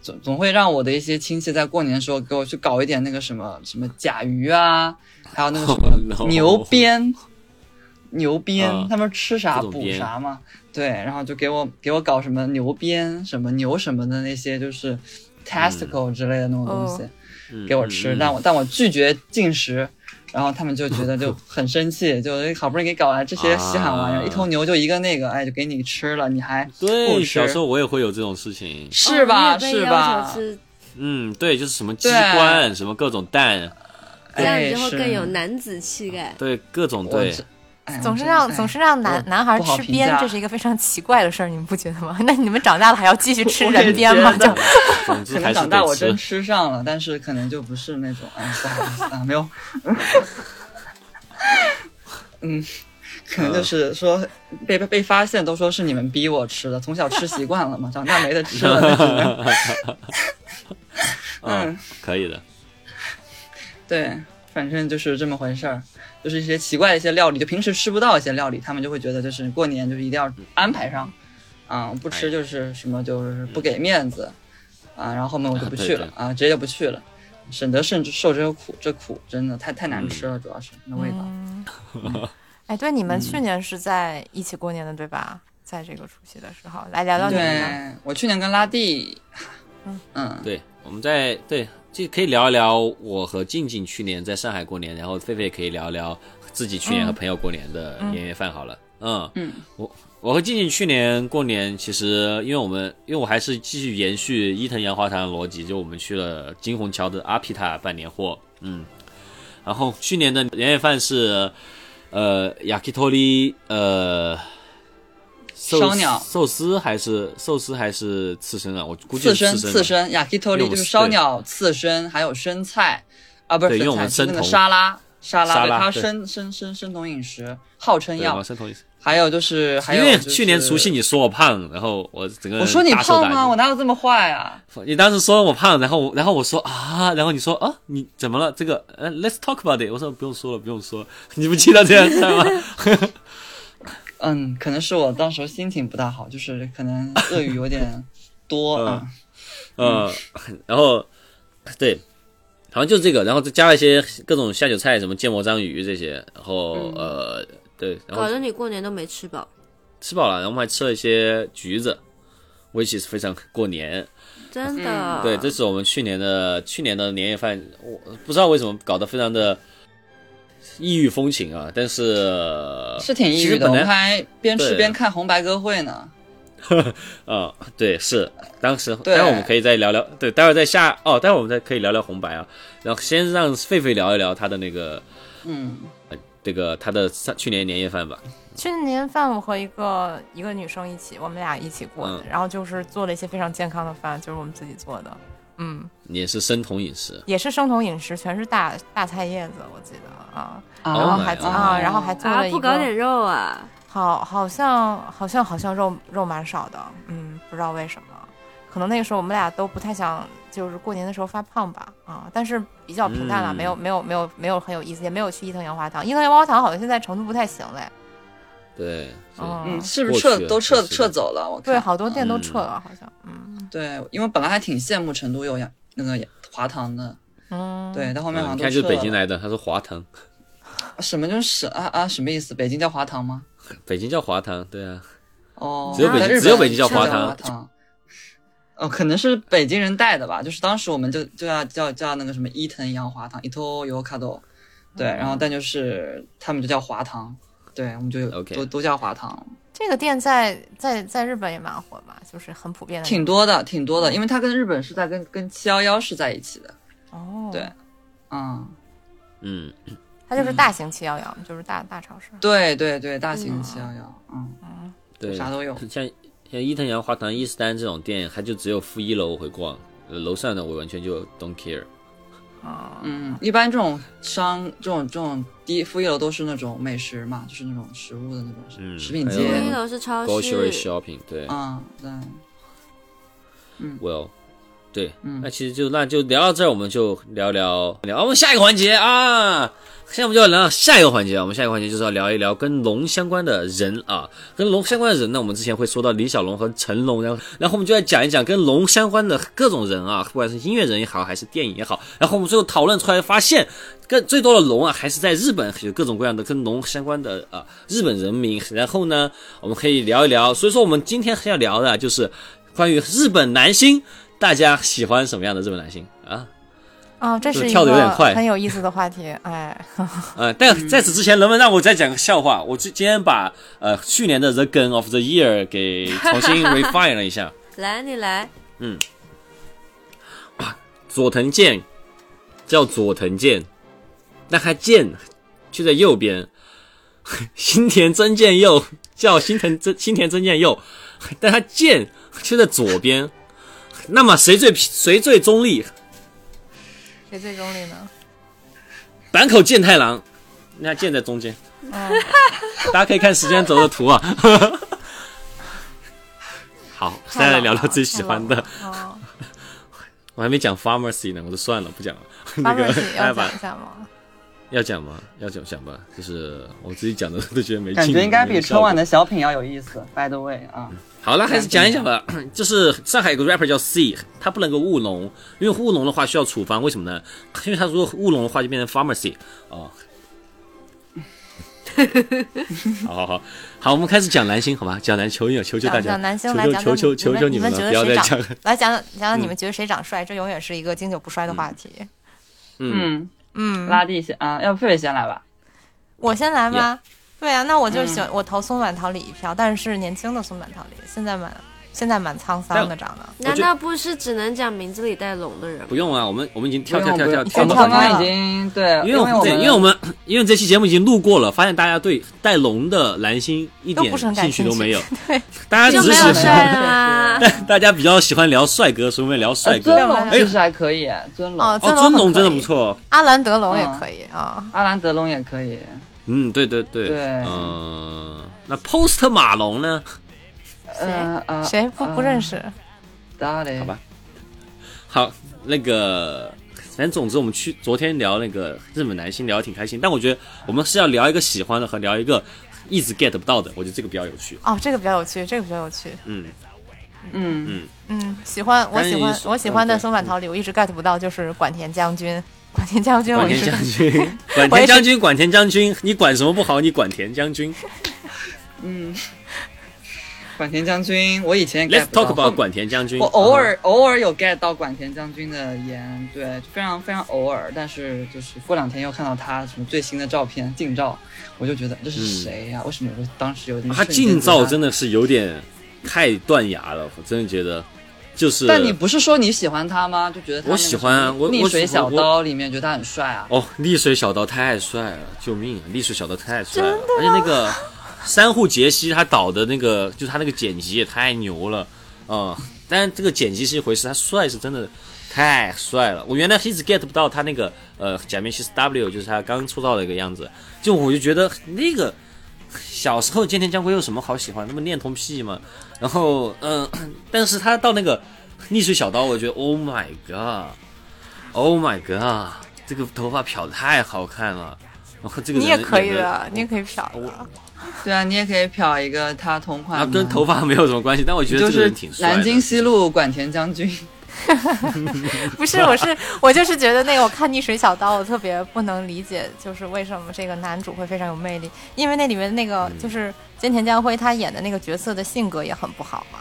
D: 总总会让我的一些亲戚在过年的时候给我去搞一点那个什么什么甲鱼啊，还有那个什
A: Oh no
D: 么牛鞭，牛鞭
A: 啊，
D: 他们吃啥
A: 各种
D: 补
A: 鞭
D: 啥嘛，对，然后就给我给我搞什么牛鞭、什么牛什么的那些，就是 testicle 之类的那种东
B: 哦
D: 西、
A: 嗯
D: 给我吃，
A: 嗯
D: 但我但我拒绝进食。然后他们就觉 得就很生气，就哎好不容易给搞来这些稀罕玩意儿，
A: 啊
D: 一头牛就一个那个，哎，就给你吃了，你还
B: 哦
D: 不
A: 对，
D: 吃
A: 小时候我也会有这种事情。
D: 是吧？
C: 哦你也
D: 是
C: 被要
D: 吧
C: 求？吃，
A: 嗯，对，就是什么鸡
D: 对
A: 冠，什么各种蛋，
C: 这样你
D: 哎
C: 就会
D: 是
C: 更有男子气概。
A: 对，各种
D: 我
A: 对
D: 这，哎
B: 总是
D: 我真的
B: 让
D: 哎
B: 总是让男
D: 我
B: 男孩
D: 不好
B: 吃
D: 评
B: 鞭
D: 价，
B: 这是一个非常奇怪的事儿，你们不觉得吗？ 那你们长大了还要继续吃
D: 我
B: 人
D: 也
B: 鞭吗？
D: 觉
B: 就
D: 得
A: 总之
D: 可
A: 还是
D: 能长大我
A: 得
D: 真
A: 吃。
D: 吃上了，但是可能就不是那种，哎，不好意思啊，没有， 嗯，可能就是说被被被发现都说是你们逼我吃的，从小吃习惯了嘛，长大没得吃了。但 是
A: 嗯，可以的。
D: 对，反正就是这么回事儿，就是一些奇怪的一些料理，就平时吃不到一些料理，他们就会觉得就是过年就是一定要安排上，啊、不吃就是什么就是不给面子， 啊，然后后面我就不去了
A: 啊对
D: 啊，直接就不去了，省得甚至受这个苦，这苦真的太太难吃了，主要是那味道。
B: 哎，对，你
D: 嗯
B: 们去年是在一起过年的对吧？在这个除夕的时候，来聊聊你们吧。
D: 对我去年跟拉蒂，嗯，
A: 对，我们在对，这可以聊一聊我和静静去年在上海过年，然后狒狒可以聊一聊自己去年和朋友过年的年夜饭好了。嗯
D: 嗯，
A: 我我和静静去年过年，其实因为我们因为我还是继续延续伊藤洋华堂的逻辑，就我们去了金虹桥的阿皮塔办年货，嗯，然后去年的年夜饭是呃 yakitori 呃。寿
D: 烧鸟
A: 寿司还是寿司还是刺身啊？我估计
D: 刺
A: 是
D: 身
A: 刺
D: 刺身雅 a k i t o
A: 因为我
D: r 就是
A: 对
D: 烧鸟刺身，还有生菜啊，不是
A: 对因为
D: 生
A: 我
D: 菜，
A: 们
D: 是那
A: 生
D: 个
A: 酮
D: 沙拉。沙拉，
A: 沙
D: 对
A: 拉
D: 它
A: 对
D: 生生生生酮饮食，号称
A: 对，
D: 要
A: 往，生同意思。
D: 还有就是，还
A: 因
D: 有、
A: 为
D: 就是、
A: 去年除夕你说我胖，然后我整个人
D: 我说你
A: 大受
D: 胖
A: 打
D: 吗？
A: 击
D: 我哪有这么坏啊？
A: 你当时说我胖，然后我然后我说啊，然后你说啊，你怎么了？这个呃，Let's talk about it。我说不用说了，不用说了， 你不记得这件事吗？
D: 嗯，可能是我当时心情不大好，就是可能鳄鱼有点多
A: 嗯
D: 嗯
A: 嗯，然后对，好像就是这个，然后再加了一些各种下酒菜，什么芥末章鱼这些，然后、呃对，然
C: 搞
A: 后
C: 得你过年都没吃饱。
A: 吃饱了，然后我们还吃了一些橘子。 ，which is 非常过年。
C: 真
D: 啊嗯
C: 的，
A: 对，这是我们去年的去年的年夜饭，我不知道为什么搞得非常的异域风情啊，但是
D: 是挺抑
A: 呃其
D: 郁
A: 实
D: 的。
A: 本
D: 我们
A: 来
D: 还边吃
A: 对
D: 边看红白歌会呢。
A: 啊、对，是当时，
D: 对
A: 待会儿我们可以再聊聊，对，待会儿再下哦，待会儿我们再可以聊聊红白啊，然后先让狒狒聊一聊他的那个
D: 嗯，
A: 这个他的上去年年夜饭吧，
B: 去年饭我和一个一个女生一起，我们俩一起过的，
A: 嗯
B: 然后就是做了一些非常健康的饭，就是我们自己做的，嗯，
A: 也是生酮饮食，
B: 也是生酮饮食，全是大大菜叶子，我记得啊，
D: 啊
B: 然后
A: Oh my
B: 还
A: god
B: 啊，然后还做
C: 啊
B: 了，一
C: 不搞
B: 个，
C: 点肉啊，
B: 好，好像好像好像肉肉蛮少的，嗯，不知道为什么，可能那个时候我们俩都不太想，就是过年的时候发胖吧，啊，但是比较平淡了，
A: 嗯
B: 没有没有没有没有很有意思，也没有去伊藤洋华堂，伊藤洋华堂好像现在成都不太行嘞，
A: 对，是
B: 嗯
D: 嗯，是不
A: 过
D: 是
A: 去
D: 撤
A: 了
D: 都撤
A: 过去了
D: 撤走了？我看
B: 对，好多店都
A: 嗯
B: 撤了，好像，嗯
D: 对，因为本来还挺羡慕成都有呀那个华堂的，
B: 嗯，
D: 对，但后面好
A: 嗯
D: 像
A: 你
D: 都
A: 看就是
D: 撤
A: 北京
D: 了
A: 来的，他说华堂，
D: 什么就是啊啊什么意思？北京叫华堂吗？
A: 北京叫华堂，对啊，
D: 哦，
A: 只有
C: 北
D: 在
C: 京
D: 日
C: 只有
D: 本
A: 北京叫华
D: 叫
A: 堂
D: 华哦，可能是北京人带的吧，就是当时我们就就要叫叫那个什么伊藤洋华堂伊藤油卡豆，对，然后但就是他们就叫华堂，对，我们就
A: OK
D: 都都叫华堂，
B: 这个店在在在日本也蛮火嘛，就是很普遍的。
D: 挺多的，挺多的，因为它跟日本是在跟跟七幺幺是在一起的，
B: 哦，
D: 对嗯，
A: 嗯，
B: 它就是大型七幺幺，就是大大超市。
D: 对对对，大型七幺幺，嗯，
A: 对，
D: 啥都有，
A: 像像伊藤洋华堂、伊势丹这种店，它就只有负一楼我会逛，呃楼上的我完全就 don't care。
B: 哦
D: 嗯，一般这种商这种这种低负一楼都是那种美食嘛，就是那种食物的那种
A: 嗯
D: 食品
A: 还
D: 街
A: 有，
C: 一楼是超
A: Grocery
C: 市，
A: shopping，对
D: 嗯，对，
A: ，well，对，
D: 嗯
A: 那其实就那就聊到这儿，我们就聊聊聊，啊我们下一个环节啊，现在我们就要聊下一个环节啊，我们下一个环节就是要聊一聊跟龙相关的人啊，跟龙相关的人呢，我们之前会说到李小龙和成龙，然后然后我们就来讲一讲跟龙相关的各种人啊，不管是音乐人也好，还是电影也好，然后我们最后讨论出来发现，更最多的龙啊，还是在日本有各种各样的跟龙相关的啊日本人名，然后呢，我们可以聊一聊，所以说我们今天要聊的就是关于日本男星，大家喜欢什么样的日本男星啊？
B: 啊、这
A: 就是
B: 是一
A: 跳得有点
B: 个
A: 快
B: 很有意思的话题。哎，
A: 呃，但在此之前，能不能让我再讲个笑话？我今今天把呃去年的 The Gun of the Year 给重新 refine 了一下。
C: 来你来，
A: 佐藤健叫佐藤健，但他健却在右边。新田真剑佑叫新藤真新田真剑佑，但他剑却在左边。那么谁最谁最中立？
B: 谁最中立呢？
A: 坂口健太郎，那剑在中间。
B: 嗯，
A: 大家可以看时间轴的图啊。 好，现在
B: 太
A: 来
B: 冷
A: 聊
B: 了
A: 聊最喜欢 的。
B: 太冷了哦，
A: 我还没讲 pharmacy 呢，我就算了，不讲了。
B: 八
A: 那
B: 分
A: 个
B: 喜
A: 大家
B: 要
A: 把
B: 讲一下 吗？
A: 要讲吗？要讲讲吧，就是我自己讲的都觉得没劲，
D: 感觉应该比
A: 没效
D: 春
A: 果
D: 晚的小品要有意思。By the way 啊，
A: 好了，还是讲一讲吧。就是上海有个 rapper 叫 C，他不能够务农，因为务农的话需要处方，为什么呢？因为他如果务农的话就变成 pharmacy 哦。好好好，好，我们开始讲男星，好吧？讲男球友，求求大
B: 讲
A: 家，
B: 讲男星
A: 求
B: 来讲
A: 求
B: 讲
A: 求求求求
B: 你
A: 们
B: 们
A: 了，
B: 觉
A: 不
B: 得
A: 要再
B: 谁长
A: 讲。
B: 来讲讲讲你们觉得谁长帅，这永远是一个经久不衰的话题。
A: 嗯，
D: 嗯，
B: 嗯，
D: 拉地先啊，要不狒狒先来吧？
B: 我先来吗？对啊，那我
A: 嗯
B: 就喜欢、我投松坂桃李一票，但是年轻的松坂桃李，现在蛮现在蛮沧桑的
A: 但
B: 长得。
C: 难道不是只能讲名字里带龙的人
A: 不
C: 吗？
A: 用啊，我们我们已经
D: 不
A: 跳
D: 用
A: 跳跳
D: 不
A: 跳跳
D: 用我
A: 到
D: 们
B: 跳
D: 刚
A: 了。
D: 刚已经对，
A: 因为我们
D: 我
A: 这
D: 们
A: 因为我们因为这期节目已经录过了，发现大家对带龙的蓝星一
B: 都
A: 点
B: 不是很感
A: 兴趣都
B: 兴趣
A: 没有，大家
C: 就
A: 只
C: 没
A: 是
C: 有
A: 喜
C: 帅啊
A: 欢
C: 的啦。
A: 大家比较喜欢聊帅哥，所以我们聊帅
D: 呃
A: 哥。
D: 尊
B: 哎
D: 龙其实还可以，尊
A: 哦，
B: 哦，龙
D: 龙、
A: 尊
B: 很
A: 龙
B: 可
A: 真的
B: 以
A: 不，错。
B: 阿兰德龙也
D: 嗯
B: 可以啊。
D: 阿兰德龙也可以，
A: 嗯，对对对，
D: 对
A: 嗯，那 Post 马龙呢？
D: 呃呃，
B: 谁不不认识？
D: 达嘞？
A: 好吧好，那个，反正总之我们去昨天聊那个日本男星聊的挺开心，但我觉得我们是要聊一个喜欢的和聊一个一直 get 不到的，我觉得这个比较有趣。
B: 哦，这个比较有趣，这个比较有趣。
A: 嗯，
D: 嗯，
B: 嗯，喜欢我
A: 但是
B: 喜
A: 你
B: 欢
A: 说
B: 我喜欢的
A: 嗯对
B: 松坂桃李，我一直 get 不到，就是管田将军。管田将军，
A: 管
B: 我一
A: 田
B: 直
A: 将军，管
B: 我
A: 田
B: 也是
A: 将军，管田将军，你管什么不好？你管田将军。
D: 管田将军，我以前也
A: Let's
D: get 不到
A: talk about 管田将军。
D: 我偶尔、
A: 嗯
D: 偶尔有 get 到管田将军的言，对，非常非常偶尔。但是就是过两天又看到他什么最新的照片近照，我就觉得这是谁呀、为什么我当时有这么
A: 嗯啊他
D: 瞬间
A: 近照真
D: 的？
A: 的是有点太断崖了，我真的觉得就是。
D: 但你不是说你喜欢他吗？就觉得他
A: 我
D: 那个
A: 喜欢啊
D: 什么
A: 我
D: 逆
A: 我
D: 水
A: 喜欢
D: 小
A: 我
D: 刀里面觉得他很帅啊。
A: 哦，丽水小刀太帅了，救命啊！丽水小刀太帅了，而且那个珊瑚杰西他导的那个，就是他那个剪辑也太牛了，嗯，但是这个剪辑是一回事，他帅是真的太帅了。我原来一直 get 不到他那个呃假面骑士 W，就是他刚出道的一个样子，就我就觉得那个小时候菅田将晖有什么好喜欢，那么恋童癖嘛。然后嗯、但是他到那个逆水小刀，我觉得 Oh my god。Oh my god！这个头发漂得太好看了，然后这个
B: 你也
A: 人
B: 可以
A: 演得
B: 的，你也可以漂的。
D: 对啊，你也可以瞟一个他同款
A: 啊，
D: 的，
A: 跟头发没有什么关系，但我觉得
D: 嗯
A: 这
D: 就
A: 个
D: 是
A: 人挺帅的。
D: 南京西路管田将军。
B: 不是，我是我就是觉得那个我看《逆水小刀》，我特别不能理解，就是为什么这个男主会非常有魅力，因为那里面那个
A: 嗯
B: 就是菅田将晖他演的那个角色的性格也很不好嘛，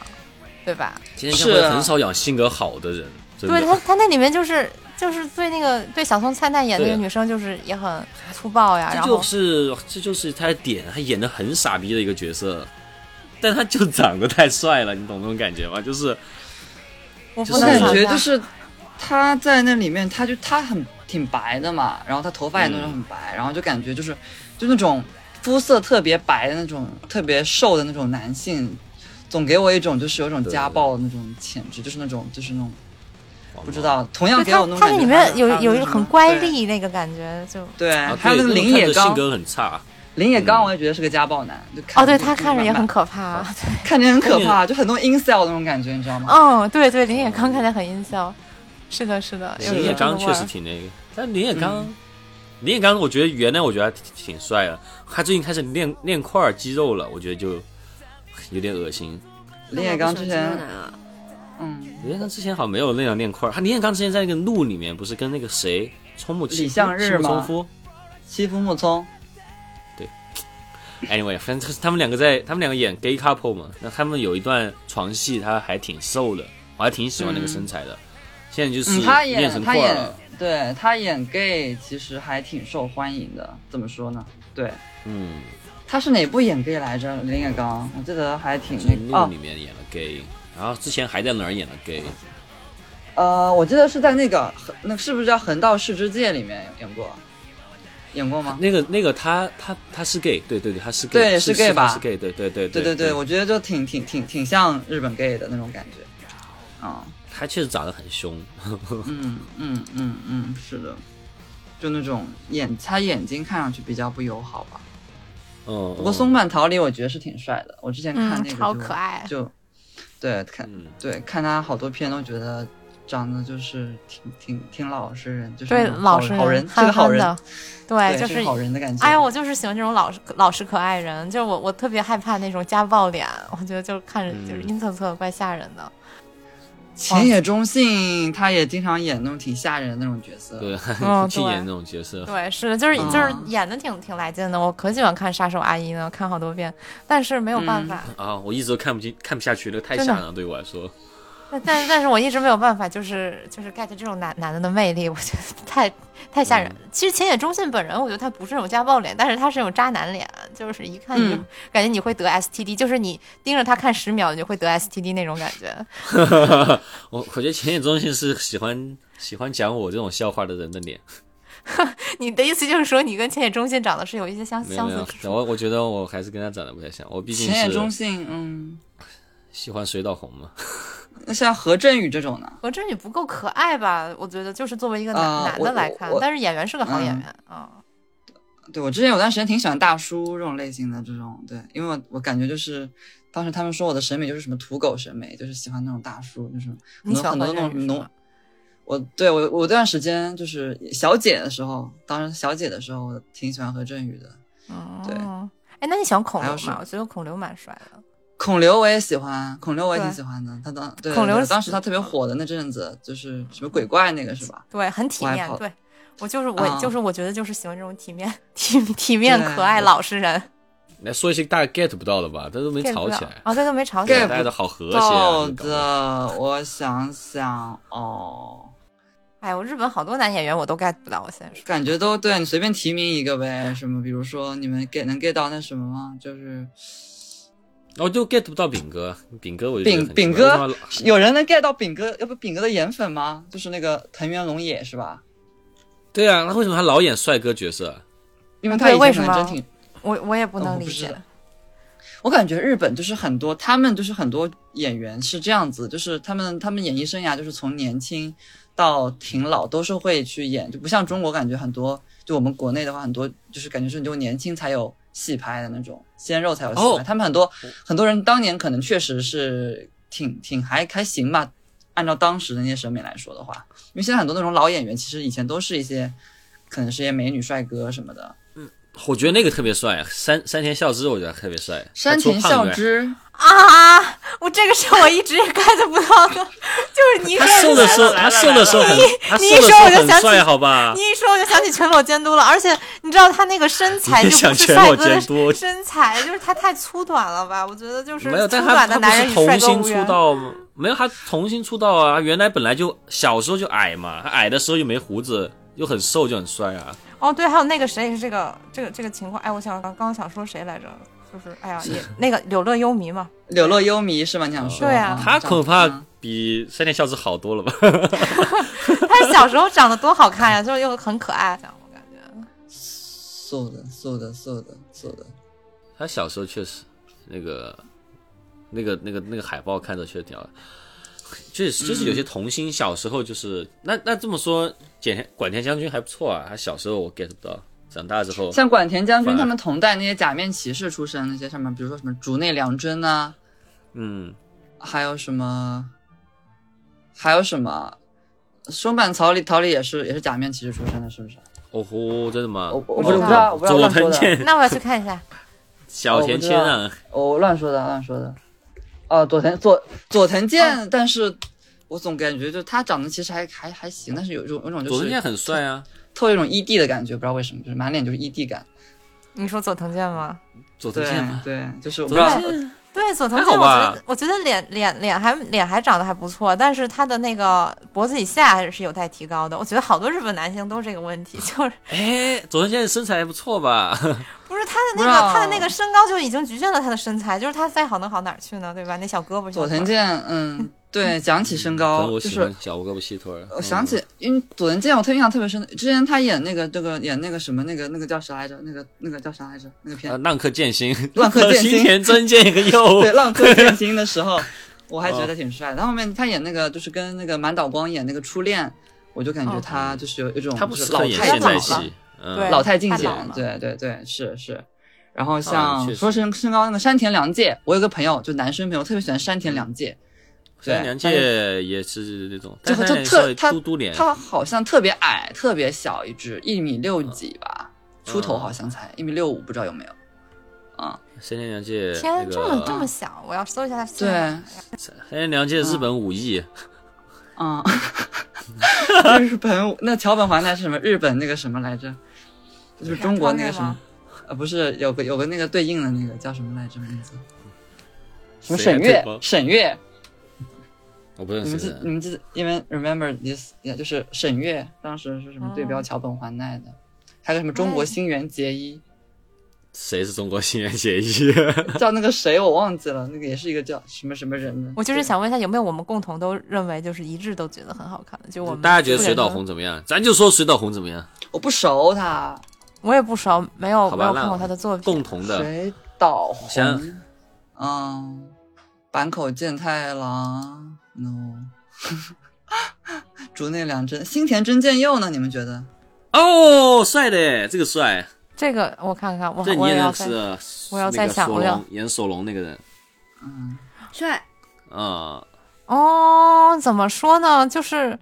B: 对吧？
A: 今天将会
D: 是啊
A: 很少养性格好的人，真
B: 对他
A: 的。，
B: 他那里面就是就是对那个对小松菜奈演那个
A: 对啊
B: 女生就是也很粗暴呀，
A: 这
B: 然后
A: 就是这就是他的点，他演的很傻逼的一个角色，但他就长得太帅了，你懂那种感觉吗？就是
B: 我
A: 就
B: 不
D: 我
A: 是
B: 能
D: 感
B: 想
D: 觉
B: 象
D: 就是他在那里面，他就他很挺白的嘛，然后他头发也弄得很
A: 嗯
D: 白，然后就感觉就是就那种肤色特别白的那种特别瘦的那种男性，总给我一种就是有种家暴的那种潜质，就是那种就是那种不知道，同样
B: 对
D: 给我
B: 他
D: 弄
B: 他
D: 感
B: 那
D: 觉
B: 里
D: 他
B: 面有有一个很乖。戾那个感觉，就
D: 对，
A: 啊，
D: 还有那个
A: 对
D: 林
A: 因为
D: 野
A: 他的性
D: 刚，
A: 格嗯很差，
D: 林野刚我也觉得是个家暴男，就看
B: 哦，对
D: 就
B: 他看着也很
D: 慢慢
B: 可怕，
D: 看着很可
A: 后面
D: 怕，就很多 incel 那种感觉，你知道吗？
B: 嗯，对对，林野刚看起来很阴笑，是的，是
D: 哎
B: 的，有
A: 林野
B: 有这个
A: 刚
B: 味
A: 确
B: 儿
A: 实挺那个，但林野刚，
D: 嗯
A: 林野刚，我觉得原来我觉得他挺挺帅的，他最近开始练练块儿肌肉了，我觉得就有点恶心。
D: 林野刚之前，
C: 啊，
D: 嗯，
A: 林彦刚之前好像没有那样练块儿，他林彦刚之前在那个路里面不是跟那个谁冲木
D: 李相日
A: 冲木
D: 吗
A: 冲夫
D: 欺负木聪，
A: ，anyway，反正 就是他们两个在他们两个演 gay couple 嘛，那他们有一段床戏，他还挺瘦的，我还挺喜欢那个身材的。现在就是
D: 嗯，他
A: 练成
D: 演他
A: 块儿
D: 演
A: 了，，
D: 对他演 gay 其实还挺受欢迎的。怎么说呢？对，
A: 嗯，
D: 他是哪部演 gay 来着？林野刚，我记得还挺
A: 就是
D: 那个
A: 路
D: 哦
A: 里，面演了 gay，、然后之前还在哪儿演了 gay，
D: 呃，我记得是在那个横那是不是叫《横道世之介》里面演过？演过吗？
A: 那个那个他他他是 gay，对对对，他是 gay，
D: 对
A: 是
D: 是 gay
A: 是他
D: 吧
A: 是 gay，对对对
D: 对对
A: 对
D: 对，我觉得就挺挺挺挺像日本 gay 的那种感觉。 啊、
A: 他确实长得很凶，
D: 嗯嗯嗯嗯，是的，就那种眼他眼睛看上去比较不友好吧。
A: 嗯，
D: 不过松坂桃李我觉得是挺帅的，我之前看
B: 嗯
D: 那个就、
B: 超可爱
D: 就对看、
A: 嗯
D: 对看他好多片都觉得长得就是挺挺挺老实人，就是
B: 对
D: 那种
B: 老
D: 好
B: 实
D: 好人，
B: 憨
D: 是个好
B: 憨
D: 人
B: 的，，对，
D: 对
B: 就是是
D: 个好人的感觉。
B: 哎呀，我就是喜欢这种老实老实可爱人，就是我我特别害怕那种家暴脸，我觉得就是看着就是
D: 嗯
B: 阴恻恻，怪吓人的。
D: 前野忠信他也经常演那种挺吓人的那种角色。
A: 对，
D: 哦
B: 嗯
A: 去
D: 啊
B: 对
A: 演那种角色，
B: 对，是的，就是
D: 嗯
B: 就是演的挺挺来劲的，我可喜欢看《杀手阿姨》呢，看好多遍，但是没有
D: 嗯
B: 办法，
A: 啊，我一直都看不进、看不下去，那个太
B: 真的
A: 吓人了，对我来说。
B: 但但但是我一直没有办法，就是就是 get 这种男男的的魅力，我觉得太太吓人。
D: 嗯
B: 其实浅野忠信本人，我觉得他不是那种家暴脸，但是他是那种渣男脸，就是一看你就
D: 嗯
B: 感觉你会得 STD，、就是你盯着他看十秒，你就会得 STD 那种感 觉。
A: 我我觉得浅野忠信是喜欢喜欢讲我这种笑话的人的脸，
B: 你的意思就是说，你跟浅野忠信长得是有一些
D: 啊
B: 相
A: 没有
B: 相
A: 没
B: 似
A: 有
B: 之，处？
A: 我我觉得我还是跟他长得不太像，我毕竟
D: 前野忠
A: 是
D: 信，嗯，
A: 喜欢水岛红嘛。
D: 那像何振宇这种呢？
B: 何振宇不够可爱吧？我觉得就是作为一个男、
D: 啊
B: 男
D: 我
B: 的来看
D: 我，嗯我
B: 但是演员是个好演员啊、
D: 对我之前有段时间挺喜欢大叔这种类型的这种，对，因为我我感觉就是当时他们说我的审美就是什么土狗审美，就是喜欢那种大叔，就是
B: 你喜欢
D: 很多
B: 何
D: 很多那
B: 振宇是
D: 种浓
B: 吗。
D: 我对我我这段时间就是小姐的时候，当时小姐的时候我挺喜欢何振宇的，
B: 嗯，
D: 对
B: 哎，那你喜欢孔
D: 还
B: 刘
D: 有什
B: 吗
D: 么？
B: 我觉得孔刘蛮帅的。
D: 孔刘我也喜欢，孔刘我也
B: 对
D: 挺喜欢的，他当对
B: 孔刘
D: 对
B: 是
D: 当时他特别火的那阵子，就是什么鬼怪那个是吧？
B: 对，很体
D: 我还
B: 面
D: 跑。
B: 对，我就是我、
D: 啊
B: 就是我觉得就是喜欢这种体面、体体面
D: 对
B: 可爱
D: 我
B: 老实人。
A: 来说一些大家 get 不到的吧，但都没
B: get
A: 吵
B: 不
A: 起
B: 到
A: 来，
B: 啊，对，都没吵起
D: get
A: 大
D: 不
B: 来。
A: 家都好和谐啊。
D: 到
A: 那个
D: 的，我想想哦，
B: 哎呦，日本好多男演员我都 get 不到，我现在说。
D: 感觉都对你随便提名一个呗，什么比如说你们 get 能 get 到那什么吗？就是
A: 我哦就 get 不到饼哥，饼哥我就觉得
D: 饼
A: 很奇怪
D: 饼
A: 为什么
D: 哥
A: 老，
D: 有人能 get 到饼哥，要不饼哥的颜粉吗？就是那个藤原龙也是吧？
A: 对啊，他为什么他老演帅哥角色？
D: 因为
B: 对
D: 他以
B: 为
D: 前
B: 什
D: 可能真
B: 么
D: 挺，
B: 我我也不
D: 哦
B: 能
D: 我
B: 理
D: 不知
B: 解
D: 道。我感觉日本就是很多，他们就是很多演员是这样子，就是他们他们演艺生涯就是从年轻到挺老都是会去演，就不像中国感觉很多，就我们国内的话很多就是感觉是你就年轻才有戏拍的那种，鲜肉才有戏拍。
A: 哦
D: 他们很多很多人当年可能确实是挺挺还还行吧，按照当时的那些审美来说的话，因为现在很多那种老演员其实以前都是一些可能是一些美女帅哥什么的。
A: 我觉得那个特别帅，啊山山田孝之我觉得特别帅，
D: 山田
A: 他出胖
D: 孝
A: 子
D: 之，
B: 啊！我这个是我一直也 get 不到的，就是 你一
A: 他
B: 说
A: 瘦的时候，他瘦的时候很，他
B: 你
A: 瘦
B: 一
A: 的时
B: 说
A: 候
B: 我就
A: 很
B: 想起
A: 帅，好吧
B: 你？一说我就想起全裸监督了，而且你知道他那个身材
A: 你
B: 就
A: 想
B: 不是
A: 全
B: 帅
A: 裸
B: 哥的
A: 监督
B: 身材，就是他太粗短了吧？我觉得就是
A: 没有，但
B: 粗
A: 他
B: 短的
A: 他不
B: 男
A: 是
B: 人与帅
A: 童
B: 哥
A: 星
B: 无
A: 出
B: 缘。
A: 道吗？没有，他童星出道啊，他原来本来就小时候就矮嘛，他矮的时候又没胡子，又很瘦，就很帅啊。
B: 哦，对，还有那个谁也是这个这个这个情况。哎，我想刚刚想说谁来着？就是哎呀，也那个柳乐优弥嘛，
D: 柳乐优弥是吗？你想说？
B: 对
A: 哦
B: 啊
A: 他恐
D: 嗯
A: 怕比山田孝之好多了吧？
B: 他小时候长得多好看呀、就是又很可爱，我感觉。
D: 瘦的，瘦的，瘦的，瘦的。
A: 他小时候确实那个那个那个那个海报看着确实挺好的。确实，就是有些童星小时候就是、那那这么说，简管田将军还不错啊。他小时候我 get 不到，长大之后
D: 像管田将军
A: 反而
D: 他们同代那些假面骑士出身那些上面，比如说什么竹内良真呐、
A: 嗯，
D: 还有什么，还有什么，松坂桃李桃李也是也是假面骑士出身的，是不是？
A: 哦吼，真的吗？
D: 我我
B: 不知道
D: 道，我不知道
A: 佐
D: 乱说
A: 藤
D: 的，哦
A: 健、
B: 那我要去看一下。
A: 小田啊切让，
D: 我乱说的，乱说的。哦，佐藤佐佐藤健，但是我总感觉就他长得其实还还还行，但是有一种有一种就
A: 佐藤健
D: 哦是
A: 很帅啊。
D: 特有一种 ED 的感觉，不知道为什么，就是满脸就是 ED 感。
B: 你说佐藤健吗？
A: 佐藤
D: 对
A: 健嘛，
D: 对，就是我不
A: 佐
D: 知道
A: 藤。健
B: 对，佐藤
A: 还
B: 健，
A: 好
B: 我
A: 吧
B: 觉得我觉得脸脸脸还脸还长得还不错，但是他的那个脖子以下还是有待提高的。我觉得好多日本男性都这个问题， 就是
A: 哎，佐藤健身材还不错吧？
B: 不是他的那
D: 不知道
B: 个他的那个身高就已经局限了他的身材，就是他再好能好哪儿去呢？对吧？那小胳膊小
D: 佐
B: 腿
D: 藤
B: 儿，
D: 健，嗯，对，讲起身
A: 可
D: 高，
A: 嗯能我
D: 哦就
A: 喜
D: 是
A: 欢小胳膊细腿儿。
D: 我想起，因为佐藤健，我特印象特别深，之前他演那个这个演那个什么那个那个叫啥来着？那个那个叫啥来着？那个
A: 嗯，
D: 片
A: 啊，哦浪客剑心，
D: 浪客剑心
A: 新田真剑一个右
D: 对，《浪客剑心》的时 候，我还觉
A: 哦
D: 得挺帅的。他后面他演那个就是跟那个满岛光演那个初恋，我就感觉他就是有一种
A: 哦他不
D: 就是
A: 适
D: 老
A: 合演
D: 太
A: 现代
D: 老
B: 戏
D: 了，
A: 戏，嗯
B: 对
D: 老态尽
B: 太老
D: 显
B: 了。
D: 对对对，是是。然后
A: 啊确
D: 像
A: 实
D: 说身身高那个山田凉介，我有个朋友就男生朋友特别喜欢山田凉介，对
A: 山良介也是那种，
D: 就
A: 但
D: 就
A: 他
D: 特
A: 稍微
D: 他
A: 嘟嘟脸，
D: 他好像特别矮，特别小一只，一米六
A: 嗯
D: 几吧，出头好像才一米六五，不知道有没有。啊，
A: 山田凉介那
B: 天，这么这
A: 个
B: 么小，我要搜一下他身
D: 对，
B: 材。
A: 山田凉介日本武艺，
D: 嗯， 日本那桥本环奈是什么？日本那个什么来着？就是
B: 啊
D: 中国那个什么？呃，不是有个有个那个对应的那个叫什么来着名字？什
A: 谁
D: 么沈
A: 还
D: 月
A: 对？吗
D: 沈月，
A: 我不认
D: 你们
A: 识
D: 记
A: 谁
D: 你们记得，因为 remember this，也就是沈月当时是什么对标桥本环奈的？还有什么中国新垣结衣？
A: 谁是中国新垣结衣？
D: 叫那个谁我忘记了，那个也是一个叫什么什么人的。
B: 我就是想问一下，有没有我们共同都认为就是一致都觉得很好看的？就我们
A: 大家觉得水
B: 四个人
A: 岛
B: 都
A: 红，怎么样？咱就说水岛红怎么样？
D: 我不熟他，
B: 我也不熟，没有
A: 好
B: 没
A: 吧，
B: 有
A: 那
B: 看过他的作品。
A: 共同的
D: 水岛
A: 想
D: 红，嗯，坂口健太郎，no，竹内凉真，新田真剑佑呢？你们觉得？
A: 哦，帅的，这个帅，
B: 这个我看看，我
A: 这你
B: 我
A: 也
B: 也要
A: 认
B: 再
A: 识，
B: 我要再
A: 那个
B: 想
A: 索
B: 我要
A: 隆演索隆那个人
D: 嗯，
C: 帅，
A: 啊，
B: 哦，怎么说呢？就是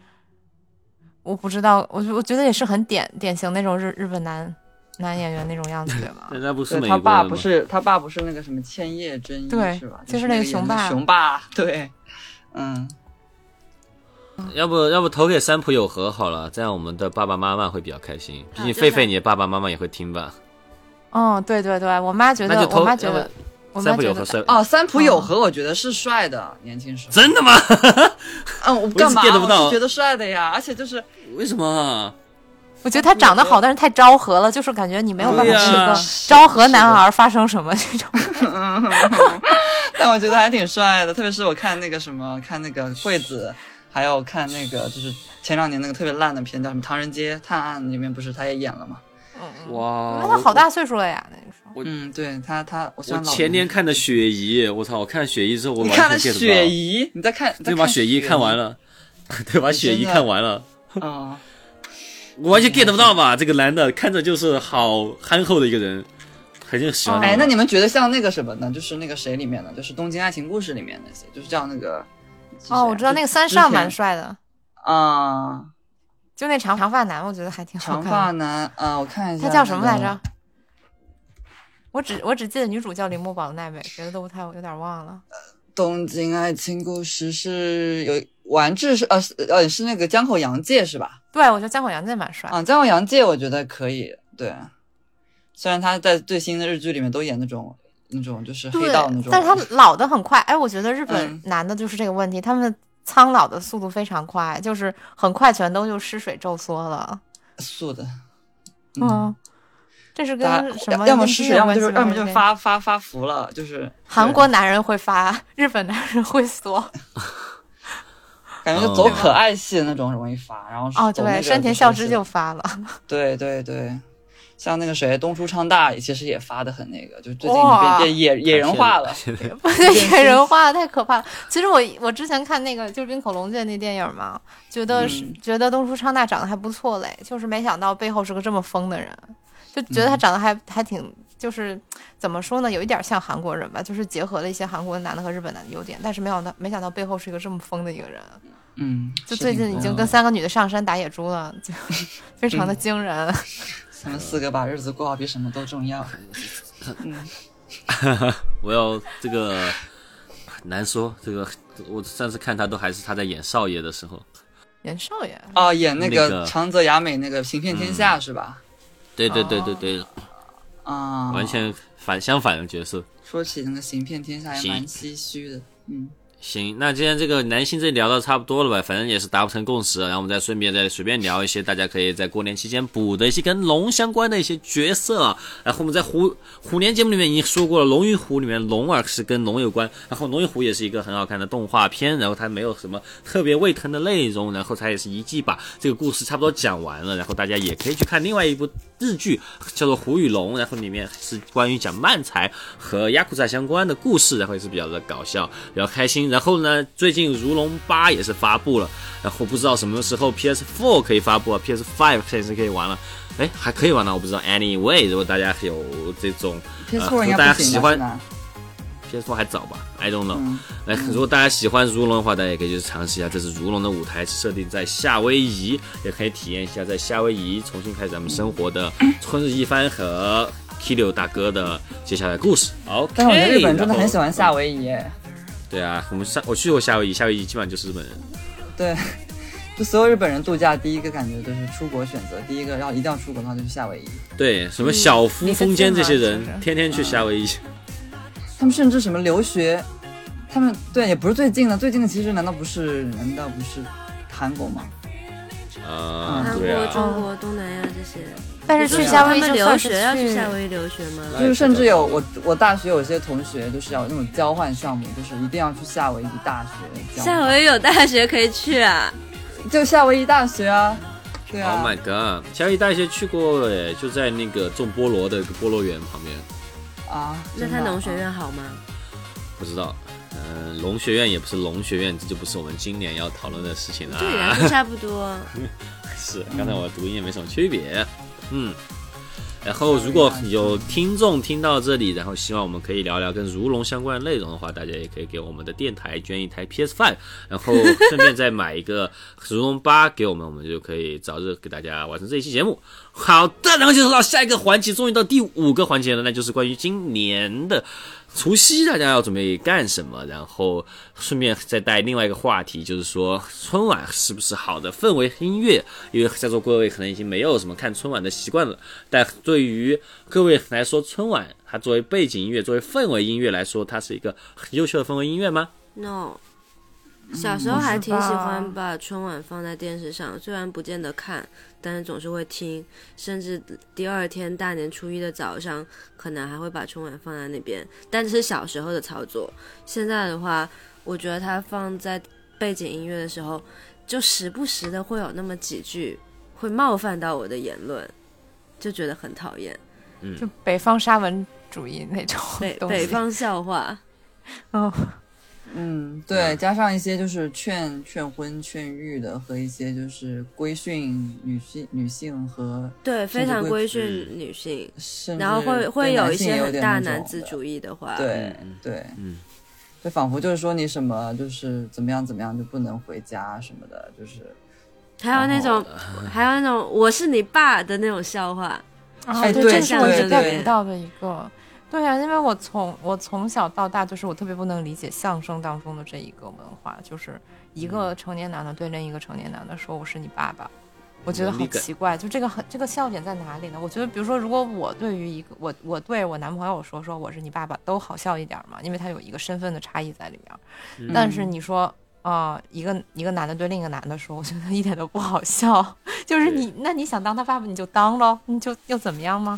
B: 我不知道，我我觉得也是很典典型那种日日本男男演员那种样子，对 吧
A: 但？那不是
D: 对
A: 美国
D: 他
A: 人
D: 爸
A: 吗
D: 不？是他爸不是那个什么千叶真一
B: 对
D: 是吧？
B: 就是
D: 是
B: 那个
D: 演
B: 熊
D: 的
B: 爸
D: 熊爸 对，嗯，
A: 要不要不投给三浦友和好了，这样我们的爸爸妈妈会比较开心，毕
C: 好
A: 竟
C: 就
A: 狒
C: 是
A: 狒你的爸爸妈妈也会听吧。
B: 嗯，对对对，我妈觉
A: 那
B: 得
A: 就，投
B: 我妈觉
A: 要
B: 得
A: 不，
B: 我
A: 三
B: 妈
A: 浦
B: 觉
A: 友和
B: 得，
A: 三
D: 哦，三浦友和我觉得是帅的，年轻时候。
A: 真的吗？
D: 嗯，我干嘛？
A: 我一直 get 不到
D: 我是觉得帅的呀，而且就是
A: 为什么？啊
B: 我觉得他长得好，但是太昭和了，就是感觉你没有办法
A: 对
B: 跟一
A: 呀
B: 个昭和男孩发生什么 这种。
D: 但我觉得还挺帅的，特别是我看那个什么，看那个惠子，还有看那个就是前两年那个特别烂的片叫什么《唐人街探案》，里面不是他也演了吗？
A: 哇，哦
B: 那他好大岁数了呀，那个时候。
D: 嗯，对他他我虽
A: 我
D: 然老
A: 前年看的雪姨，我操！我看雪姨之后，我
D: 你
A: 完
D: 看了
A: 全 get 不到
D: 雪，姨，你在看
A: 对，把雪姨看完
D: 了，
A: 了， 对，把雪姨看完了，
D: 嗯，
A: 我完全 get 不到吧？这个男的看着就是好憨厚的一个人，很就喜欢他。
D: 哎，那你们觉得像那个什么呢？就是那个谁里面的，就是《东京爱情故事》里面那些，就是叫那个是谁啊
B: 哦，我知道那个三上蛮帅的，
D: 啊、
B: 就那长长发男，我觉得还挺好
D: 长
B: 看
D: 发
B: 的。
D: 男啊、我看一下、
B: 他叫什么来着？？我只我只记得女主叫铃木保奈美，别的都不太有点忘了。
D: 东京爱情故事是有丸治是呃是呃是那个江口洋介是吧？
B: 对，我觉得江口洋介蛮帅的。
D: 啊，江口洋介我觉得可以，对。虽然他在最新的日剧里面都演那种那种就是黑
B: 对，
D: 道那种，
B: 但是他们老的很快。哎，我觉得日本
D: 嗯
B: 男的就是这个问题，他们苍老的速度非常快，就是很快全都就失水皱缩了。
D: 素的，
B: 嗯，这是
D: 大
B: 跟什
D: 家
B: 么？
D: 要么失水，要么就是
B: 跟
D: 要么
B: 这
D: 就
B: 个
D: 是发发发福了，就是
B: 韩国男人会发，日本男人会 缩。
D: 感觉就走可爱系的那种容易发，然后
B: 哦，
D: 走那
B: 对，
D: 个
B: 山田
D: 是
B: 孝之就发了。
D: 对对对，像那个谁东出昌大其实也发的很那个，就最近
B: 哇
D: 变变野野人化了，
B: 不 对，野人化太可怕了。其实我我之前看那个就是冰口龙介那电影嘛，觉得是、
D: 嗯
B: 觉得东出昌大长得还不错嘞，就是没想到背后是个这么疯的人，就觉得他长得还、还挺就是怎么说呢，有一点像韩国人吧，就是结合了一些韩国男的和日本男的优点，但是没想到没想到背后是一个这么疯的一个人，
D: 嗯，
B: 就是最
D: 挺
B: 近已
D: 多
B: 经
D: 的
B: 跟三个女的上山打野猪了，就非常的惊人。
D: 他们四个把日子过好比什么都重要。
A: 我要这个难说，这个我上次看他都还是他在演少爷的时候。
B: 袁绍也
D: 哦，演那
A: 那个嗯
D: 个长泽雅美那个《行骗天下》是吧？
A: 对对对对对，
D: 哦啊，
A: 完。全反相反的角色。
D: 说起那个《行骗天下》也蛮唏嘘的。嗯，
A: 行，那今天这个男星这聊到差不多了吧？反正也是达不成共识，啊然后我们再顺便再随便聊一些大家可以在过年期间补的一些跟龙相关的一些角色啊。然后我们在虎虎年节目里面已经说过了，《龙与虎》里面龙啊是跟龙有关，然后《龙与虎》也是一个很好看的动画片，然后它没有什么特别胃疼的内容，然后它也是一季把这个故事差不多讲完了，然后大家也可以去看另外一部日剧叫做《虎与龙》，然后里面是关于讲漫才和亚库萨相关的故事，然后也是比较的搞笑，比较开心。然后呢，最近《如龙八》也是发布了，然后不知道什么时候 PS4 可以发布啊，PS5 现在是可以玩了。哎，还可以玩呢，我不知道。Anyway，如果大家有这种
D: 片
A: 啊
D: 错应
A: 大
D: 该
A: 家
D: 不行
A: 喜
D: 吧
A: 欢
D: 是吧？
A: PS4 还早吧？I don't know、
D: 嗯
A: 哎，如果大家喜欢如龙的话，大家也可以去尝试一下。这是如龙的舞台是设定在夏威夷，也可以体验一下在夏威夷重新开始咱们生活的春日一番和 Kilo 大哥的接下来故事。OK，
D: 但是我觉得日本真的很喜欢夏
A: 威。
D: 威夷，哎
A: 对啊，我们上我去过夏威夷，夏威夷基本上就是日本人。
D: 对，就所有日本人度假第一个感觉就是出国选择，第一个要一定要出国的话就是夏威夷。
A: 对，什么小夫、
B: 嗯
A: 风间这些人
B: 你是，
A: 天天去夏威夷。
D: 他们甚至什么留学，他们对也不是最近的，最近的其实难道不是难道不是韩国吗？
A: 啊、
D: 嗯
C: 韩
A: 对
C: 国、
A: 啊，
C: 中国、东南亚这些，
B: 但是
C: 就
B: 去
C: 嗯是
B: 夏威夷
C: 他
B: 就
C: 们留
B: 算是
C: 学要去
B: 去
C: 夏威夷留学吗？
D: 就是甚至有我我大学有些同学就是要有那种交换项目，就是一定要去夏威夷大学交换。
C: 夏威夷有大学可以去啊，
D: 就夏威夷大学啊，对
A: Oh
D: 啊
A: my god！夏威夷大学去过诶，就在那个种菠萝的菠萝园旁边。
D: 啊，
C: 那
D: 真的
C: 他
D: 啊
C: 农学院好吗？
A: 不知道，嗯、龙学院也不是龙学院，这就不是我们今年要讨论的事情了。
C: 对啊，都差不多。
A: 是，刚才我的读音也没什么区别。嗯，然后如果有听众听到这里，然后希望我们可以聊聊跟如龙相关的内容的话，大家也可以给我们的电台捐一台 PS Five，然后顺便再买一个如龙八给我们，我们就可以早日给大家完成这一期节目。好的，然后就是到下一个环节，终于到第五个环节了，那就是关于今年的除夕大家要准备干什么？然后顺便再带另外一个话题，就是说春晚是不是好的氛围音乐？因为在座各位可能已经没有什么看春晚的习惯了，但对于各位来说，春晚它作为背景音乐、作为氛围音乐来说，它是一个很优秀的氛围音乐吗？
C: No，小时候还挺喜欢把春晚放在电视上，虽然不见得看，但是总是会听，甚至第二天大年初一的早上，可能还会把春晚放在那边。但这是小时候的操作，现在的话，我觉得它放在背景音乐的时候，就时不时的会有那么几句会冒犯到我的言论，就觉得很讨厌。
B: 就北方沙文主义那种
C: 北
B: 东西。
C: 北方笑话，
B: 嗯，
D: 嗯，对，加上一些就是劝劝婚、劝育的，和一些就是规训女性、女性和
C: 对，非常
D: 会
C: 规训女性。
D: 甚至
C: 然后会会
D: 对
C: 有
D: 男
C: 一
D: 性
C: 些
D: 也有
C: 很
D: 点
C: 大
D: 那
C: 男
D: 种
C: 子
D: 的
C: 主义的话，
D: 对对，
A: 嗯，
D: 就仿佛就是说你什么就是怎么样怎么样就不能回家什么的，就是
C: 还有那种还有那 种我是你爸的那种笑话，
B: 啊，
D: 哎
B: 对，
D: 对
B: 这是我
D: 对
B: 觉得
D: 对
B: get 不到的一个。对啊，因为我从我从小到大，就是我特别不能理解相声当中的这一个文化，就是一
D: 嗯
B: 个成年男的对另一个成年男的说“我是你爸爸”，我觉得
A: 能
B: 好
A: 理解
B: 奇怪，就这个很这个笑点在哪里呢？我觉得，比如说，如果我对于一个我我对我男朋友说说我是你爸爸，都好笑一点嘛，因为他有一个身份的差异在里面。但
D: 嗯
B: 是你说啊、一个一个男的对另一个男的说，我觉得一点都不好笑。 就是你，那你想当他爸爸，你就当喽，你就又怎么样吗？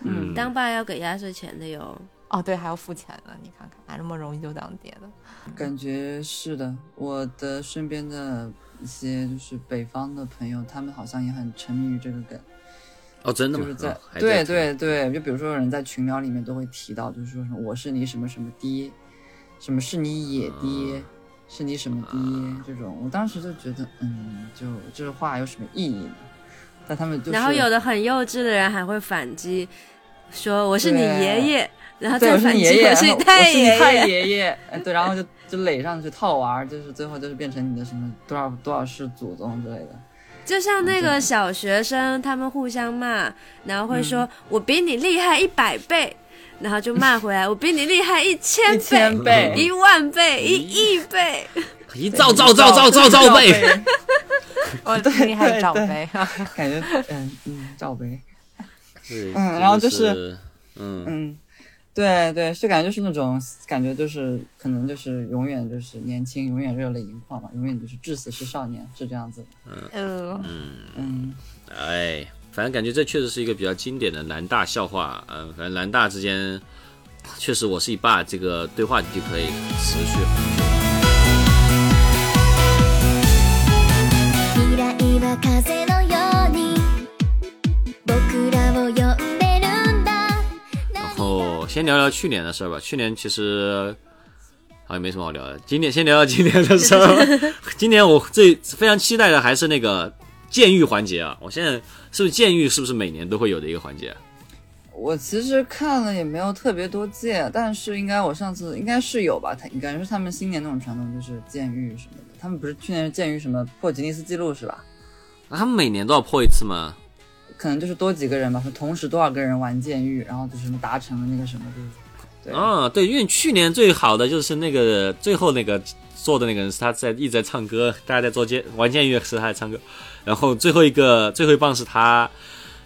A: 嗯
C: 当爸要给压岁钱的哟。
B: 哦，对，还要付钱呢，你看看，哪那么容易就当爹的？
D: 感觉是的，我的身边的一些就是北方的朋友，他们好像也很沉迷于这个梗，
A: 哦，真的
D: 就
A: 吗？
D: 是在、
A: 哦还
D: 对
A: 在
D: 对对，就比如说有人在群聊里面都会提到，就是说什么我是你什么什么爹，什么是你野
A: 啊
D: 爹，是你什么爹这种，我当时就觉得，嗯，就这话有什么意义呢？但他们就是
C: 然后有的很幼稚的人还会反击，说我是你
D: 对
C: 爷爷，然后
D: 对，
C: 再
D: 我是
C: 反
D: 你
C: 击
D: 爷爷，
C: 是
D: 然
C: 你
D: 后我
C: 太
D: 是你太
C: 爷。
D: 爷爷，哎对，然后就就垒上去套娃儿，就是最后就是变成你的什么多少多少世祖宗之类的。
C: 就像那个小学生，他们互相骂，然后会说、
D: 嗯
C: 我比你厉害一百倍。然后就骂回来，我比你厉害一千
D: 一千倍
C: 一万 倍、一亿倍。
A: 一兆兆兆兆兆兆倍，，
B: 哦，对，还有
D: 对
B: 罩
D: 对
B: 杯，
D: 感觉嗯嗯罩杯，
A: 对
D: 嗯然后
A: 就
D: 就是
A: 嗯，
D: 嗯，对对，是感觉就是那种感觉就是可能就是永远就是年轻，永远热泪盈眶嘛，永远就是至死是少年，是这样子的。
B: 呃，
D: 嗯，
A: 哎，反正感觉这确实是一个比较经典的南大笑话。嗯、反正南大之间，确实我是你爸这个对话就可以持续很久。
G: 未来は風のように僕らを呼んでるんだ
A: 然后先聊聊去年的事儿吧。去年其实好像没什么好聊的。今年先聊聊今年的事儿吧。今年我最非常期待的还是那个监狱环节啊！我现在是不是监狱是不是每年都会有的一个环节啊？
D: 我其实看了也没有特别多届，但是应该我上次应该是有吧，他感觉是他们新年那种传统，就是监狱什么的。他们不是去年是监狱什么破吉尼斯纪录是吧？
A: 啊那他们每年都要破一次吗？
D: 可能就是多几个人吧，说同时多少个人玩监狱，然后就是什么达成了那个什么，就是对
A: 啊，对，因为去年最好的就是那个最后那个做的那个人是他在一直在唱歌，大家在做监玩监狱时他在唱歌，然后最后一个最后一棒是他，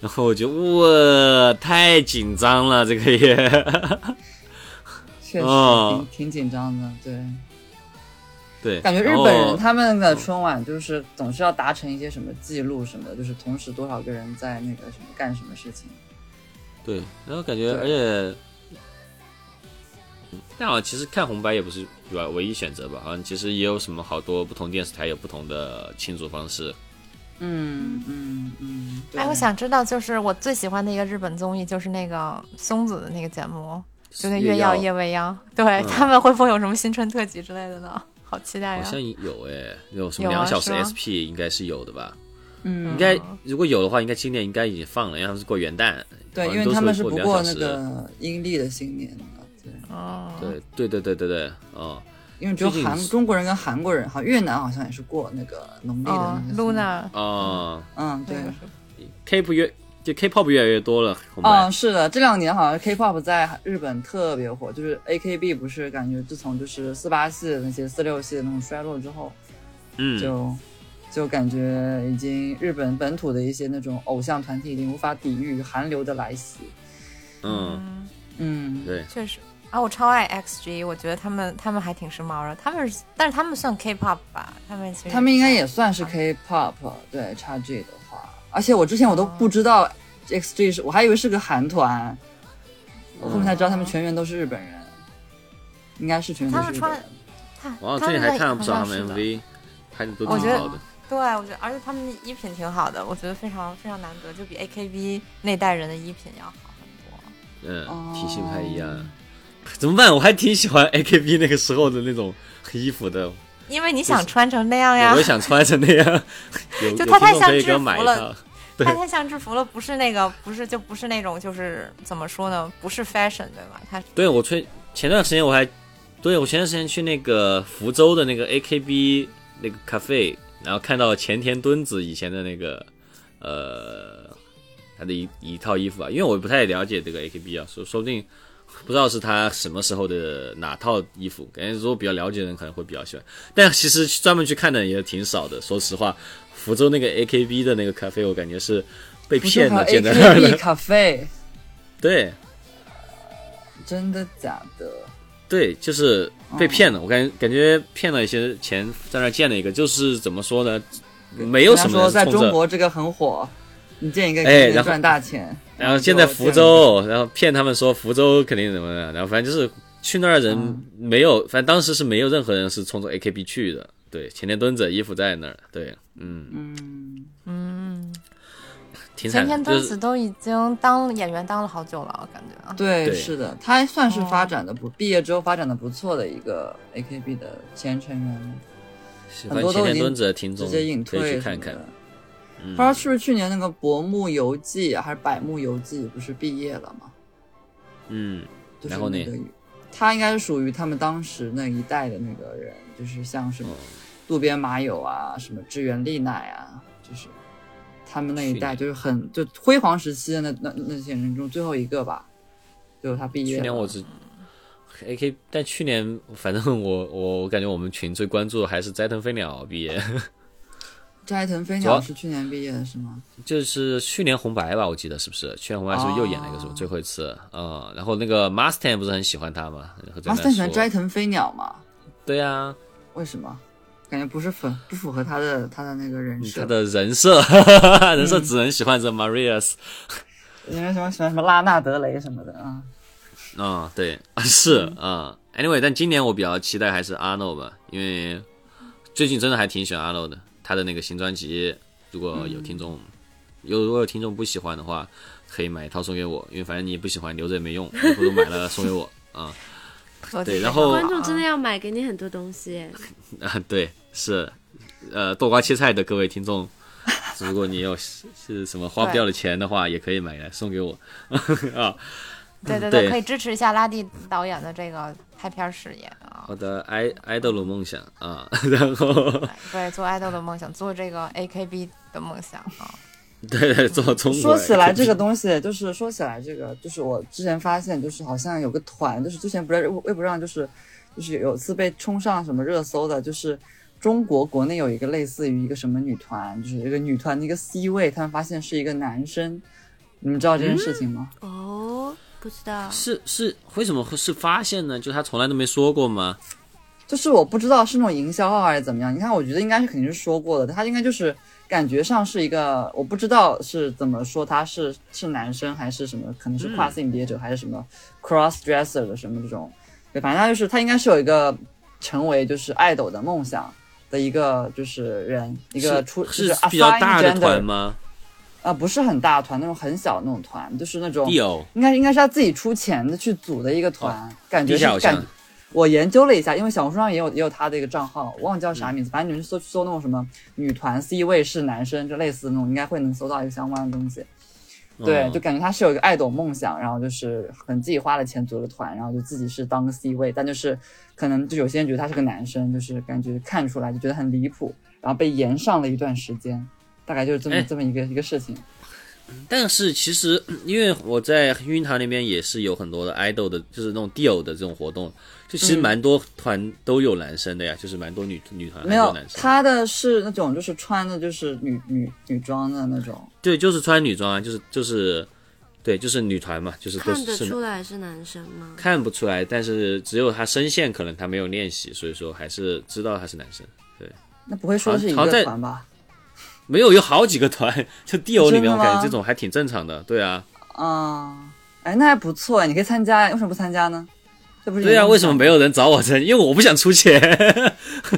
A: 然后我觉得哇太紧张了这个也，
D: 确实挺、
A: 哦
D: 挺紧张的，对，
A: 对，
D: 感觉日
A: 然后
D: 本人他们的春晚就是总是要达成一些什么记录什么的，就是同时多少个人在那个什么干什么事情，
A: 对，然后感觉
D: 对
A: 而且。但好像其实看红白也不是唯唯一选择吧，好像其实也有什么好多不同电视台有不同的庆祝方式。
D: 嗯嗯嗯，对
B: 哎，我想知道，就是我最喜欢的一个日本综艺，就是那个松子的那个节目，就那《
A: 月
B: 月耀
A: 耀
B: 夜未 央》，
D: 嗯
B: 对他们会不会有什么新春特辑之类的呢？好期待
A: 好
B: 呀！
A: 像有哎，有什么
B: 有啊
A: 两小时
B: 是吗
A: SP 应该是有的吧？
D: 嗯
A: 应该如果有的话，应该今年应该已经放了，因为他们是过元旦，
D: 对，
A: 好像
D: 因为
A: 都
D: 他们是
A: 过
D: 不
A: 两
D: 过
A: 小
D: 那
A: 时。
D: 个阴历的新年的，对，
A: 对对对对对对，哦，
D: 因为只有
A: 最近
D: 韩中国人跟韩国人，好像越南好像也是过那个农历的
B: 哦
D: 那个新年。
B: ，Luna
A: 哦
D: 嗯，对
B: 那个，
A: ，Keep 月就 K-pop 越来越多了，红白。
B: 哦
D: 嗯，是的，这两年好像 K-pop 在日本特别火，就是 AKB 不是感觉自从就是四八系那些四六系那种衰落之后，
A: 嗯，
D: 就就感觉已经日本本土的一些那种偶像团体已经无法抵御韩流的来袭。
A: 嗯，
D: 嗯，
A: 对，
B: 确实。啊，我超爱 XG，我觉得他们他们还挺时髦的。他们是，但是他们算 K-pop 吧？他们其实
D: 他们应该也算是 K-pop，对 XG 的话，而且我之前我都不知道 XG 是我还以为是个韩团，我后面才知道
A: 嗯
D: 他们全员都是日本人，应该是全员都是日本人
B: 他们。他
A: 哇，哦
B: 他
A: 最近
B: 们
A: 还
B: 的
A: 看了不少他们
B: 好像是的
A: MV，拍的都
B: 我
A: 挺
B: 觉得
A: 好的。
B: 对，我觉得，而且他们的衣品挺好的，我觉得非常非常难得，就比 AKB 那代人的衣品要好很
A: 嗯，
D: 哦
A: 体系不太一样。 怎么办？我还挺喜欢 AKB 那个时候的那种衣服的，
B: 多。因为你想穿成那样呀
A: 我，也想穿成那样。 有有
B: 啊就
A: 听
B: 它太
A: 众
B: 像
A: 可以
B: 制
A: 给我
B: 服
A: 买一
B: 了
A: 套。 对
B: 它太像制服了，不是那个，不是就不是那种，就是怎么说呢，不是 fashion 对吧？它
A: 对，我吹前段时间我还，对我前段时间去那个福州的那个 AKB 那个 cafe，然后看到前田敦子以前的那个呃他的一一套衣服啊，因为我不太了解这个 AKB 啊，说说不定不知道是他什么时候的哪套衣服，感觉如果比较了解的人可能会比较喜欢，但其实专门去看的也挺少的。说实话，福州那个 AKB 的那个咖啡，我感觉是被
D: 不是
A: 骗
D: 还
A: 了，
D: 有
A: 简单的
D: AKB 咖啡，
A: 对。
D: 真的假的？
A: 对，就是被
D: 哦
A: 骗了。我感觉感觉骗了一些钱，在那儿建了一个，就是怎么说呢，没有
D: 人家
A: 什么
D: 说
A: 人
D: 在
A: 冲
D: 中
A: 着。
D: 国这个很火，你建一个
A: 哎
D: 肯
A: 然
D: 定
A: 后
D: 赚大钱。
A: 然后现在福
D: 就
A: 州，然后骗他们说福州肯定怎么样，然后反正就是去那儿的
D: 嗯
A: 人没有，反正当时是没有任何人是冲着 AKB 去的。对，前天蹲着，衣服在那儿。对，嗯，
D: 建，嗯，
B: 嗯，
A: 挺惨
B: 前田
A: 的，就
B: 敦子
A: 是
B: 都已经当演员当了好久了，我感觉啊。
D: 对，
A: 对
D: 是的，他算是发展的不，毕业之后发展的不错的一个 AKB 的前成员了，
A: 反正前天蹲着的听
D: 直
A: 众
D: 接隐
A: 可以
D: 退
A: 去
D: 什么
A: 看
D: 的
A: 看。。嗯
D: 不知道是不是去年那个《薄暮游记》还是《百慕游记》不是毕业了吗？
A: 嗯，
D: 就是
A: 然后呢
D: 那个他应该是属于他们当时那一代的那个人，就是像
A: 哦
D: 什么渡边麻友啊，什么志原丽奈啊，就是他们那一
A: 去年
D: 代，就是很就辉煌时期的那那那些人中最后一个吧，就是他毕业了。
A: 去年我只 A K，但去年反正我我我感觉我们群最关注的还是斋藤飞鸟毕业，
D: 斋藤飞
A: 主要
D: 鸟是去年毕业的是吗？
A: 就是去年红白吧，我记得是不是？去年红白是不是又演了一个什么、
D: 哦
A: 最后一次？嗯，然后那个 Mustang 不是很喜欢他吗？然后在
D: 马
A: 那
D: 斯特喜欢
A: 说
D: 啊斋藤飞鸟吗？
A: 对啊，
D: 为什么？感觉不是粉不符合他的他的那个人设，
A: 他的人设 人设只能喜欢这 Marias
D: 因为什么喜欢什么拉纳德雷什么的啊。
A: 啊、嗯，对，啊是啊、嗯 Anyway，但今年我比较期待还是阿诺吧，因为最近真的还挺喜欢阿诺的。他的那个新专辑，如果有听众，有如果有听众不喜欢的话，可以买一套送给我，因为反正你不喜欢留着也没用，你不如买了送给我啊、
B: 我
A: 对
B: 觉得
A: 然后
B: 这个
A: 观
C: 观众真的要买给你很多东西，
A: 啊，对，是，呃，豆瓜切菜的各位听众，如果你有是是什么花不掉的钱的话，也可以买来送给我 啊。
B: 对对
A: 对
B: 对，可以支持一下拉蒂导演的这个拍片儿事业 啊。
A: 我的爱爱豆的梦想啊， 然后
B: 对，做爱豆的梦想，做这个 AKB 的梦想啊。
A: 对对，做中国
D: 说起来
A: 人
D: 这个东西，就是说起来这个，就是我之前发现，就是好像有个团，就是之前不是微博上就是就是有次被冲上什么热搜的，就是中国国内有一个类似于一个什么女团，就是一个女团的一个 C 位，他们发现是一个男生，你们知道这件事情吗？
C: 哦，不知道，
A: 是是为什么会是发现呢？就他从来都没说过吗？
D: 就是我不知道是那种营销号还是怎么样。你看，我觉得应该是肯定是说过的，他应该就是感觉上是一个，我不知道是怎么说他是是男生还是什么，可能
A: 嗯
D: 是跨性别者、还是什么 cross dresser 的什么这种，对，反正他就是他应该是有一个成为就是爱豆的梦想的一个就是人一个
A: 是
D: 出就是是
A: 比较
D: assigned
A: 大的
D: gender
A: 团吗？
D: 啊、不是很大团，那种很小的那种团，就是那种
A: 地偶
D: 应该应该是他自己出钱的去组的一个团，感觉
A: 地
D: 是
A: 下偶
D: 感
A: 像。
D: 我研究了一下，因为小红书上也有也有他的一个账号，我忘记叫
A: 嗯
D: 啥名字，反正你们去搜搜那种什么女团 C 位是男生，就类似那种，应该会能搜到一个相关的东西。对，
A: 嗯
D: 就感觉他是有一个爱豆梦想，然后就是可能自己花了钱组了个团，然后就自己是当个 C 位，但就是可能就有些人觉得他是个男生，就是感觉看出来就觉得很离谱，然后被延上了一段时间，大概就是这么、
A: 哎
D: 这么一个一个事情。
A: 但是其实， 嗯因为我在晕堂那边也是有很多的 idol 的，就是那种 deal 的这种活动，就其实蛮多团都有男生的呀，就是蛮多女女团还
D: 没
A: 有
D: 有
A: 男，生，
D: 他的是那种就是穿的就是女女女装的那种，
A: 对，就是穿女装啊，就是就是，对，就是女团嘛，就是都
C: 看
A: 是
C: 得
A: 是
C: 出
A: 男
C: 来是男生吗？
A: 看不出来，但是只有他声线可能他没有练习，所以说还是知道他是男生。
D: 那不会说是一
A: 好好在
D: 个团吧？
A: 没有，有好几个团，就 deal 里面，
D: 真的
A: 我感觉
D: 吗
A: 这种还挺正常的，对啊，
D: 啊，哎，那还不错，你可以参加，为什么不参加呢？这不是
A: 对啊，
D: 有
A: 为什么没有人找我 参？因为我不想出钱。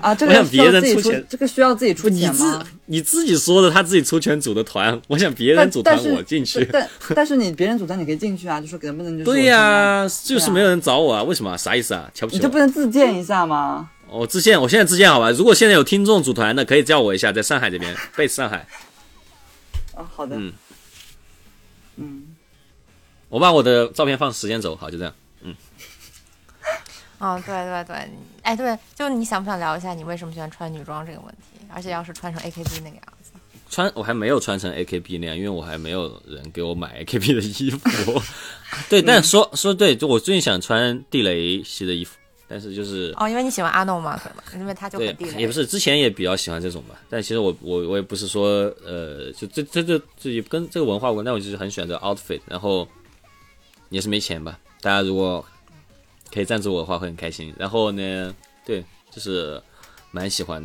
D: 啊？这个
A: 我想
D: 需要
A: 别人
D: 自己
A: 出
D: 出
A: 钱
D: 这个需要自己出
A: 你
D: 钱
A: 自
D: 吗？
A: 你自己说的，他自己出全组的团， 我想别人
D: 但
A: 组团
D: 但是
A: 我进去。
D: 但但但是你别人组团你可以进去啊，就说能不能就是
A: 对
D: 我
A: 呀、
D: 进
A: 就是没有人找我啊，为什么啊、啥意思啊？瞧不
D: 来，你
A: 起
D: 就不
A: 我？
D: 能自荐一下吗？
A: 我自荐，我现在自荐好吧？如果现在有听众组团的，可以叫我一下，在上海这边， 被上海。
D: 啊，好的，
A: 嗯
D: 嗯
A: 我把我的照片放时间轴，好，就这样。
B: 嗯、对对对，哎，对，就你想不想聊一下你为什么喜欢穿女装这个问题？而且要是穿成 AKB 那个样子，
A: 穿我还没有穿成 AKB 那样，因为我还没有人给我买 AKB 的衣服。 对，但说
D: 嗯
A: 说对，就我最近想穿地雷系的衣服，但是就是
B: 哦，因为你喜欢阿诺嘛，可能因为他就
A: 对
B: 很地，
A: 也不
B: 雷。
A: 是之前也比较喜欢这种吧，但其实我我我也不是说呃，就这这这这也跟这个文化无关，但我就是很喜欢这个 outfit，然后也是没钱吧，大家如果可以赞助我的话会很开心。然后呢，对，就是蛮喜欢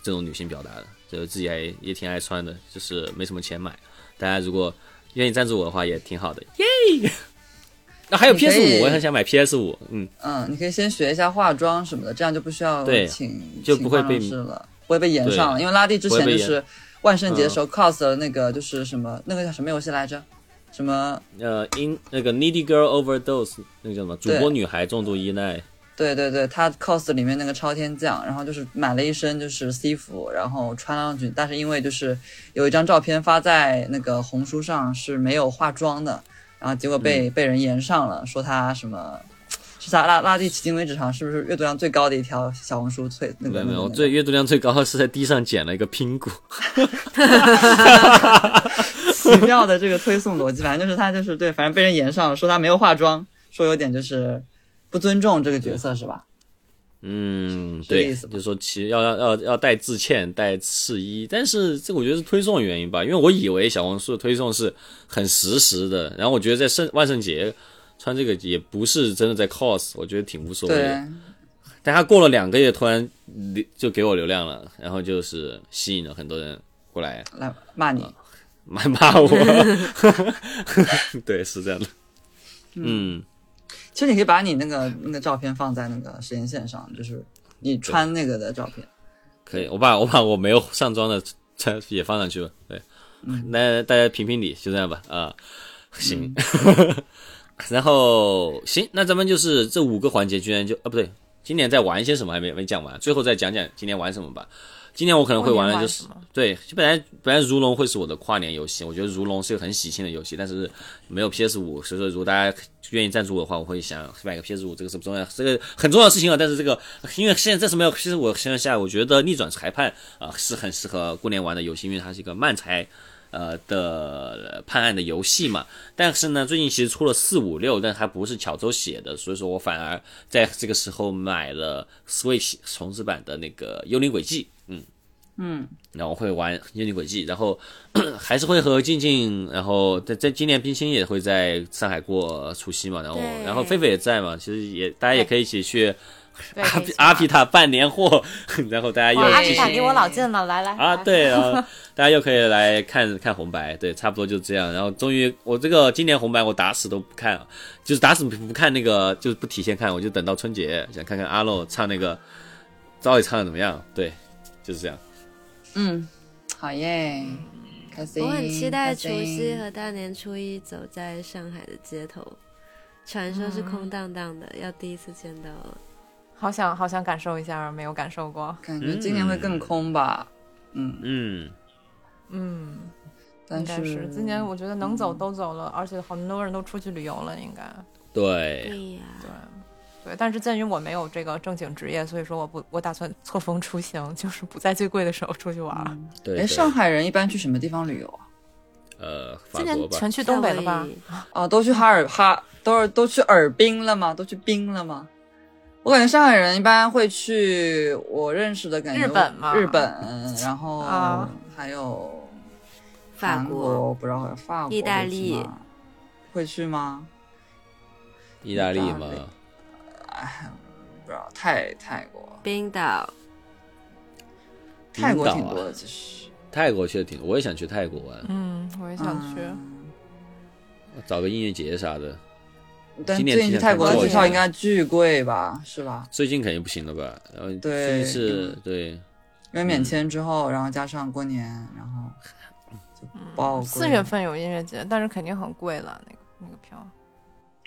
A: 这种女性表达的，就是自己还也挺爱穿的，就是没什么钱买，大家如果愿意赞助我的话也挺好的，耶！那、还有
D: 你可以
A: PS 五，我也很想买 PS 五，嗯，
D: 嗯，你可以先学一下化妆什么的，这样就不需要
A: 对
D: 请
A: 就
D: 请
A: 不会
D: 化妆
A: 被
D: 师了，不会被延
A: 对
D: 上了。因为拉蒂之
A: 不会
D: 前
A: 被
D: 就
A: 延嗯
D: 是万圣节的时候 cos 了那个就是什么那个叫什么游戏来着？什么？
A: 呃，in 那个 Needy Girl Overdose 那个叫什么？主播女孩重度依赖。
D: 对对对，他 cos 里面那个超天将，然后就是买了一身就是 C 服，然后穿上去，但是因为就是有一张照片发在那个红书上是没有化妆的，然后结果被、被人延上了，说他什么。是他拉拉蒂迄今为止好像是不是阅读量最高的一条小红书最 那
A: 没
D: 个
A: 有没有，
D: 那
A: 我
D: 个
A: 最阅读量最高的是在地上捡了一个拼 骨。
D: 奇妙的这个推送逻辑，反正就是他就是对，反正被人延上了，说他没有化妆，说有点就是不尊重这个角色是吧？
A: 嗯，
D: 这个
A: 对，
D: 意思吧
A: 就说其实要要要要带致歉、带示衣，但是这个我觉得是推送的原因吧，因为我以为小红书的推送是很实时的，然后我觉得在圣万圣节穿这个也不是真的在 cos，我觉得挺无所谓的。
D: 对，
A: 但他过了两个月，突然流就给我流量了，然后就是吸引了很多人过来
D: 来骂你，
A: 骂骂我，对，是这样的。嗯，
D: 其实你可以把你那个那个照片放在那个时间线上，就是你穿那个的照片。
A: 可以，我把我把我没有上妆的穿也放上去吧。对，那大家评评理，就这样吧。啊，行。 然后行，那咱们就是这五个环节，居然就啊不对，今年在玩些什么还没没讲完，最后再讲讲今年玩什么吧。今年我可能会玩的就是
B: 过年玩什么
A: 对，就本来本来如龙会是我的跨年游戏，我觉得如龙是一个很喜庆的游戏，但是没有 PS 五，所以说如果大家愿意赞助我的话，我会想买个 PS 五，这个是不重要，这个很重要的事情啊。但是这个因为现在暂时没有 PS 五的情况下，我觉得逆转裁判啊、是很适合过年玩的游戏，因为它是一个慢裁。呃的呃判案的游戏嘛，但是呢，最近其实出了四五六，但它不是巧周写的，所以说我反而在这个时候买了 Switch 重置版的那个《幽灵轨迹》，嗯，
D: 嗯，
A: 然后会玩《幽灵轨迹》，然后还是会和静静，然后在在今年冰心也会在上海过除夕嘛，然后
C: 对
A: 然后菲菲也在嘛，其实也大家也可以一起去
B: 对，
A: 阿
B: 可以去
A: 阿
B: 玩
A: 皮塔办年货， 然后大家又
B: 哇，阿
A: 继
B: 皮
A: 续
B: 塔离我老近了，来来
A: 啊，
B: 来
A: 对啊，大家又可以来看看红白，对，差不多就这样。然后终于，我这个今年红白我打死都不看了，就是打死不看那个，就是不提前看，我就等到春节想看看阿洛唱那个，到底唱的怎么样？对，就是这样。
D: 嗯，好耶，开心。
C: 我很期待除
D: 开心
C: 夕和大年初一走在上海的街头，传说是空荡荡的，要第一次见到了。
B: 好想好想感受一下，没有感受过。
D: 感觉今年会更空吧？嗯，
A: 嗯，
B: 嗯，应
D: 但哎
B: 该是今年我觉得能走都走了，而且很多人都出去旅游了，应该
A: 哎对，
C: 对哎呀、
B: 对。但是鉴于我没有这个正经职业，所以说我不我打算错峰出 行，就是不在最贵的时候出去玩儿。
A: 对。
D: 哎，
A: 对
D: 上海人一般去什么地方旅游啊？
A: 呃法
B: 今年
A: 国吧
B: 全，去东北了吧？
D: 啊，都去哈尔哈，都是都去尔滨了吗？都去冰了吗？我感觉上海人一般会去我认识的感觉
B: 日本嘛
D: 日本，然后
B: 啊
D: 还有
C: 法
D: 韩
C: 国、
D: 国，不知道法国、
C: 意大利
D: 会去吗会去吗？
A: 意大利
D: 意大利
A: 嘛，
D: 不知道泰泰国，
C: 冰岛，
A: 冰岛啊
D: 泰国挺多的，其实。
A: 泰国去的挺多，我也想去泰国玩，
B: 嗯，我也想去。
D: 嗯
A: 找个音乐节啥的。
D: 但
A: 今年
D: 最近
A: 体
D: 去
A: 验
D: 泰国的
A: 挺
D: 机
A: 多
D: 票
A: 的
D: 应该巨贵吧？是吧？
A: 最近肯定不行了吧？呃，最
D: 对
A: 近是对
D: 因为
A: 嗯
D: 免签之后，然后加上过年，然后就爆
B: 嗯
D: 贵。
B: 四月，份有音乐节，但是肯定很贵了，那个那个票。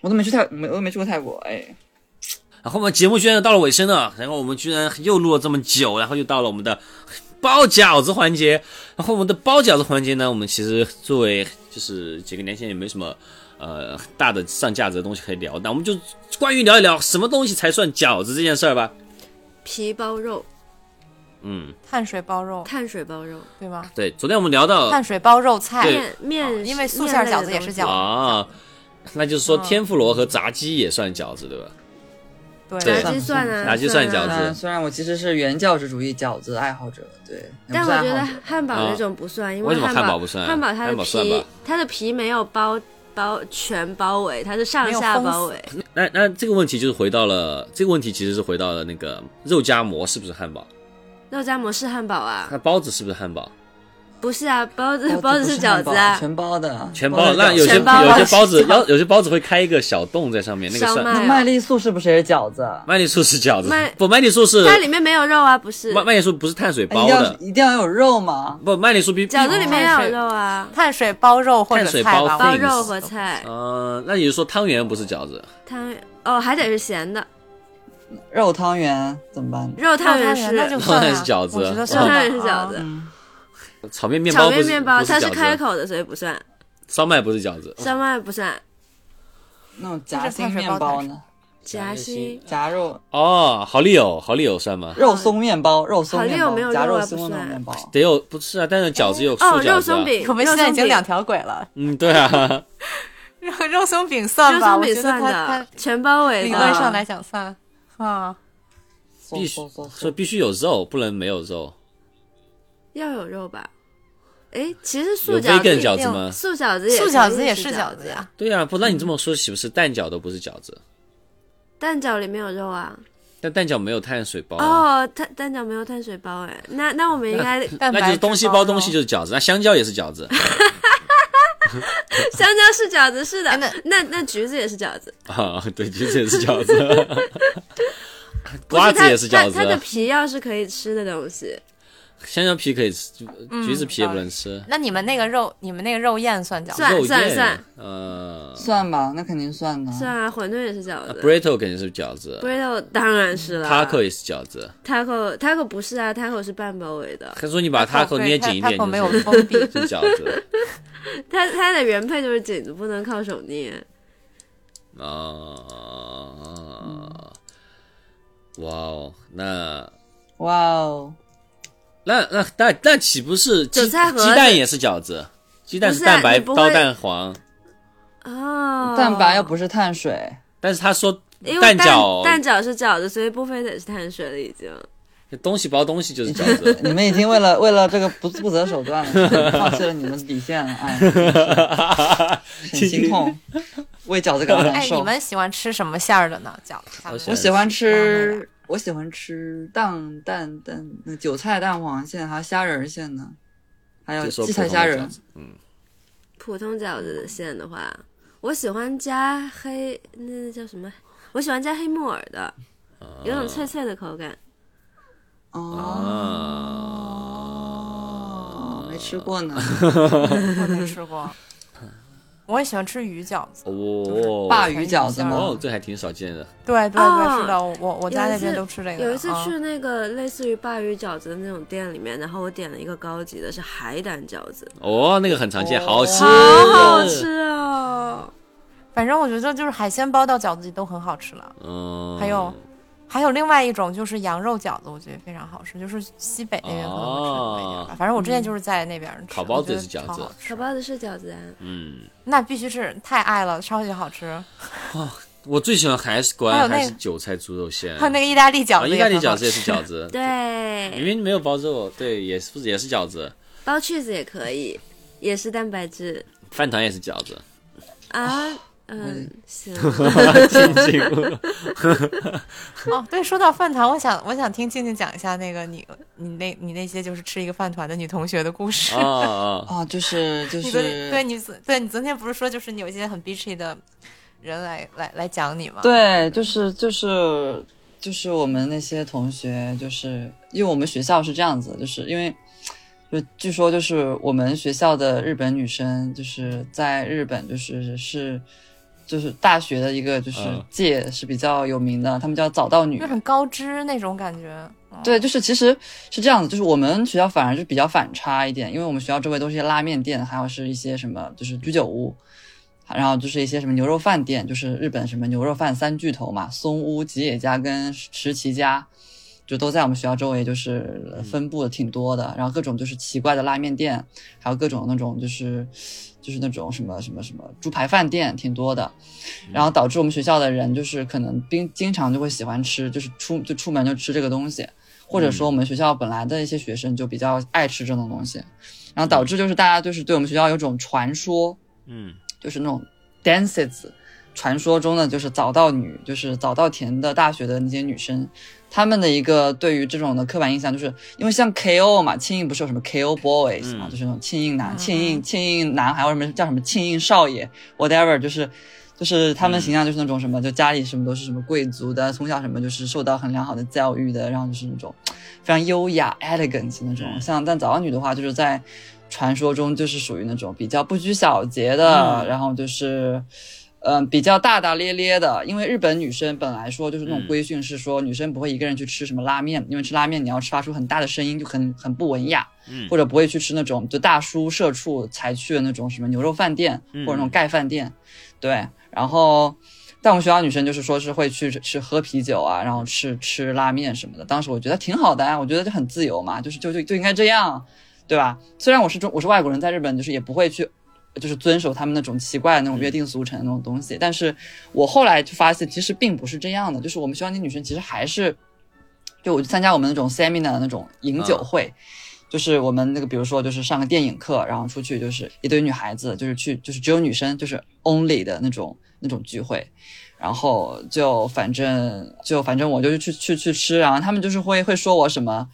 D: 我都没去泰，没我都没去过泰国，哎，
A: 啊然后我们节目居然到了尾声了，然后我们居然又录了这么久，然后又到了我们的 包饺子环节。然后我们的包饺子环节呢，我们其实作为就是几个年前也没什么呃大的上价值的东西可以聊，那我们就关于聊一聊什么东西才算饺子这件事儿吧。
C: 皮包肉、
A: 嗯，
B: 碳水包肉，
C: 碳水包肉、
B: 对吗？
A: 对，昨天我们聊到
B: 碳水包肉菜，
A: 呃对
C: 面面，
B: 哦因为素馅儿
C: 面类的
B: 饺子也是
C: 东西
B: 饺子
A: 啊，那就是说天妇罗和炸鸡也算饺子对吧？
B: 对
A: 对
C: 炸鸡算啊，
A: 炸鸡算饺子
C: 啊
A: 是
D: 嗯，虽然我其实是原教旨主义饺子爱好者，对，
C: 但
D: 也
C: 我
D: 不是
C: 觉得
D: 爱好者
C: 汉堡那种不算，因
A: 为什么
C: 汉
A: 汉堡不算啊
C: 汉堡它的
A: 汉堡算吧
C: 皮，它的皮没有包包全包围，它是上
B: 没有
C: 下
B: 封
C: 包
B: 死
C: 围。
A: 那那这个问题就是回到了这个问题，其实是回到了那个肉夹馍是不是汉堡？
C: 肉夹馍是汉堡啊？
A: 那包子是不是汉堡？
C: 不是啊，包子
D: 包
C: 包
D: 子
C: 子
D: 不是
C: 是饺
D: 汉
C: 子
D: 堡
C: 啊，
D: 全包的，
A: 全
D: 包
A: 包，
D: 的
A: 那
D: 饺
A: 有些
D: 子
C: 全包
A: 有
C: 啊
A: 些包子
C: 是
A: 要有些包子会开一个小洞在上面，那个
C: 烧
A: 算
C: 麦
D: 那麦丽素是不是也是饺子？啊
A: 麦丽素是饺子
C: 麦，
A: 不，麦丽素是
C: 它里面没有肉啊，不是
A: 麦麦丽素不是碳水
D: 哎一
A: 包
D: 定要
A: 的，
D: 一定要有肉吗？
A: 不，麦丽素比
C: 饺子里面要有
B: 哦
C: 肉啊，
B: 碳水包肉或者
A: 碳水
B: 菜
A: 包
B: 吧，
C: 包
B: 我觉得
C: 肉和菜
A: 呃，那也就是说汤圆不是饺子，
C: 汤哦，还得是咸的，
D: 肉汤圆怎么办？
C: 肉汤圆
B: 圆
C: 是
B: 那就算
A: 那
B: 了
A: 是饺子
B: 我觉得
A: 那
B: 算
C: 当
B: 了
C: 然是饺子
B: 啊
A: 炒面哦面
C: 炒
A: 包不
C: 面
A: 是
C: 面包
A: 不是
C: 它是
A: 饺子，
C: 开
A: 哦
C: 口的，所以不算，
A: 烧麦不是饺子，
C: 烧麦不算，
D: 那种夹
B: 这是碳
D: 心
B: 水
D: 面
B: 包
D: 包呢？
C: 夹心
D: 夹肉
C: 嗯
A: 哦，好丽友，好丽友算吗？
D: 肉松面包，肉松
C: 好丽
D: 面
C: 友
D: 包
C: 没有
D: 夹
C: 肉
D: 肉
C: 啊
D: 松
C: 不
D: 那种
C: 算
D: 面包。
A: 得有不是啊，但是饺子有素
C: 哦，
A: 饺子、啊
C: 肉松，饼，
B: 我们现在已经
C: 肉
B: 两
C: 松饼。
B: 条轨了，
A: 嗯，对 啊，
B: 肉肉松饼算
C: 肉
B: 吧，
C: 松
B: 我觉
C: 饼
B: 得
C: 算
B: 它
C: 的
B: 它，
C: 全包围的。
B: 理论上来讲算啊，
A: 必须
D: 嗖嗖嗖嗖
A: 说必须有肉，不能没有肉。
C: 要有肉吧？哎，其实素
A: 有
C: 饺
A: vegan
C: 子
A: 饺
B: 一
A: 子
B: 定
A: 吗？
C: 素饺子也
B: 素饺子也
C: 是
B: 是
C: 饺
B: 饺子呀，，
A: 对呀、不，那你这么说岂不是蛋饺都不是饺子？
C: 蛋饺里面有肉啊。
A: 但蛋饺没有碳水包啊、
C: 哦，蛋蛋饺没有碳水包哎，那那我们应该
B: 蛋
A: 那
B: 白
A: 就是
B: 质
A: 东西包
B: 包
A: 东西就是饺子，那香蕉也是饺子
C: 香蕉是饺子是的
B: 哎，那
C: 那那橘子也是饺子，
A: 啊，对，橘子也是饺子，
C: 不是
A: 瓜子啊
C: 它
A: 也是饺
C: 它它的
A: 子，
C: 皮要是可以吃的东西，
A: 香蕉皮可以吃，
C: 嗯
A: 橘子皮也不能吃。
B: 那你们那个肉，你们那个肉燕算饺子？
C: 算
A: 肉
C: 算
A: 燕
C: 算，
A: 呃
D: 算吧，那肯定算的。
C: 算啊，馄饨也是饺
A: 那
C: 子。
A: ，burrito 肯定是饺子
C: burrito 当然是了
A: ，taco 也是饺子。
C: taco taco 不是啊，taco 是半包围的，
A: 他说你把 taco 捏紧一点，
B: taco
A: 就
B: 没有
A: 是
B: 封闭，
A: 是饺 子
C: 它它的原配就是紧的，不能靠手捏。
A: 啊。哇哦，那
D: 哇哦，
A: 那那那那岂不是鸡
C: 韭菜盒子
A: 鸡蛋也是饺子？鸡蛋
C: 不是啊
A: 蛋白
C: 你不
A: 包
C: 会
A: 蛋黄，
C: 哦，
D: 蛋白又不是碳水，
A: 但是他说
C: 因为
A: 蛋
C: 蛋
A: 饺
C: 蛋饺是饺子，所以不非得是碳水了已经。
A: 东西包东西就是饺子。
D: 你们已经为了为了这个不不择手段了，放弃了你们的底线了，哎，很 心痛，为饺子感到难
B: 哎，你
D: 受。
B: 们喜欢吃什么馅儿的呢？饺子他们？
A: 喜
D: 我喜欢
B: 嗯
D: 吃，我喜欢吃蛋蛋蛋，那韭菜蛋黄馅，还有虾仁儿馅呢，还有
A: 就说
D: 荠
A: 普通
D: 菜
A: 的
D: 虾
A: 饺
D: 仁
A: 子。，嗯，
C: 普通饺子的馅的话，我喜欢加黑，那叫什么？我喜欢加黑木耳的，有种脆脆的口感。
D: 哦，
A: 嗯啊，
D: 没吃过呢，
B: 我没吃过。 我也喜欢吃鱼饺子，
A: 哦，
D: 鲅鱼饺子
A: 哦
D: 吗，？
A: 这还挺少见的。
B: 对对
C: 哦
B: 对，是的，我我家那边都
D: 哦
B: 吃这个。
C: 有一次
B: 啊
C: 去那个类似于鲅鱼饺子的那种店里面，然后我点了一个高级的，是海胆饺子，
D: 嗯
A: 哦，那个很常见，好吃，
C: 好好吃哦！
B: 反正我觉得就是海鲜包到饺子里都很好吃了。
A: 嗯，
B: 还有还有另外一种就是羊肉饺子，我觉得非常好吃，就是西北那边可能会吃多一点吧。
A: 哦
B: 反正我之前就是在那边吃，
A: 烤包子
B: 我觉得
A: 是饺
B: 超
A: 子
B: 好吃
C: 小包子是饺子啊，
A: 嗯，
B: 那必须是太爱了，超级好吃。
A: 我最喜欢还是果
B: 还
A: 然
B: 有那
A: 还
B: 个
A: 是韭菜猪肉馅，
B: 还有那个意大利饺
A: 啊，
B: 子，
A: 意大利饺子也是饺。子，明
C: 对，
A: 明没有包肉，对，也是也是饺子，
C: 包 cheese 也可以，也是蛋白质
A: 饭团也是饺子，
D: 哦
C: 啊。嗯， 行，
A: 静静屋
B: 哦，对，说到饭团，我想我想听静静讲一下那个你你那你那些就是吃一个饭团的女同学的故事。
A: 啊啊，
D: 啊，就是 就
B: 你
D: 是
B: 昨对你昨对你昨天不是说就是你有一些很 bitchy 的人来来来讲你吗？，
D: 对，就是就是就是我们那些同学，就是因为我们学校是这样子，就是因为就据说就是我们学校的日本女生，就是在日本就是是就是大学的一个就是
A: 嗯
D: 界是比较有名的，她们叫早稻女
B: 就。很高知那种感觉。嗯，
D: 对，就是其实是这样子，就是我们学校反而是比较反差一点，因为我们学校周围都是一些拉面店，还有是一些什么就是居酒屋，然后就是一些什么牛肉饭店，就是日本什么牛肉饭三巨头嘛，松屋、吉野家跟石崎家，就都在我们学校周围，就是呃分布的挺多的。然后各种就是奇怪的拉面店，还有各种那种就是就是那种什么什么什么猪排饭店，挺多的。然后导致我们学校的人就是可能经经常就会喜欢吃，就是出就出门就吃这个东西，或者说我们学校本来的一些学生就比较爱吃这种东西，然后导致就是大家就是对我们学校有种传说，
A: 嗯，
D: 就是那种 dances，传说中的就是早稻女，就是早稻田的大学的那些女生，她们的一个对于这种的刻板印象，就是因为像 KO 嘛，庆应不是有什么 KO boys 嘛，
A: 嗯
D: 就是那种庆应男、庆应庆应男，还有什么叫什么庆应少爷，whatever，就是。就是他们
A: 嗯
D: 形象就是那种什么，就家里什么都是什么贵族的，从小什么就是受到很良好的教育的，然后就是那种非常优雅 elegant 那种。
A: 嗯
D: 像但早安女的话，就是在传说中就是属于那种比较不拘小节
A: 嗯
D: 的，然后就是。嗯，比较大大咧咧的，因为日本女生本来说就是那种
A: 嗯
D: 规训是说女生不会一个人去吃什么拉面，因为吃拉面你要发出很大的声音就很很不文雅，
A: 嗯
D: 或者不会去吃那种就大叔社畜才去的那种什么牛肉饭店、
A: 嗯
D: 或者那种盖饭店，对。然后，但我们学校女生就是说是会去吃喝啤酒啊，然后吃吃拉面什么的。当时我觉得挺好的啊，我觉得就很自由嘛，就是就就就应该这样，对吧？虽然我是中我是外国人，在日本就是也不会去。就是遵守他们那种奇怪的那种约定俗成的那种东西，但是我后来就发现，其实并不是这样的。就是我们学校那女生其实还是，就我去参加我们那种 seminar 的那种饮酒
A: 嗯
D: 会，就是我们那个，比如说就是上个电影课，然后出去就是一堆女孩子，就是去就是只有女生，就是 only 的那种那种聚会，然后就反正就反正我就是去去去吃，然后他们就是会会说我什么，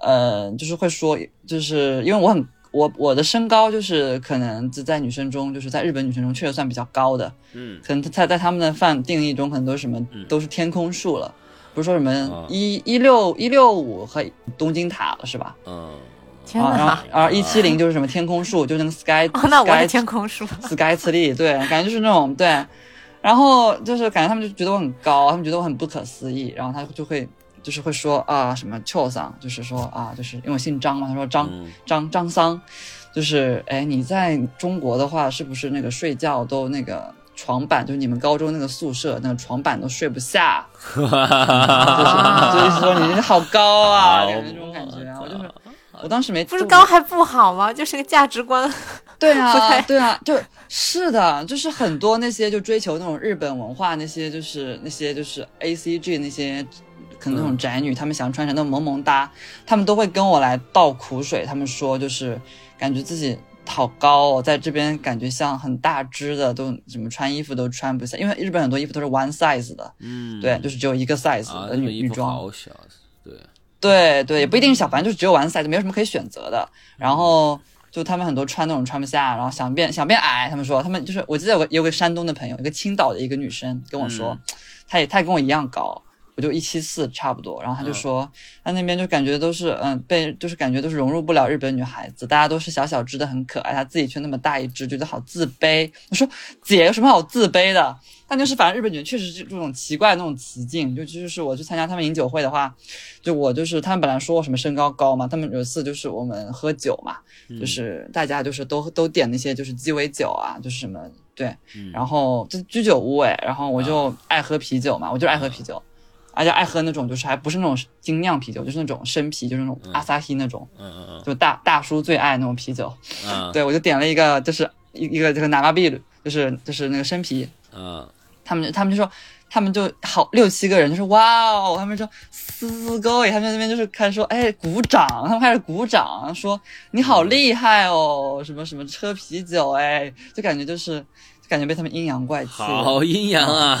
D: 呃，就是会说就是因为我很我我的身高就是可能就在女生中就是在日本女生中确实算比较高的，
A: 嗯
D: 可能在在他们的范定义中可能都是什么
A: 嗯
D: 都是天空树了，不是说什么
A: 啊
D: 一一六一六五和东京塔了是吧？
A: 嗯，
B: 天
D: 啊，然
B: 哪！
D: 后然后一七零就是什么天空树，就是那个 sky，、
B: 哦，那我的
D: sky
B: 天空树，
D: sky tree，对，感觉就是那种对，然后就是感觉他们就觉得我很高，他们觉得我很不可思议，然后他就会就是会说啊什么邱桑，就是说啊就是因为我姓张嘛，他说张、
A: 嗯
D: 张张桑，就是哎你在中国的话是不是那个睡觉都那个床板，就是你们高中那个宿舍那个床板都睡不下，
B: 啊
D: 就是说你这好高啊，
A: 好
D: 感觉那种感觉啊，
A: 我
D: 我就是我当时没
B: 不是
D: 我
B: 高还不好吗？就是个价值观。
D: 对
B: 不
D: 啊
B: 太，
D: 对啊，就是的，就是很多那些就追求那种日本文化，那些就是那些就是 A C G 那些，可能那
A: 嗯
D: 种宅女，她们想穿成那种萌萌哒，她们都会跟我来倒苦水，她们说就是感觉自己。好高哦，在这边感觉像很大只的，都怎么穿衣服都穿不下，因为日本很多衣服都是 one size 的，
A: 嗯，
D: 对，就是只有一个 size
A: 啊，那
D: 的女、
A: 个衣
D: 女
A: 服
D: 装。
A: 好小，对，
D: 对对，也不一定是小，反正就是只有完赛，就没有什么可以选择的。然后就他们很多穿那种穿不下，然后想变想变矮，他们说他们就是，我记得有个有个山东的朋友，一个青岛的一个女生跟我说，她也她也跟我一样高，我就一七四差不多。然后她就说，她那边就感觉都是嗯被就是感觉都是融入不了日本女孩子，大家都是小小只的很可爱，她自己却那么大一只，觉得好自卑。我说姐有什么好自卑的？但就是反正日本女确实是这种奇怪的那种雌竞，就就是我去参加他们饮酒会的话，就我就是他们本来说我什么身高高嘛，他们有一次就是我们喝酒嘛，
A: 嗯
D: 就是大家就是都都点那些就是鸡尾酒啊，就是什么
A: 嗯啊
D: 对，然后这居酒屋哎，然后我就爱喝啤酒嘛，我就爱喝啤酒，而且爱喝那种就是还不是那种精酿啤酒，就是那种生啤，就是那种阿萨希那种，
A: 嗯嗯
D: 就大大叔最爱那种啤酒。
A: 嗯
D: 对我就点了一个，就是一一个这个南瓜币，就是就是那个生啤，
A: 嗯
D: 他们就他们就说，他们就好六七个人，就说哇哦，他们就嘶勾，他们在那边就是开始说，哎，鼓掌，他们开始鼓掌，说你好厉害哦，什么什么车啤酒，哎，就感觉就是就感觉被他们阴阳怪气。
A: 好阴阳啊！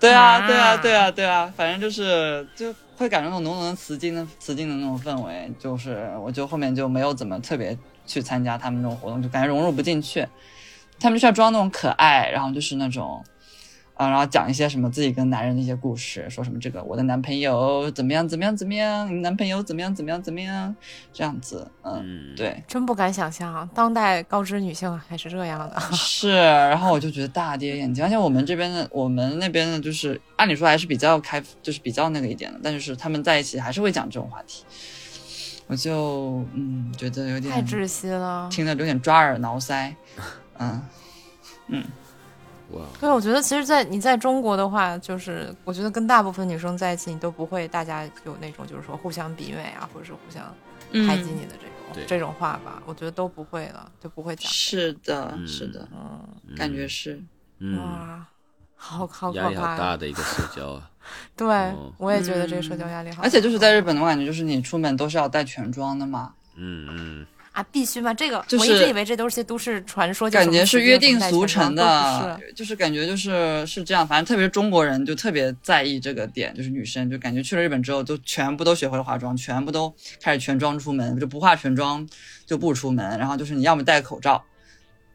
D: 对啊，
B: 啊
D: 对啊，对啊，对啊，反正就是就会感觉那种浓浓的雌竞的雌竞的那种氛围，就是我就后面就没有怎么特别去参加他们那种活动，就感觉融入不进去。他们就需要装那种可爱，然后就是那种，啊、然后讲一些什么自己跟男人的一些故事，说什么这个我的男朋友怎么样怎么样怎么样，你男朋友怎么样怎么样怎么样，这样子，嗯，
A: 嗯，
D: 对。
B: 真不敢想象，啊当代高知女性还是这样的。
D: 是，然后我就觉得大跌眼镜，而且我们这边的，我们那边的，就是按理说还是比较开，就是比较那个一点的，但就是他们在一起还是会讲这种话题，我就嗯觉得有点
B: 太窒息了。
D: 听着有点抓耳挠腮，嗯，
A: 哇，
B: 对，我觉得其实在，你在中国的话，就是我觉得跟大部分女生在一起，你都不会大家有那种就是说互相比美啊，或者是互相
D: 嗯
B: 排挤你的这种、
A: 对
B: 这种话吧，我觉得都不会了，就不会讲。
D: 是的，是的，
B: 嗯，
D: 感觉是，
A: 嗯，
B: 哇，好好可
A: 压力好
B: 怕
A: 大
B: 呀！
A: 的一个社交啊。
B: 对、
A: 哦
B: 我也觉得这个社交压力好嗯大，
D: 嗯而且就是在日本的话，感觉就是你出门都是要带全装的嘛，
A: 嗯嗯，
B: 啊，必须嘛，这个、
D: 就
B: 我一
D: 是
B: 直以为这都是些都市传说，就
D: 感觉
B: 什
D: 是
B: 么
D: 约
B: 什么
D: 定
B: 带
D: 俗
B: 全妆
D: 成
B: 都
D: 的
B: 不是，
D: 就是感觉就是是这样，反正特别是中国人就特别在意这个点，就是女生就感觉去了日本之后，就全部都学会了化妆，全部都开始全妆出门，就不化全妆就不出门，然后就是你要么戴口罩，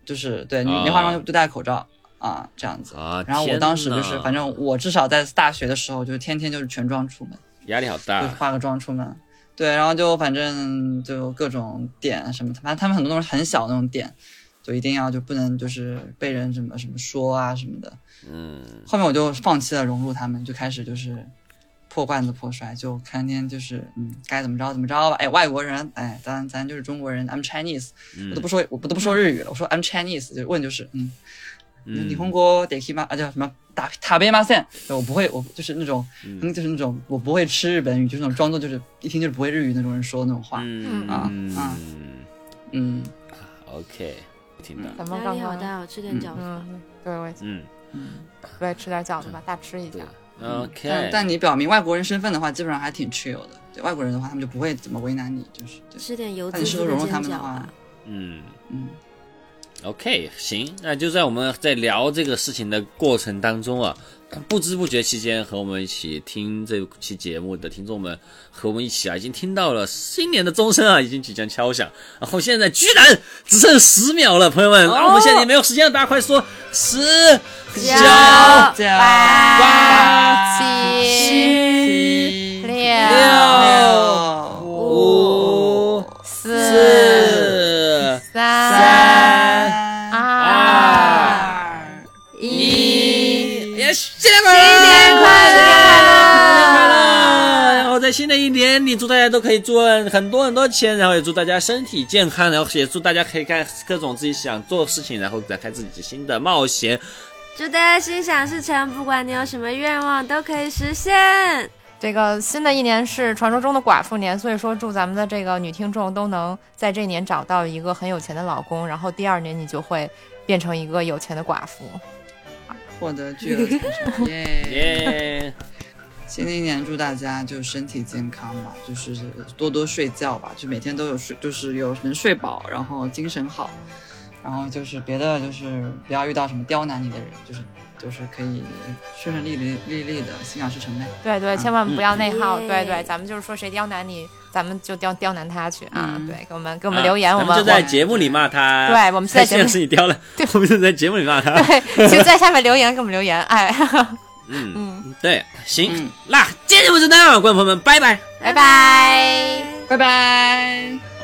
D: 就是对你
A: 啊
D: 没化妆就戴口罩啊这样子。
A: 啊，
D: 然后我
A: 天
D: 当时就
A: 哪
D: 是，反正我至少在大学的时候，就是天天就是全妆出门。
A: 压力好
D: 就
A: 大。
D: 化个妆出门。对，然后就反正就各种点啊什么，反正他们很多都是很小那种点，就一定要就不能就是被人什么什么说啊什么的。
A: 嗯，
D: 后面我就放弃了融入他们，就开始就是破罐子破摔，就天天就是嗯该怎么着怎么着吧。哎，外国人，哎，咱咱就是中国人，I'm Chinese，我都不说我不都不说日语了，我说 I'm Chinese，就问就是嗯，
A: 嗯
D: 你红国得 k 吗？啊叫什么？打塔贝马线，对我不会，我就是那种，嗯就是那种我不会吃日本语，就是那种装作就是一听就是不会日语那种人说的那种话，
A: 嗯
D: 啊
A: 嗯
D: 嗯，
A: ，OK，听到，
B: 咱们
C: 压
B: 刚
C: 力好
B: 刚
C: 大，我吃点饺子吧。
B: 嗯，对，我也觉得
A: 嗯
B: 对吃点饺子吧，大吃一
A: 对啊
B: 下。
A: ，OK，
D: 嗯但但你表明外国人身份的话，基本上还挺 chill 的，对外国人的话，他们就不会怎么为难你，就是对，
C: 吃点油
D: 那
C: 滋
D: 你是
C: 滋
D: 不是
C: 的
D: 融入
C: 煎
D: 他们
C: 饺
D: 的
C: 吧
D: 话，，
A: 嗯。
D: 嗯
A: OK，行，那就在我们在聊这个事情的过程当中啊，不知不觉期间和我们一起听这期节目的听众们和我们一起啊，已经听到了新年的钟声啊，已经即将敲响，然后现在居然只剩十秒了，朋友们，啊，我们现在也没有时间了，大家快说十九
B: 九
D: 九
B: 八七
D: 七
B: 六
D: 六
A: 五
B: 四
A: 四
B: 三
A: 啊
B: 二
D: 二
A: 一，也新年快乐，新年快乐，新年快乐！然后在新的一年里，祝大家都可以赚很多很多钱，然后也祝大家身体健康，然后也祝大家可以干各种自己想做的事情，然后展开自己新的冒险。
C: 祝大家心想事成，不管你有什么愿望都可以实现。
B: 这个新的一年是传说中的寡妇年，所以说祝咱们的这个女听众都能在这一年找到一个很有钱的老公，然后第二年你就会变成一个有钱的寡妇。
D: 获得巨额财产，耶！
A: 耶、
D: 新的一年祝大家就身体健康吧，就是多多睡觉吧，就每天都有睡，就是有能睡饱，然后精神好，然后就是别的就是不要遇到什么刁难你的人，就是就是可以顺顺利利利利的心想事成呗。
B: 对
A: 嗯
B: 对，千万不要内耗。
C: 嗯
B: 对对，咱们就是说谁刁难你，咱们就刁刁难他去啊。
D: 嗯
B: 对，给我们给我们留言，
A: 啊
B: 我
A: 咱们
B: 们
A: 就在节目里骂他。
B: 对我们就在节目
A: 现在是你刁 了，我们就在节目里骂他。
B: 对，请在下面留言，给我们留言。 哎，
A: 嗯，对，行，
D: 嗯
A: 那今天节目就这样，观众朋友们，拜拜。
B: 拜拜。
D: 拜拜。